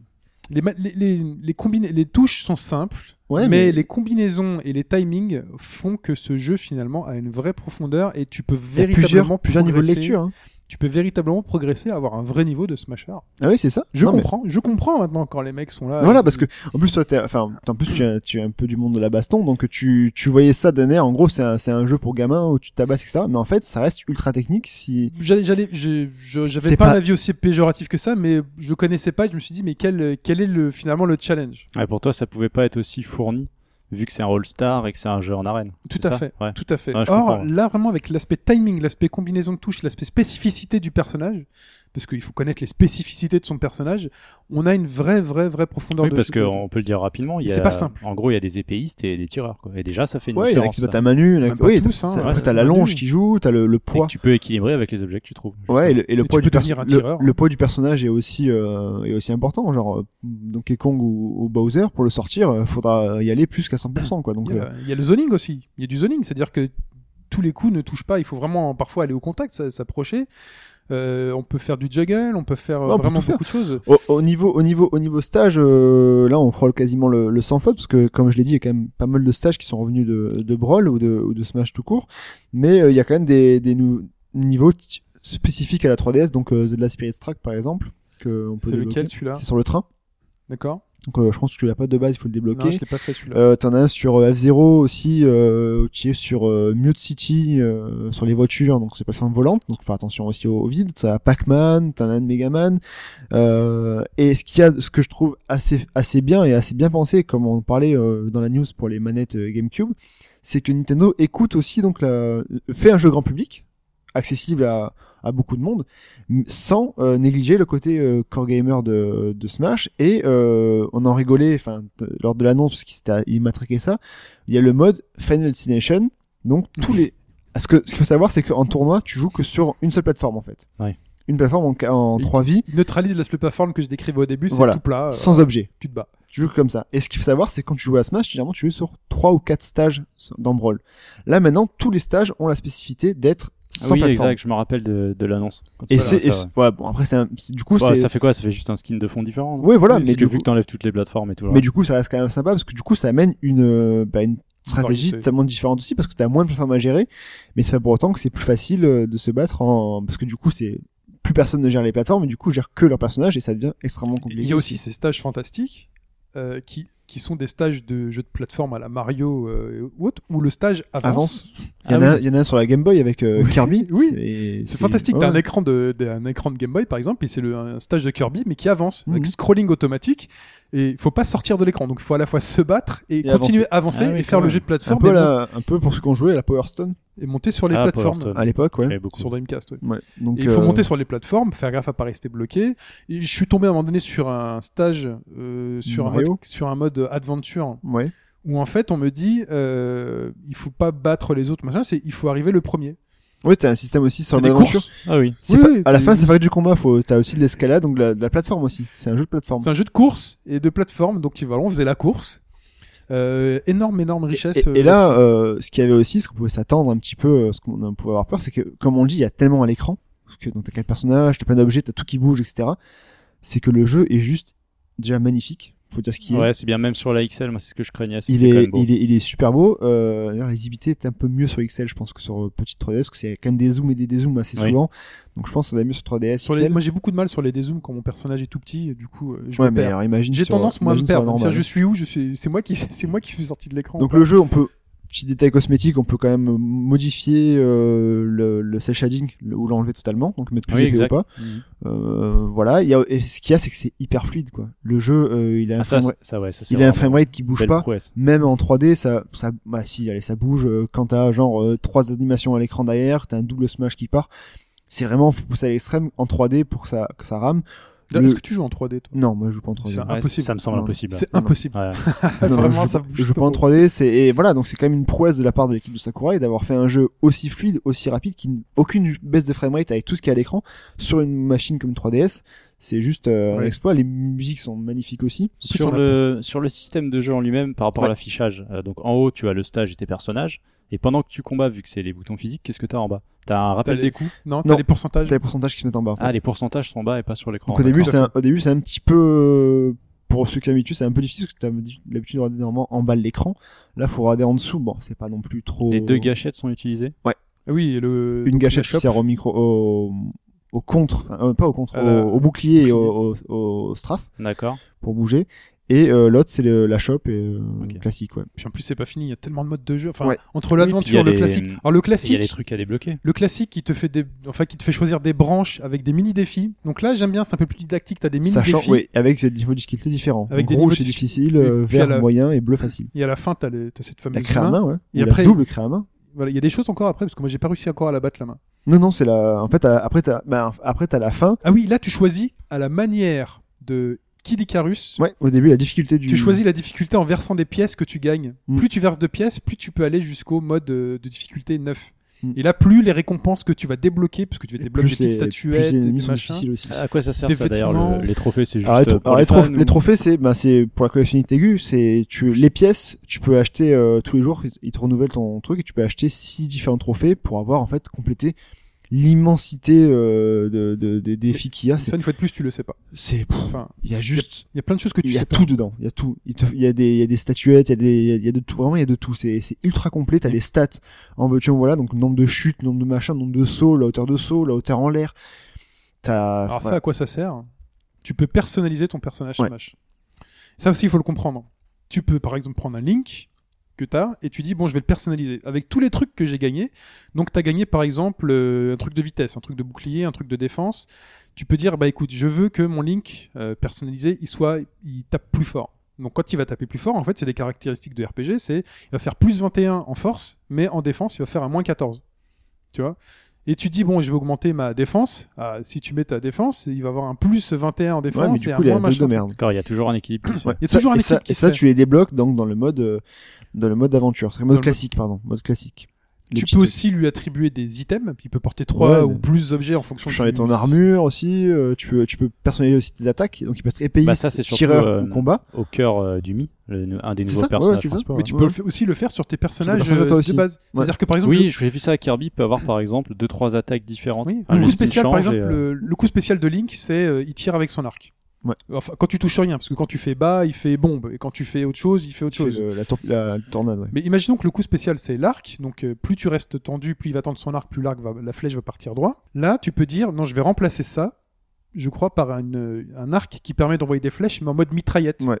les, ma- les, les, les combina- les touches sont simples, Ouais, mais, mais- les combinaisons et les timings font que ce jeu finalement a une vraie profondeur et tu peux Il y a véritablement plusieurs, plusieurs niveaux de progresser- lecture. hein. Tu peux véritablement progresser, avoir un vrai niveau de Smasher. Ah oui, c'est ça. Je Non, mais- comprends, je comprends maintenant quand les mecs sont là. Voilà, parce que en plus toi, t'es- enfin, t'es- en plus tu es, tu es un peu du monde de la baston, donc tu, tu voyais ça d'un air. En gros, c'est un, c'est un jeu pour gamins où tu tabasses etc. Mais en fait, ça reste ultra technique. Si J'allais, j'allais- je- je- j'avais C'est pas, un pas- avis aussi péjoratif que ça, mais je le connaissais pas. et Je me suis dit, mais quel, quel est le, finalement le challenge Ouais, pour toi, ça pouvait pas être aussi fourni, vu que c'est un All-Star et que c'est un jeu en arène. Tout C'est à ça fait, Ouais. tout à fait. Ah. Ouais, je Or, comprends. là vraiment avec l'aspect timing, l'aspect combinaison de touches, l'aspect spécificité du personnage, parce qu'il faut connaître les spécificités de son personnage, on a une vraie, vraie, vraie profondeur Oui, de. parce de- qu'on peut le dire rapidement. il y C'est a- pas simple. En gros, il y a des épéistes et des tireurs. Quoi. Et déjà, ça fait une ouais, il y en a différence. hein. qui battent ça. à manu, il y en a- Même pas oui, tous, hein, t'as- ouais, t'as c'est la manu. longe qui joue, t'as le, le Et que poids. tu peux équilibrer avec les objets que tu trouves. Ouais, et le, et le Et tu poids peux du perso- devenir un le- tireur. le, poids du personnage est aussi euh, est aussi important. Genre euh, Donkey Kong ou, ou Bowser pour le sortir, euh, faudra y aller plus qu'à 100% quoi. Donc Il y, euh, a, il y a le zoning aussi. Il y a du zoning, c'est-à-dire que tous les coups ne touchent pas. Il faut vraiment parfois aller au contact, s- s'approcher. Euh, on peut faire du juggle, on peut faire euh, Ouais, on peut vraiment tout faire. beaucoup de choses. au, au niveau au niveau au niveau stage, euh, là on frôle quasiment le, le sans faute parce que comme je l'ai dit, il y a quand même pas mal de stages qui sont revenus de, de Brawl ou de, ou de Smash tout court, mais euh, il y a quand même des, des nou- niveaux t- spécifiques à la 3DS, donc euh, de la Spirit Track par exemple. que on peut C'est débloquer. lequel celui-là C'est sur le train. D'accord Donc euh, je pense que tu l'as pas de base, il faut le débloquer. Non, je l'ai pas fait celui-là. Euh, T'en as un sur euh, F0 aussi, euh, qui est sur euh, Mute City, euh, sur les voitures, donc c'est pas simple volante, donc faut faire attention aussi au, au vide. T'as Pac-Man, t'en as un de Megaman. Euh, et ce qu'il y a, ce que je trouve assez assez bien et assez bien pensé, comme on parlait euh, dans la news pour les manettes euh, GameCube, c'est que Nintendo écoute aussi donc la, fait un jeu grand public accessible à à beaucoup de monde, m- sans euh, négliger le côté euh, core gamer de, de Smash. Et euh, on en rigolait enfin t- lors de l'annonce, parce qu'il s'était- il matraquait ça. Il y a le mode Final Destination. Donc tous les. Ah, Ce que- ce qu'il faut savoir, c'est qu'en tournoi, tu joues que sur une seule plateforme en fait. Ouais. Une plateforme en, ca- en Et trois vies, Il neutralise l'aspect plateforme que je décrivais au début, c'est Euh, Voilà. tout Ah, plat, euh, sans objet. tu te bats. Tu joues comme ça. Et ce qu'il faut savoir, c'est que quand tu joues à Smash, généralement, tu joues sur trois ou quatre stages dans Brawl. Là maintenant, tous les stages ont la spécificité d'être Ah sans oui, plateforme. exact, je me rappelle de, de l'annonce. Quand Et ça, c'est, ça, et ouais. c'est- voilà, bon, après, c'est un- c'est- du coup, Ouais, c'est, ça fait quoi Ça fait juste un skin de fond différent. non Oui, voilà, Parce mais que du vu coup, que t'enlèves toutes les plateformes et tout. le mais du coup, ça reste quand même sympa parce que du coup, ça amène une, euh, bah, une stratégie Variété. totalement différente aussi parce que t'as moins de plateformes à gérer, mais c'est pas pour autant que c'est plus facile euh, de se battre en, parce que du coup, c'est, plus personne ne gère les plateformes et du coup, gère que leur personnage et ça devient extrêmement Il compliqué. y a aussi ces stages fantastiques euh, qui qui sont des stages de jeux de plateforme à la Mario euh, ou autre, où le stage avance. Avance. Il Ah y, en a, oui. un- il y en a un sur la Game Boy avec euh, Kirby. oui. C'est, C'est fantastique. T'as un ouais. écran de, d'un- un écran de Game Boy, par exemple, et c'est le, un stage de Kirby, mais qui avance, Mhm. avec scrolling automatique. Et il faut pas sortir de l'écran. Donc il faut à la fois se battre et, Et continuer à avancer Ah oui, et quand faire le même. jeu de un plateforme peu, et, mon- la- un peu pour ce qu'on jouait à la Power Stone et monter sur les Ah, Power plateformes. Stone. à l'époque, ouais. Il y avait beaucoup. Sur Dreamcast, oui. ouais. Donc, Et il faut euh, monter sur les plateformes, faire gaffe à pas rester bloqué. Et je suis tombé à un moment donné sur un stage, euh, sur, un Mario. mode, sur un mode adventure, Ouais. où en fait on me dit, euh, il faut pas battre les autres, machin, c'est il faut arriver le premier. Ouais, t'as un système aussi sur T'as des l'aventure. courses. Ah oui. C'est Oui, pas- oui, à la t'as- fin, ça fait que du combat. Faut, t'as aussi de l'escalade, donc de la, de la plateforme aussi. C'est un jeu de plateforme. C'est un jeu de course et de plateforme, donc voilà, on faisait la course. Euh, énorme, énorme richesse. Et, et euh, là, euh, ce qu'il y avait aussi, ce qu'on pouvait s'attendre un petit peu, euh, ce qu'on pouvait avoir peur, c'est que, comme on le dit, il y a tellement à l'écran, parce que dans t'as quatre personnages, t'as plein d'objets, t'as tout qui bouge, etc. C'est que le jeu est juste déjà magnifique. Faut dire ce qu'il est. Ouais, c'est bien, même sur la XL, moi, c'est ce que je craignais. c'est que Il c'est quand est, même beau. il est, il est super beau. Euh, d'ailleurs, lisibilité est un peu mieux sur XL, je pense, que sur euh, petite 3DS, parce que c'est quand même des zooms et des dézooms assez Oui. souvent. Donc, je pense qu'on a mieux sur 3DS. Sur XL. les- Moi, j'ai beaucoup de mal sur les dézooms quand mon personnage est tout petit. Du coup, euh, je ouais, me mais perds. alors, imagine. J'ai sur- tendance moi à me imagine sur la perdre. Comme ça, normale. je suis où Je suis. C'est moi qui. C'est moi qui suis sorti de l'écran. Donc le jeu, on peut petit détail cosmétique, on peut quand même modifier euh, le, le cel shading le- ou l'enlever totalement, donc mettre plus Oui, épais ou exact. pas. Mhm. Euh, voilà, il y a, et ce qu'il y a, c'est que c'est hyper fluide quoi. Le jeu, euh, il a un Ah, ça, framerate, ça, ouais, ça, c'est il a un vraiment framerate qui bouge belle pas. prouesse. Même en 3D, ça, ça, bah si, allez, ça bouge. euh, Quand t'as genre euh, trois animations à l'écran derrière, t'as un double smash qui part. C'est vraiment faut pousser à l'extrême en 3D pour que ça, que ça rame. D'ailleurs, le- Est-ce que tu joues en 3D toi Non, moi je joue pas en 3D. C'est Ouais, impossible. Ça me semble Non. impossible. C'est non. impossible. Ouais. Non, non, Vraiment, je, ça joue- me je chute joue pas en au- 3D, c'est et voilà, donc c'est quand même une prouesse de la part de l'équipe de Sakurai d'avoir fait un jeu aussi fluide, aussi rapide, qui n- aucune baisse de framerate avec tout ce qu'il y a à l'écran sur une machine comme une 3DS. C'est juste euh, un Ouais. exploit. Les musiques sont magnifiques aussi. En plus, sur on a- le sur le système de jeu en lui-même par rapport Ouais. à l'affichage. euh, donc en haut, tu as le stage et tes personnages. Et pendant que tu combats, vu que c'est les boutons physiques, qu'est-ce que t'as en bas T'as un rappel les- des coups. Non, t'as Non. les pourcentages. T'as les pourcentages qui se mettent en bas. en fait. Ah, les pourcentages sont en bas et pas sur l'écran. donc au début, D'accord. c'est un, au début c'est un petit peu euh, pour ceux qui ont l'habitude, c'est un peu difficile parce que tu as l'habitude de regarder normalement en bas de l'écran. Là, faut regarder en dessous. Bon, c'est pas non plus trop. Les deux gâchettes sont utilisées. Ah Oui, le. Une gâchette qui la chope. sert au micro, au, au contre, enfin, euh, pas au contre, À la- au, au bouclier et au, au, au straff D'accord. pour bouger. Et euh, l'autre, c'est le- la chope et, euh, Ok. classique, ouais. Puis en plus, c'est pas fini. Il y a tellement de modes de jeu. Enfin, Ouais. entre Oui, puis il y a l'aventure, le les- classique. Alors le Il y a classique, des trucs à débloquer. le classique qui te fait des, enfin qui te fait choisir des branches avec des mini défis. Donc là, j'aime bien. C'est un peu plus didactique. T'as des mini Sachant, défis. oui, avec des niveaux de difficulté différents. Avec des niveaux Rouge, de c'est difficulté. difficile, Et euh, puis à vert, la- moyen et bleu, facile. Et à la fin, t'as le- t'as cette La fameuse craie à main. main, ouais. Et Ou après- la double craie à main. Voilà, il y a des choses encore après parce que moi, j'ai pas réussi encore à la battre la main. Non, non, c'est la. En fait, à la- après, t'as bah, après, t'as la fin. Ah oui, là, tu choisis à la manière de Kid Icarus. Ouais, au début, la difficulté du. Tu choisis la difficulté en versant des pièces que tu gagnes. Mm. Plus tu verses de pièces, plus tu peux aller jusqu'au mode euh, de difficulté 9. Mm. Et là, plus les récompenses que tu vas débloquer, parce que tu vas Et débloquer plus des petites les- statuettes, plus les et ennemis des sont machins. Ah, difficiles aussi. À quoi ça sert Des ça d'ailleurs vêtements. le- Les trophées, c'est juste. Alors, les, euh, Ah tro- pour alors, les les troph- fans les ou- trophées, c'est bah, c'est pour la collectionniste aiguë, c'est tu les pièces, tu peux acheter euh, tous les jours, ils- ils te renouvellent ton truc et tu peux acheter six différents trophées pour avoir en fait complété l'immensité euh, de, de- des défis qu'il y a. Ça, Ah, C'est- une fois de plus, tu le sais pas. C'est pff, Enfin, il y a juste il y a plein de choses que tu il y sais a pas. tout dedans, il y a tout. Il, te- il y a des, il y a des statuettes, il y a des, il y a de tout. Vraiment, il y a de tout. C'est, c'est ultra complet. T'as les stats en veux voilà. Donc nombre de chutes, nombre de machins, nombre de sauts, la hauteur de saut, la hauteur en l'air. T'as. Alors ouais. ça, à quoi ça sert Tu peux personnaliser ton personnage Ouais. Smash. Ça aussi, il faut le comprendre. Tu peux, par exemple, prendre un Link que tu as et tu dis, bon, je vais le personnaliser avec tous les trucs que j'ai gagnés. Donc, tu as gagné, par exemple, euh, un truc de vitesse, un truc de bouclier, un truc de défense. Tu peux dire, bah écoute, je veux que mon Link euh, personnalisé, il soit, il tape plus fort. Donc, quand il va taper plus fort, en fait, c'est des caractéristiques de RPG. C'est, il va faire plus 21 en force, mais en défense, il va faire un moins 14. Tu vois et tu dis, bon, je vais augmenter ma défense. Ah, si tu mets ta défense, il va avoir un plus 21 en défense Ouais, mais du et coup, un il y a moins un truc de machin. merde. D'accord, il y a toujours un équilibre. qui se fait. Ouais. Il y a Ça- toujours un et ça, équipe qui et se ça fait. tu les débloques donc dans le mode euh, dans le mode aventure, c'est le Dans mode le classique pardon, mode classique. Les Tu petits peux trucs. aussi lui attribuer des items. Il peut porter trois Ouais, ou mais- plus objets en fonction euh, Tu peux de changer ton armure aussi, euh, tu peux tu peux personnaliser aussi tes attaques, donc il peut être épéiste, Bah, ça, c'est surtout, tireur euh, ou combat. Au cœur euh, du Mi, le- un des C'est nouveaux ça, ouais, personnages c'est ça. principaux, Mais ouais. tu Ouais. peux le fa- aussi le faire sur tes personnages personnages à euh, toi de aussi. base. C'est-à-dire que par exemple, Oui, j'ai vu ça. Kirby peut avoir par exemple deux trois attaques différentes. le, oui, Un le coup juste qui spécial, par change et, exemple, le, euh, le coup spécial de Link, c'est euh, il tire avec son arc. Ouais. Enfin, quand tu touches rien, parce que quand tu fais bas, il fait bombe, et quand tu fais autre chose, il fait autre Tu fais chose. le- la, tor- la tornade ouais. Mais imaginons que le coup spécial c'est l'arc, donc euh, plus tu restes tendu, plus il va tendre son arc, plus l'arc va, la flèche va partir droit. Là, tu peux dire non, je vais remplacer ça, je crois, par une, euh, un arc qui permet d'envoyer des flèches, mais en mode mitraillette. Ouais.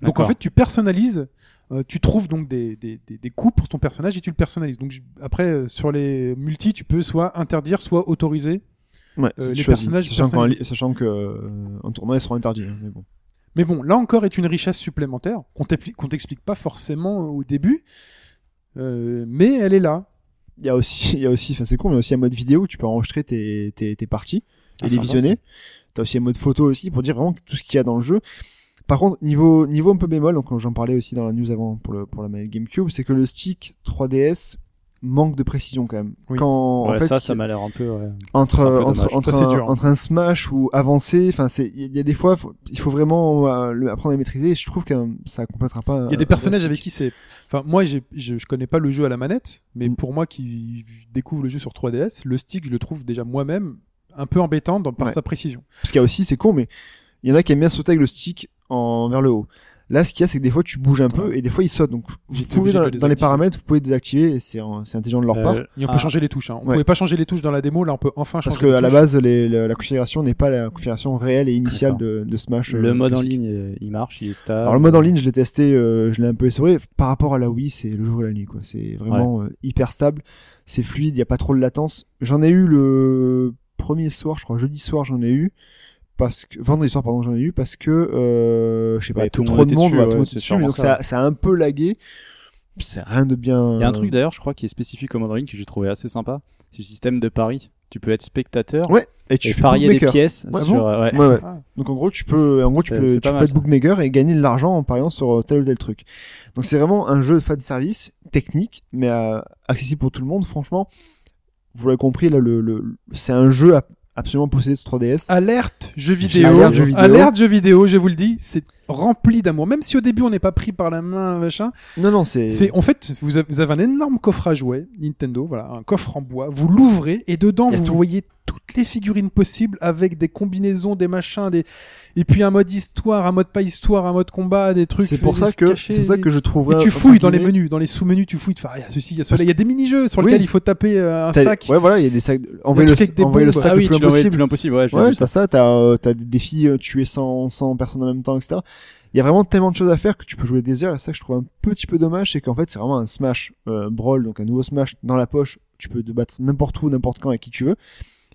Donc en D'accord. fait, tu personnalises, euh, tu trouves donc des, des, des, des coups pour ton personnage et tu le personnalises. Donc je- après, euh, sur les multi, tu peux soit interdire, soit autoriser. Euh, Ouais, c'est les choisi. personnages- sachant qu'en personnages- li- sachant que euh, en tournoi ils seront interdits hein, mais bon. Mais bon, là encore est une richesse supplémentaire qu'on t'explique- qu'on t'explique pas forcément au début, euh, mais elle est là. Il y a aussi, il y a aussi, enfin c'est con, mais aussi un mode vidéo où tu peux enregistrer tes, tes, tes parties et Ah, les sympa, ça. visionner. T'as aussi un mode photo aussi pour dire vraiment tout ce qu'il y a dans le jeu. Par contre, niveau, niveau un peu bémol, donc j'en parlais aussi dans la news avant pour le, pour la manette GameCube, c'est que le stick 3DS manque de précision quand même. Oui. Quand, en ouais, fait, ça, ce ça qui- m'a l'air un peu. ouais. entre, un peu entre, dommage. entre, Ça, c'est un, dur. hein. entre un smash ou avancer, enfin c'est, il y a des fois, faut- il faut vraiment euh, le- apprendre à le maîtriser et je trouve que euh, ça complétera pas. euh, Il y a des personnages avec qui c'est. Enfin, moi, j'ai- je, je connais pas le jeu à la manette, mais Mm. pour moi qui découvre le jeu sur 3DS, le stick, je le trouve déjà moi-même un peu embêtant dans- par Ouais. sa précision. Parce qu'il y a aussi, c'est con, mais il y en a qui aiment bien sauter avec le stick en, vers le haut. Là, ce qu'il y a, c'est que des fois, tu bouges un peu et des fois, il saute. Donc, vous J'étais pouvez, obligé de dans, le dans les désactiver. paramètres, vous pouvez désactiver et c'est en- c'est intelligent de leur part. Euh, Et on ah, peut changer les touches. hein. On Ouais. pouvait pas changer les touches dans la démo, là on peut enfin changer. Parce que, les à la touches. base, les- la, la configuration n'est pas la configuration réelle et initiale de, de Smash. euh, Le mode en classique. ligne, euh, il marche, il est stable. Alors, le mode en ligne, je l'ai testé, euh, je l'ai un peu essoré. Par rapport à la Wii, c'est le jour et la nuit, quoi. C'est vraiment euh, hyper stable. C'est fluide, il n'y a pas trop de latence. J'en ai eu le premier soir, je crois, jeudi soir, j'en ai eu. Parce que, vendredi soir, pardon, j'en ai eu parce que, euh, je sais pas, Ouais, tout tout le trop monde de était monde, dessus, voilà, ouais, tout le monde c'est était dessus, sûrement mais donc ça. ça, ça a un peu lagué. C'est rien de bien. Il y a un truc d'ailleurs, je crois, qui est spécifique au mode en ligne que j'ai trouvé assez sympa. C'est le système de pari. Tu peux être spectateur Ouais, et tu et fais parier parier des pièces Ouais, sur. bon euh, ouais. Ouais, ouais. Ah. Donc en gros, tu peux, en gros, tu C'est- peux, c'est tu pas peux mal, être ça. bookmaker et gagner de l'argent en pariant sur euh, tel ou tel truc. Donc c'est vraiment un jeu de fan service technique, mais euh, accessible pour tout le monde. Franchement, vous l'avez compris, là, le, le- c'est un jeu à absolument possédé sur 3DS. Alerte jeu vidéo. Alerte jeu vidéo. Ah, Alerte jeu vidéo, je vous le dis, c'est rempli d'amour. Même si au début on n'est pas pris par la main, machin. Non, non, c'est. C'est en fait, vous avez, vous avez un énorme coffre à jouets Nintendo, voilà, un coffre en bois. Vous l'ouvrez et dedans Il y a vous tout. voyez toutes toutes les figurines possibles avec des combinaisons, des machins, des et puis un mode histoire, un mode pas histoire, un mode combat, des trucs. C'est pour fait- ça que cachés, c'est pour ça des- que je trouverais. et tu entre fouilles dans les guillemets, menus, dans les sous-menus, tu fouilles, tu fais, ah, il y a ceci, il y a cela, Parce il y a des mini-jeux sur Oui. lesquels il faut taper euh, un t'as- sac. Ouais, voilà, il y a des sacs. Envoyer le, truc avec des envoyer le bombes. sac ah le oui, plus tu l'aurais le impossible. plus impossible. Ouais, j'ai Ouais, vu ça. t'as ça, t'as euh, t'as des défis euh, tuer 100, 100 personnes en même temps, etc. Il y a vraiment tellement de choses à faire que tu peux jouer des heures, et ça que je trouve un petit peu dommage, c'est qu'en fait c'est vraiment un Smash euh, Brawl, donc un nouveau Smash dans la poche, tu peux te battre n'importe où, n'importe quand, avec qui tu veux.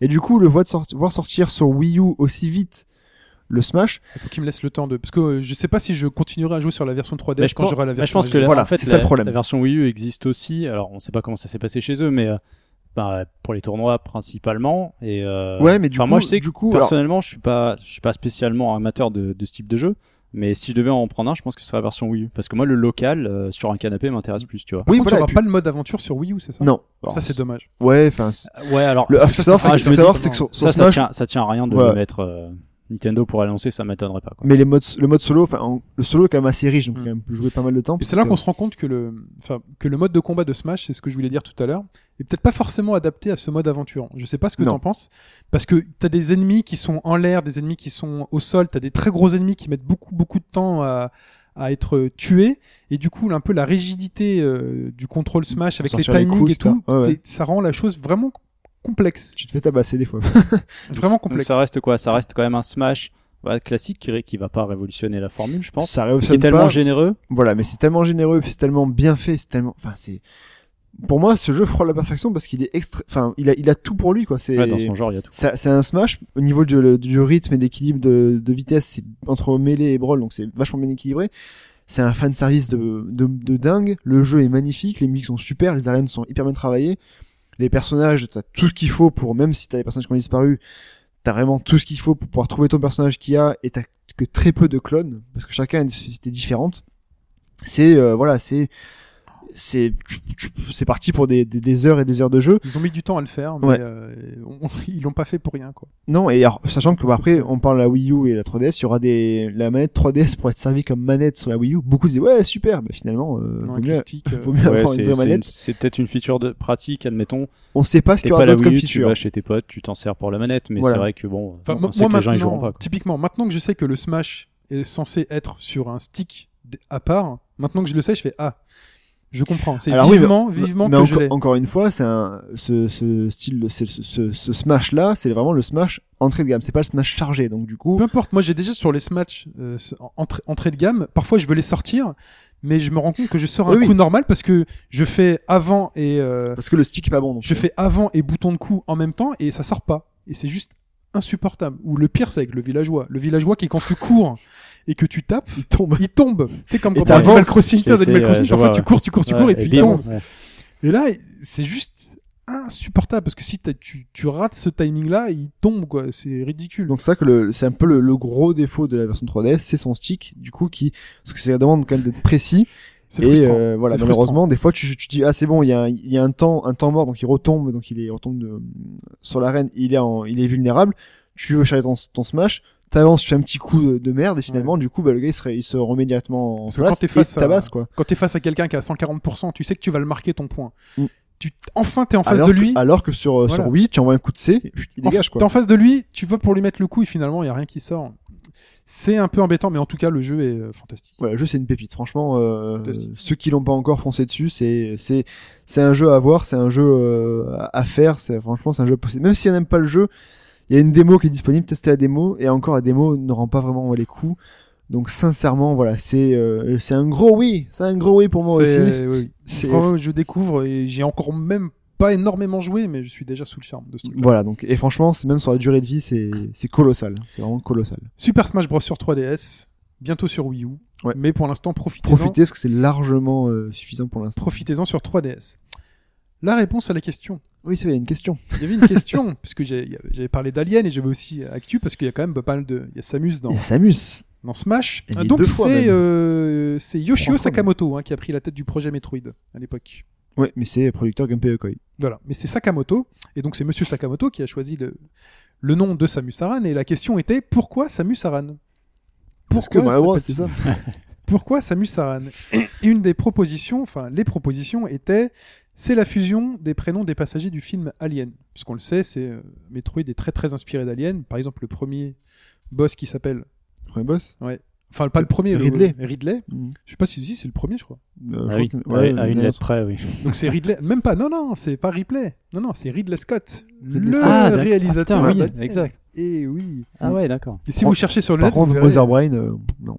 Et du coup, le voir, de sorti- voir sortir sur Wii U aussi vite le Smash, Il faut qu'il me laisse le temps de, parce que euh, je sais pas si je continuerai à jouer sur la version 3D Mais je quand pense- j'aurai la mais je version. pense que originale. la- Voilà, en fait, c'est ça la, le problème. la version Wii U existe aussi. Alors, on ne sait pas comment ça s'est passé chez eux, mais euh, bah, pour les tournois principalement. Et, euh, ouais, mais du enfin, coup, moi, je sais que du coup, alors, personnellement, je suis pas, je suis pas spécialement amateur de, de ce type de jeu. Mais si je devais en prendre un, je pense que ce serait la version Wii U. Parce que moi, le local euh, sur un canapé Mm. m'intéresse plus, tu vois. Par oui, contre, il voilà, y et aura puis- pas le mode aventure sur Wii U, c'est ça non, Ça c'est dommage. ouais, enfin, c'est- Euh, Ouais, alors le, parce que ah, ça, faut savoir, c'est- c'est ah, que- je faut me savoir, dis- c'est que sur, sur ça, ça Smash, tient, ça tient à rien de Ouais. le mettre. euh, Nintendo pour l'annoncer, ça m'étonnerait pas. Quoi. mais les modes, le mode solo, enfin, en- le solo est quand même assez riche, donc Mm. quand même jouer pas mal de temps. Et parce c'est là que- qu'on se rend compte que le, enfin, que le mode de combat de Smash, c'est ce que je voulais dire tout à l'heure, est peut-être pas forcément adapté à ce mode aventure. Je sais pas ce que Non. t'en penses, parce que t'as des ennemis qui sont en l'air, des ennemis qui sont au sol, t'as des très gros ennemis qui mettent beaucoup beaucoup de temps à à être euh, tués, et du coup un peu la rigidité euh, du contrôle Smash avec les Sortir les timings coups, et tout, etc. Ouais, ouais. c'est- ça rend la chose vraiment complexe, tu te fais tabasser des fois. vraiment Donc, complexe. ça reste quoi Ça reste quand même un Smash bah, classique qui, qui va pas révolutionner la formule, je pense. Ça Qui est révolutionne tellement pas. généreux. Voilà, mais c'est tellement généreux, puis c'est tellement bien fait, c'est tellement. Enfin, c'est. Pour moi, ce jeu frôle la perfection parce qu'il est extra. Enfin, il a, il a tout pour lui, quoi. C'est. Ouais, dans son genre, il y a tout. Ça- C'est un smash au niveau du, le- du rythme et d'équilibre de, de vitesse c'est entre mêlée et brawl, donc c'est vachement bien équilibré. C'est un fan service de, de, de dingue. Le jeu est magnifique, les musiques sont super, les arènes sont hyper bien travaillées. Les personnages, t'as tout ce qu'il faut pour, même si t'as des personnages qui ont disparu, t'as vraiment tout ce qu'il faut pour pouvoir trouver ton personnage qu'il y a et t'as que très peu de clones parce que chacun a une spécificité différente. C'est euh, voilà, c'est c'est c'est parti pour des, des, des heures et des heures de jeu. Ils ont mis du temps à le faire, mais Ouais. euh, on- ils l'ont pas fait pour rien quoi. Non, et alors, sachant que bah, après, on parle de la Wii U et la 3DS, il y aura des la manette 3DS pour être servie comme manette sur la Wii U. Beaucoup disaient ouais super, mais finalement, euh, Non, vaut avec mieux, le stick, euh, vaut mieux Ouais, avoir c'est- une vraie c'est manette. une- c'est peut-être une feature de pratique, admettons. On sait pas ce qu'il T'es y aura pas la d'autre comme Wii U, tu feature. vas chez tes potes, tu t'en sers pour la manette, mais Voilà. c'est vrai que bon, Enfin, on mo- sait moi que les gens maintenant, ils joueront pas. quoi. typiquement, maintenant que je sais que le Smash est censé être sur un stick d- à part, maintenant que je le sais, je fais ah, je comprends. C'est Alors oui, mais- vivement, vivement mais que enco- je l'ai. encore une fois, c'est un ce, ce style, de- c'est- ce, ce, smash là, c'est vraiment le smash entrée de gamme. C'est pas le smash chargé, donc du coup, Peu importe, moi j'ai déjà sur les Smash euh, ce- en- entrée, entrée de gamme, parfois je veux les sortir, mais je me rends compte que je sors un Oui, oui. coup normal parce que je fais avant et euh, parce que le stick est pas bon. Donc, je fais avant et bouton de coup en même temps et ça sort pas. Et c'est juste insupportable. Ou le pire c'est avec le villageois. Le villageois qui quand tu cours et que tu tapes, il tombe. il tombe. Tu sais comme Et quand on t'avances. Animal Crossing, J'ai t'as Animal essayé, Crossing, ouais, je parfois vois, tu cours, tu cours, tu Ouais, cours et puis il puis bon, tombe. ouais. Et là, c'est juste insupportable parce que si t'as- tu, tu rates ce timing là, il tombe quoi, c'est ridicule. Donc c'est ça que le- c'est un peu le, le gros défaut de la version 3DS, c'est son stick, du coup qui, parce que ça demande quand même d'être précis. c'est Et frustrant. euh, voilà, C'est frustrant. malheureusement, des fois, tu, tu dis ah c'est bon, il y a, un, il y a un temps, un temps mort, donc il retombe, donc il est il retombe de- sur l'arène, il est en, il est vulnérable. Tu veux charger ton, ton smash, t'avances, tu fais un petit coup de, de merde et finalement, du coup, bah, le gars il, serait, il se remet directement en Parce que quand place t'es face et tabasse à- quoi. Quand t'es face à quelqu'un qui a 140%, tu sais que tu vas le marquer ton point. Mm. Tu enfin t'es en face alors, de que- lui. alors que sur euh, Voilà. sur Wii, tu envoies un coup de C, et puis il en- dégage T'es quoi. en face de lui, tu vas pour lui mettre le coup et finalement il y a rien qui sort. C'est un peu embêtant, mais en tout cas le jeu est euh, fantastique. Ouais, le jeu c'est une pépite, franchement. euh, Fantastique. ceux qui l'ont pas encore foncé dessus, c'est c'est c'est un jeu à voir, c'est un jeu euh, à- à faire. C'est franchement c'est un jeu possible. Même si on n'aime pas le jeu, il y a une démo qui est disponible. Testez la démo et encore la démo ne rend pas vraiment les coups. Donc sincèrement, voilà, c'est euh, c'est un gros oui, c'est un gros oui pour moi C'est- aussi. oui, oui. C'est- Vraiment, je découvre et j'ai encore même pas énormément joué, mais je suis déjà sous le charme de ce truc. Voilà donc et franchement, c'est même sur la durée de vie, c'est c'est colossal, c'est vraiment colossal. Super Smash Bros sur 3DS, bientôt sur Wii U. Ouais. Mais pour l'instant, profitez-en. Profitez parce que c'est largement euh, suffisant pour l'instant. Profitez-en sur 3DS. La réponse à la question. Oui, c'est vrai, il y a une question. Il y avait une question, puisque j'ai- j'avais parlé d'Alien et j'avais aussi Actu, parce qu'il y a quand même pas mal de. Il y a Samus dans, Il y a Samus. dans Smash. Il y a Donc deux fois c'est même. euh, c'est Yoshio Trois fois Sakamoto hein, qui a pris la tête du projet Metroid à l'époque. Ouais, mais c'est producteur Gunpei Yokoi. Voilà. Mais c'est Sakamoto, et donc c'est Monsieur Sakamoto qui a choisi le, le nom de Samus Aran, et la question était pourquoi Samus Aran Parce que Mario Bros, c'est ça. Pourquoi Samus Aran Et une des propositions, enfin les propositions étaient C'est la fusion des prénoms des passagers du film Alien. Puisqu'on le sait, c'est euh, Metroid est très très inspiré d'Alien. Par exemple, le premier boss qui s'appelle, Premier boss enfin pas le premier, le- Ridley. Ridley. Mmh. Je sais pas si si, c'est le premier, je crois. Euh, je Ah oui, crois que- ouais, ouais, à une ouais, lettre près, oui. Donc c'est Ridley, même pas. Non non, c'est pas Ripley. Non non, c'est Ridley Scott, Ridley le Scott. Ah, d'accord. réalisateur. Ah, putain, oui, d'Alien. exact. Et oui. Ah ouais, d'accord. Et si vous cherchez sur le Par net, vous contre, verrez, Mother Brain, euh, non.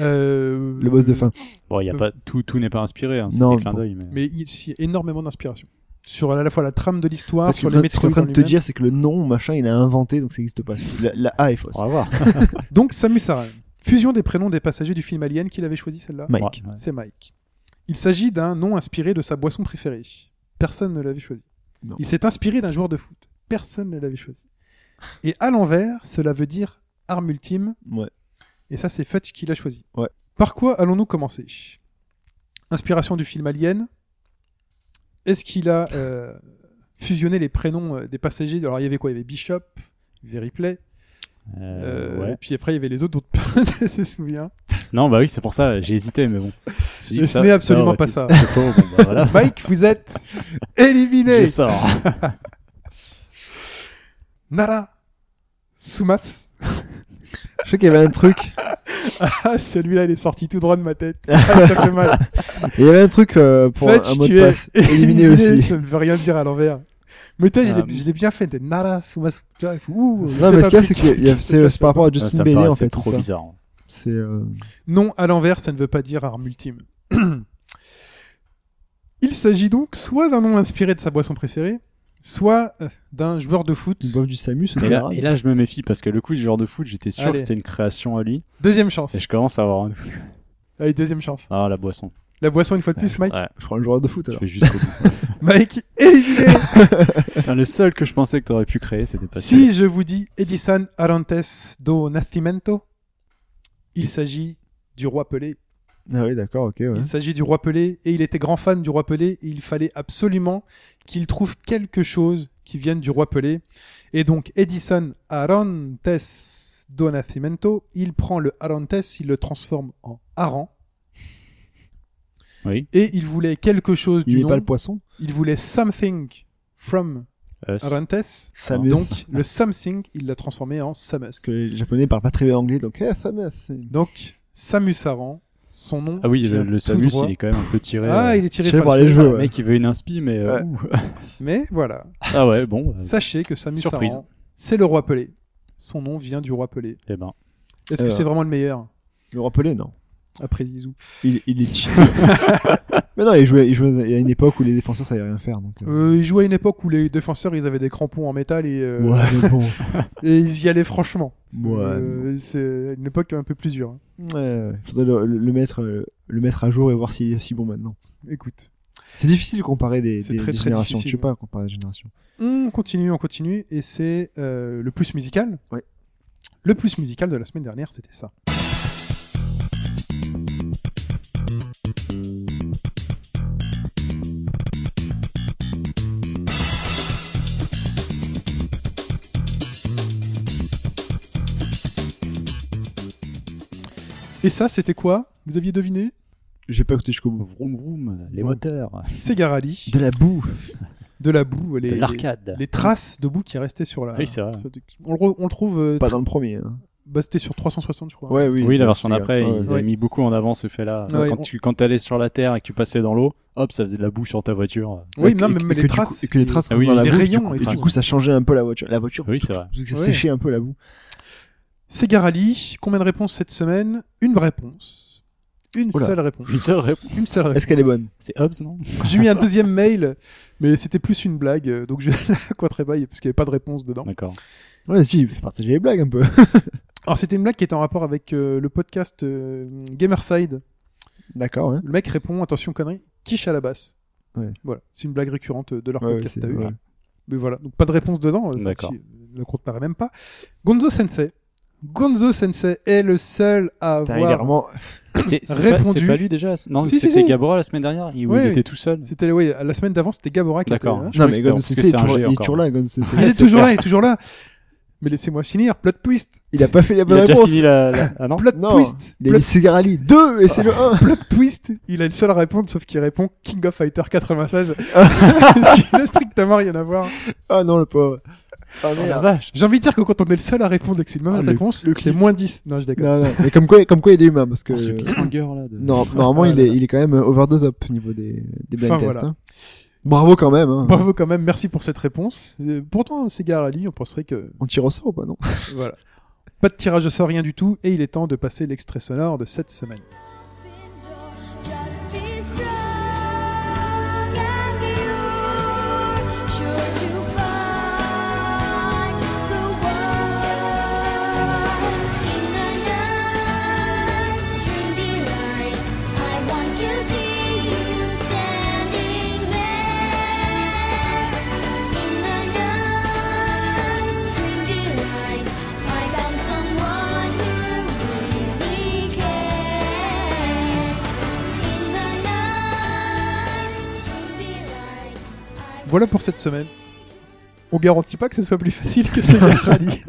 euh, Le boss de fin. Bon, il y a Euh, pas tout, tout n'est pas inspiré, hein, c'est Non, des clins bon. d'œil. Mais... Mais il y a énormément d'inspiration sur à la fois la trame de l'histoire, Parce que sur ce les que je suis en méthodes. train de te dire, c'est que le nom, machin, il a inventé, donc ça n'existe pas. La, la A est fausse. On va voir. Donc Samus Aran. Fusion des prénoms des passagers du film Alien, qu'il avait choisi celle-là Mike. Ouais, ouais. C'est Mike. Il s'agit d'un nom inspiré de sa boisson préférée. Personne ne l'avait choisi. Non. Il s'est inspiré d'un joueur de foot. Personne ne l'avait choisi. Et à l'envers, cela veut dire arme ultime. Ouais. Et ça, c'est Fudge qui l'a choisi. Ouais. Par quoi allons-nous commencer Inspiration du film Alien. Est-ce qu'il a euh, fusionné les prénoms euh, des passagers Alors, il y avait quoi Il y avait Bishop, il y avait Ripley. Euh, euh, ouais. Et puis après, il y avait les autres dont personne ne se souvient. Non, bah oui, c'est pour ça, j'ai hésité, mais bon. Et ce n'est absolument pas ça. C'est faux, bon, bah, voilà. Mike, vous êtes Je éliminé. sors. Nara Soumas. Je sais qu'il y avait un truc. Ah, celui-là, il est sorti tout droit de ma tête. Ah, ça fait mal. Il y avait un truc euh, pour un- Fetch, un mot tu de es passe. Éliminé aussi. Ça ne veut rien dire à l'envers. Mais toi, je Ah, l'ai- je l'ai bien fait. t'es Nara Soumas. Putain, il faut- ouh, Non, mais peut-être ce qu'il y a, un c'est truc. qu'il y a- euh, c'est c'est par rapport à Justin ça me Bailey, en paraissait fait. trop c'est ça. bizarre. hein. C'est. euh, Non, à l'envers, ça ne veut pas dire arme ultime. Il s'agit donc soit d'un nom inspiré de sa boisson préférée, soit euh, d'un joueur de foot. Ils boivent du Samus, c'est Et là, grave. et là, je me méfie parce que le coup du genre de foot, j'étais sûr Allez. que c'était une création à lui. Deuxième chance. Et je commence à avoir un... Allez, deuxième chance. Ah, la boisson. La boisson, une fois de plus, Mike. Ouais, Je crois le joueur de foot je alors. vais jusqu'au bout. Mike, éliminé Putain, le seul que je pensais que t'aurais pu créer, c'était pas celui-là. Si je vous dis Edison Arantes do Nascimento, il s'agit du roi Pelé. Ah oui, d'accord, ok. ouais. Il s'agit du roi Pelé et il était grand fan du roi Pelé et il fallait absolument qu'il trouve quelque chose qui vienne du roi Pelé. Et donc Edison Arantes do Nascimento, il prend le Arantes, il le transforme en Aran Oui, et il voulait quelque chose Il du n'est pas nom. le poisson. Il voulait something from Us. Arantes. Samus. Donc Ah. le something, il l'a transformé en Samus. Parce que les Japonais parlent pas très bien anglais, donc eh, Samus. c'est- Donc, Samus Aran, son nom. Ah oui, vient le, le tout Samus, droit. il est quand même un peu tiré. Ah, euh, il est tiré Tiré par, par les les cheveux. jeux. Le mec, il veut une inspi, mais. euh, Ouais. ouh. Mais voilà, Ah ouais, bon. euh, sachez que Samus Surprise. Aran, c'est le roi Pelé. Son nom vient du roi Pelé. eh ben. Est-ce que Euh. c'est vraiment le meilleur Le rappeler, non. après Zizou Il, il est cheat. mais non, il jouait, il jouait à une époque où les défenseurs savaient rien faire. Donc, euh, Euh, Il jouait à une époque où les défenseurs ils avaient des crampons en métal et, euh, Ouais, mais bon. et ils y allaient franchement. Ouais. Euh, c'est une époque un peu plus dure. hein. Ouais, ouais, faudrait le, le- le mettre, euh, le mettre à jour et voir s'il est si bon maintenant. Écoute. C'est difficile de comparer des, C'est des- très, des très générations. difficile. Tu peux pas comparer des générations. On continue, on continue, et c'est euh, le plus musical. Ouais. Le plus musical de la semaine dernière, c'était ça. Et ça, c'était quoi Vous aviez deviné J'ai pas écouté jusqu'au bout. Vroom vroom, les Bon. moteurs, Segarali, De la boue. de la boue, les, de les, l'arcade. les traces de boue qui restaient sur la. Oui, c'est vrai. sur- On le, re- on le trouve euh, Pas dans le premier. hein. Bah, c'était sur 360, je crois. Ouais, oui. Oui, la version c'est- euh, d'après, ouais. ils Ouais. avaient mis beaucoup en avant ce fait-là. Ouais, quand on- tu quand t'allais sur la terre et que tu passais dans l'eau, hop, ça faisait de la boue sur ta voiture. Oui, Et que- non, mais, et mais que les du traces. coup- et que les traces Ah sont oui, dans la les boue. rayons du coup- et et tout. du coup, ça changeait un peu la voiture. La voiture. Oui, c'est vrai. Parce que ça Ouais. séchait un peu la boue. Segarali, combien de réponses cette semaine Une réponse. Une Oula. seule réponse. Une seule réponse. Une seule réponse. Est-ce qu'elle est bonne C'est Hobbs, non J'ai mis un deuxième mail, mais c'était plus une blague, euh, donc je la quoiterai pas parce qu'il n'y avait pas de réponse dedans. D'accord. Ouais, si, partager les blagues un peu. Alors c'était une blague qui était en rapport avec euh, le podcast euh, Gamerside. D'accord, hein. Le mec répond, attention connerie, quiche à la basse. Ouais. Voilà, c'est une blague récurrente euh, de leur Ouais, ouais, podcast. c'est- t'as vu ouais. Mais voilà, donc pas de réponse dedans. euh, D'accord. donc si- Ne compte même pas. Gonzo Sensei. Gonzo Sensei est le seul à Putain, il est avoir vraiment- Mais C'est c'est pas, Répondu. c'est pas lui déjà Non, Si, si, c'était si. Gabora la semaine dernière, il, où Ouais. il était tout seul. C'était ouais, la semaine d'avant, c'était Gabora qui était D'accord. là. Je Non, croyais mais que c'était- Gon parce que Sensei, c'est un toujours- G il est encore. toujours là, Gon Sensei. Il est toujours là, il est toujours là. Mais laissez-moi finir, plot twist Il a pas fait la Il bonne a déjà réponse. fini la. la- Ah non Plot Non, twist Il a Plot mis Segarali 2 et c'est le 1. plot twist, il a une seule réponse, sauf qu'il répond King of Fighter 96. ce qui n'a strictement rien à voir. Ah non, le pauvre. Ah Oh, la merde. vache. J'ai envie de dire que quand on est le seul à répondre et que c'est une mauvaise Ah, le- réponse, le c'est clip. moins 10. Non, je déconne. Non, non. Mais comme quoi, comme quoi il est humain parce que. Ah, ce cliffhanger là. de- Non, normalement, Ah, il là, est, là. il est quand même over the top au niveau des, des blind Enfin, tests. voilà. hein. Bravo quand même. Hein. Bravo quand même, merci pour cette réponse. Euh, pourtant, Sega Ali, on penserait que. On tire au sort ou pas, non Voilà. Pas de tirage au sort, rien du tout, et il est temps de passer l'extrait sonore de cette semaine. Just be strong and you're sure to find the one. In the night, strange light, I want to see you standing there. In the night, strange light, I found someone who really cares. In the night, strange light, I Voilà pour cette semaine. On garantit pas que ce soit plus facile que Sega Ali.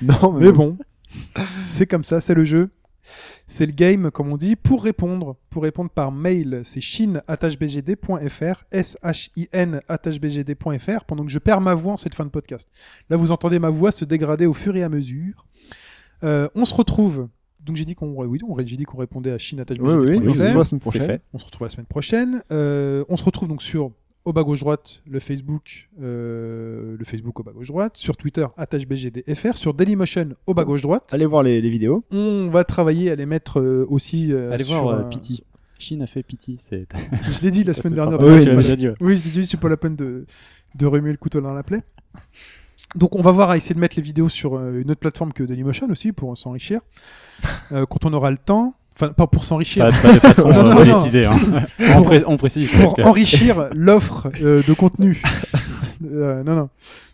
Non, Mais bon, c'est comme ça, c'est le jeu. C'est le game, comme on dit. Pour répondre, pour répondre par mail, c'est shin.bgd.fr, s-h-i-n.bgd.fr, pendant que je perds ma voix en cette fin de podcast. Là, vous entendez ma voix se dégrader au fur et à mesure. Euh, on se retrouve. Donc j'ai dit qu'on oui, on- j'ai dit qu'on répondait à shin.bgd.fr. Oui, oui, Oui, on se c'est- voit la semaine C'est prochaine. fait. On se retrouve la semaine prochaine. Euh, on se retrouve donc sur au bas gauche droite le Facebook, euh, le Facebook au bas gauche droite, sur Twitter @bgdfr, sur Dailymotion au bas gauche droite. Allez voir les, les vidéos. On va travailler à les mettre euh, aussi. euh, Allez sur voir euh, un- Pity. Chine a fait Pity. C'est. Je l'ai dit la semaine c'est dernière. sympa. dans Oui, la tu l'as semaine. déjà dit. ouais. Oui, je l'ai dit, c'est pas la peine de, de remuer le couteau dans la plaie. Donc on va voir à essayer de mettre les vidéos sur euh, une autre plateforme que Dailymotion aussi pour s'enrichir. Euh, quand on aura le temps, enfin pas pour s'enrichir, Pas, pas de façon Non, euh, non, non. monétisée. hein. on, pré- on précise. parce pour que- enrichir l'offre euh, de contenu. Euh, non, non,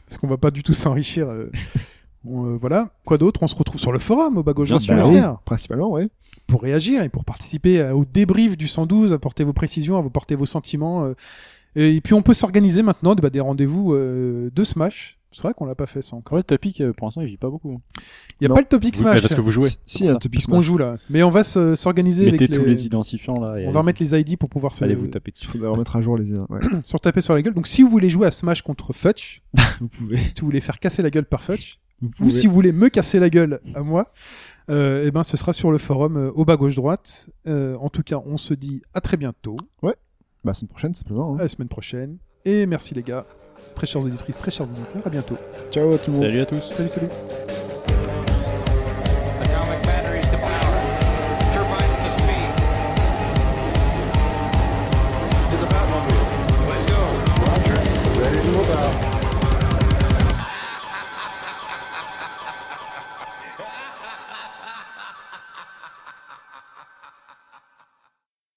parce qu'on va pas du tout s'enrichir. euh. On, euh, voilà. Quoi d'autre On se retrouve sur le forum au Bien bagage sûr. Bah le oui, faire principalement, ouais. pour réagir et pour participer à- au débrief du 112, apporter vos précisions, apporter vos sentiments. euh. et puis on peut s'organiser maintenant bah, des rendez-vous euh, de Smash. C'est vrai qu'on l'a pas fait ça encore. Ouais, le topic, euh, pour l'instant, il vit pas beaucoup. Il y a Non. pas le topic Oui, mais Smash. parce que vous jouez. Si, un topic parce qu'on smash. joue là. Mais on va se- s'organiser avec Mettez les... tous les identifiants On là. et va allez-y. remettre les ID pour pouvoir se, Allez vous taper dessus. Il faudra remettre à jour les. Ouais, se taper sur la gueule. Donc si vous voulez jouer à Smash contre Fudge, vous pouvez. si vous voulez faire casser la gueule par Fudge, Vous ou pouvez. si vous voulez me casser la gueule à moi, euh, eh ben ce sera sur le forum euh, au bas gauche droite. Euh, en tout cas, on se dit à très bientôt. Bah, semaine prochaine, simplement. à hein. la semaine prochaine. Et merci les gars, très chères auditrices, très chers auditeurs, à bientôt. Ciao à tout le monde. Salut à tous. Salut, salut. Thank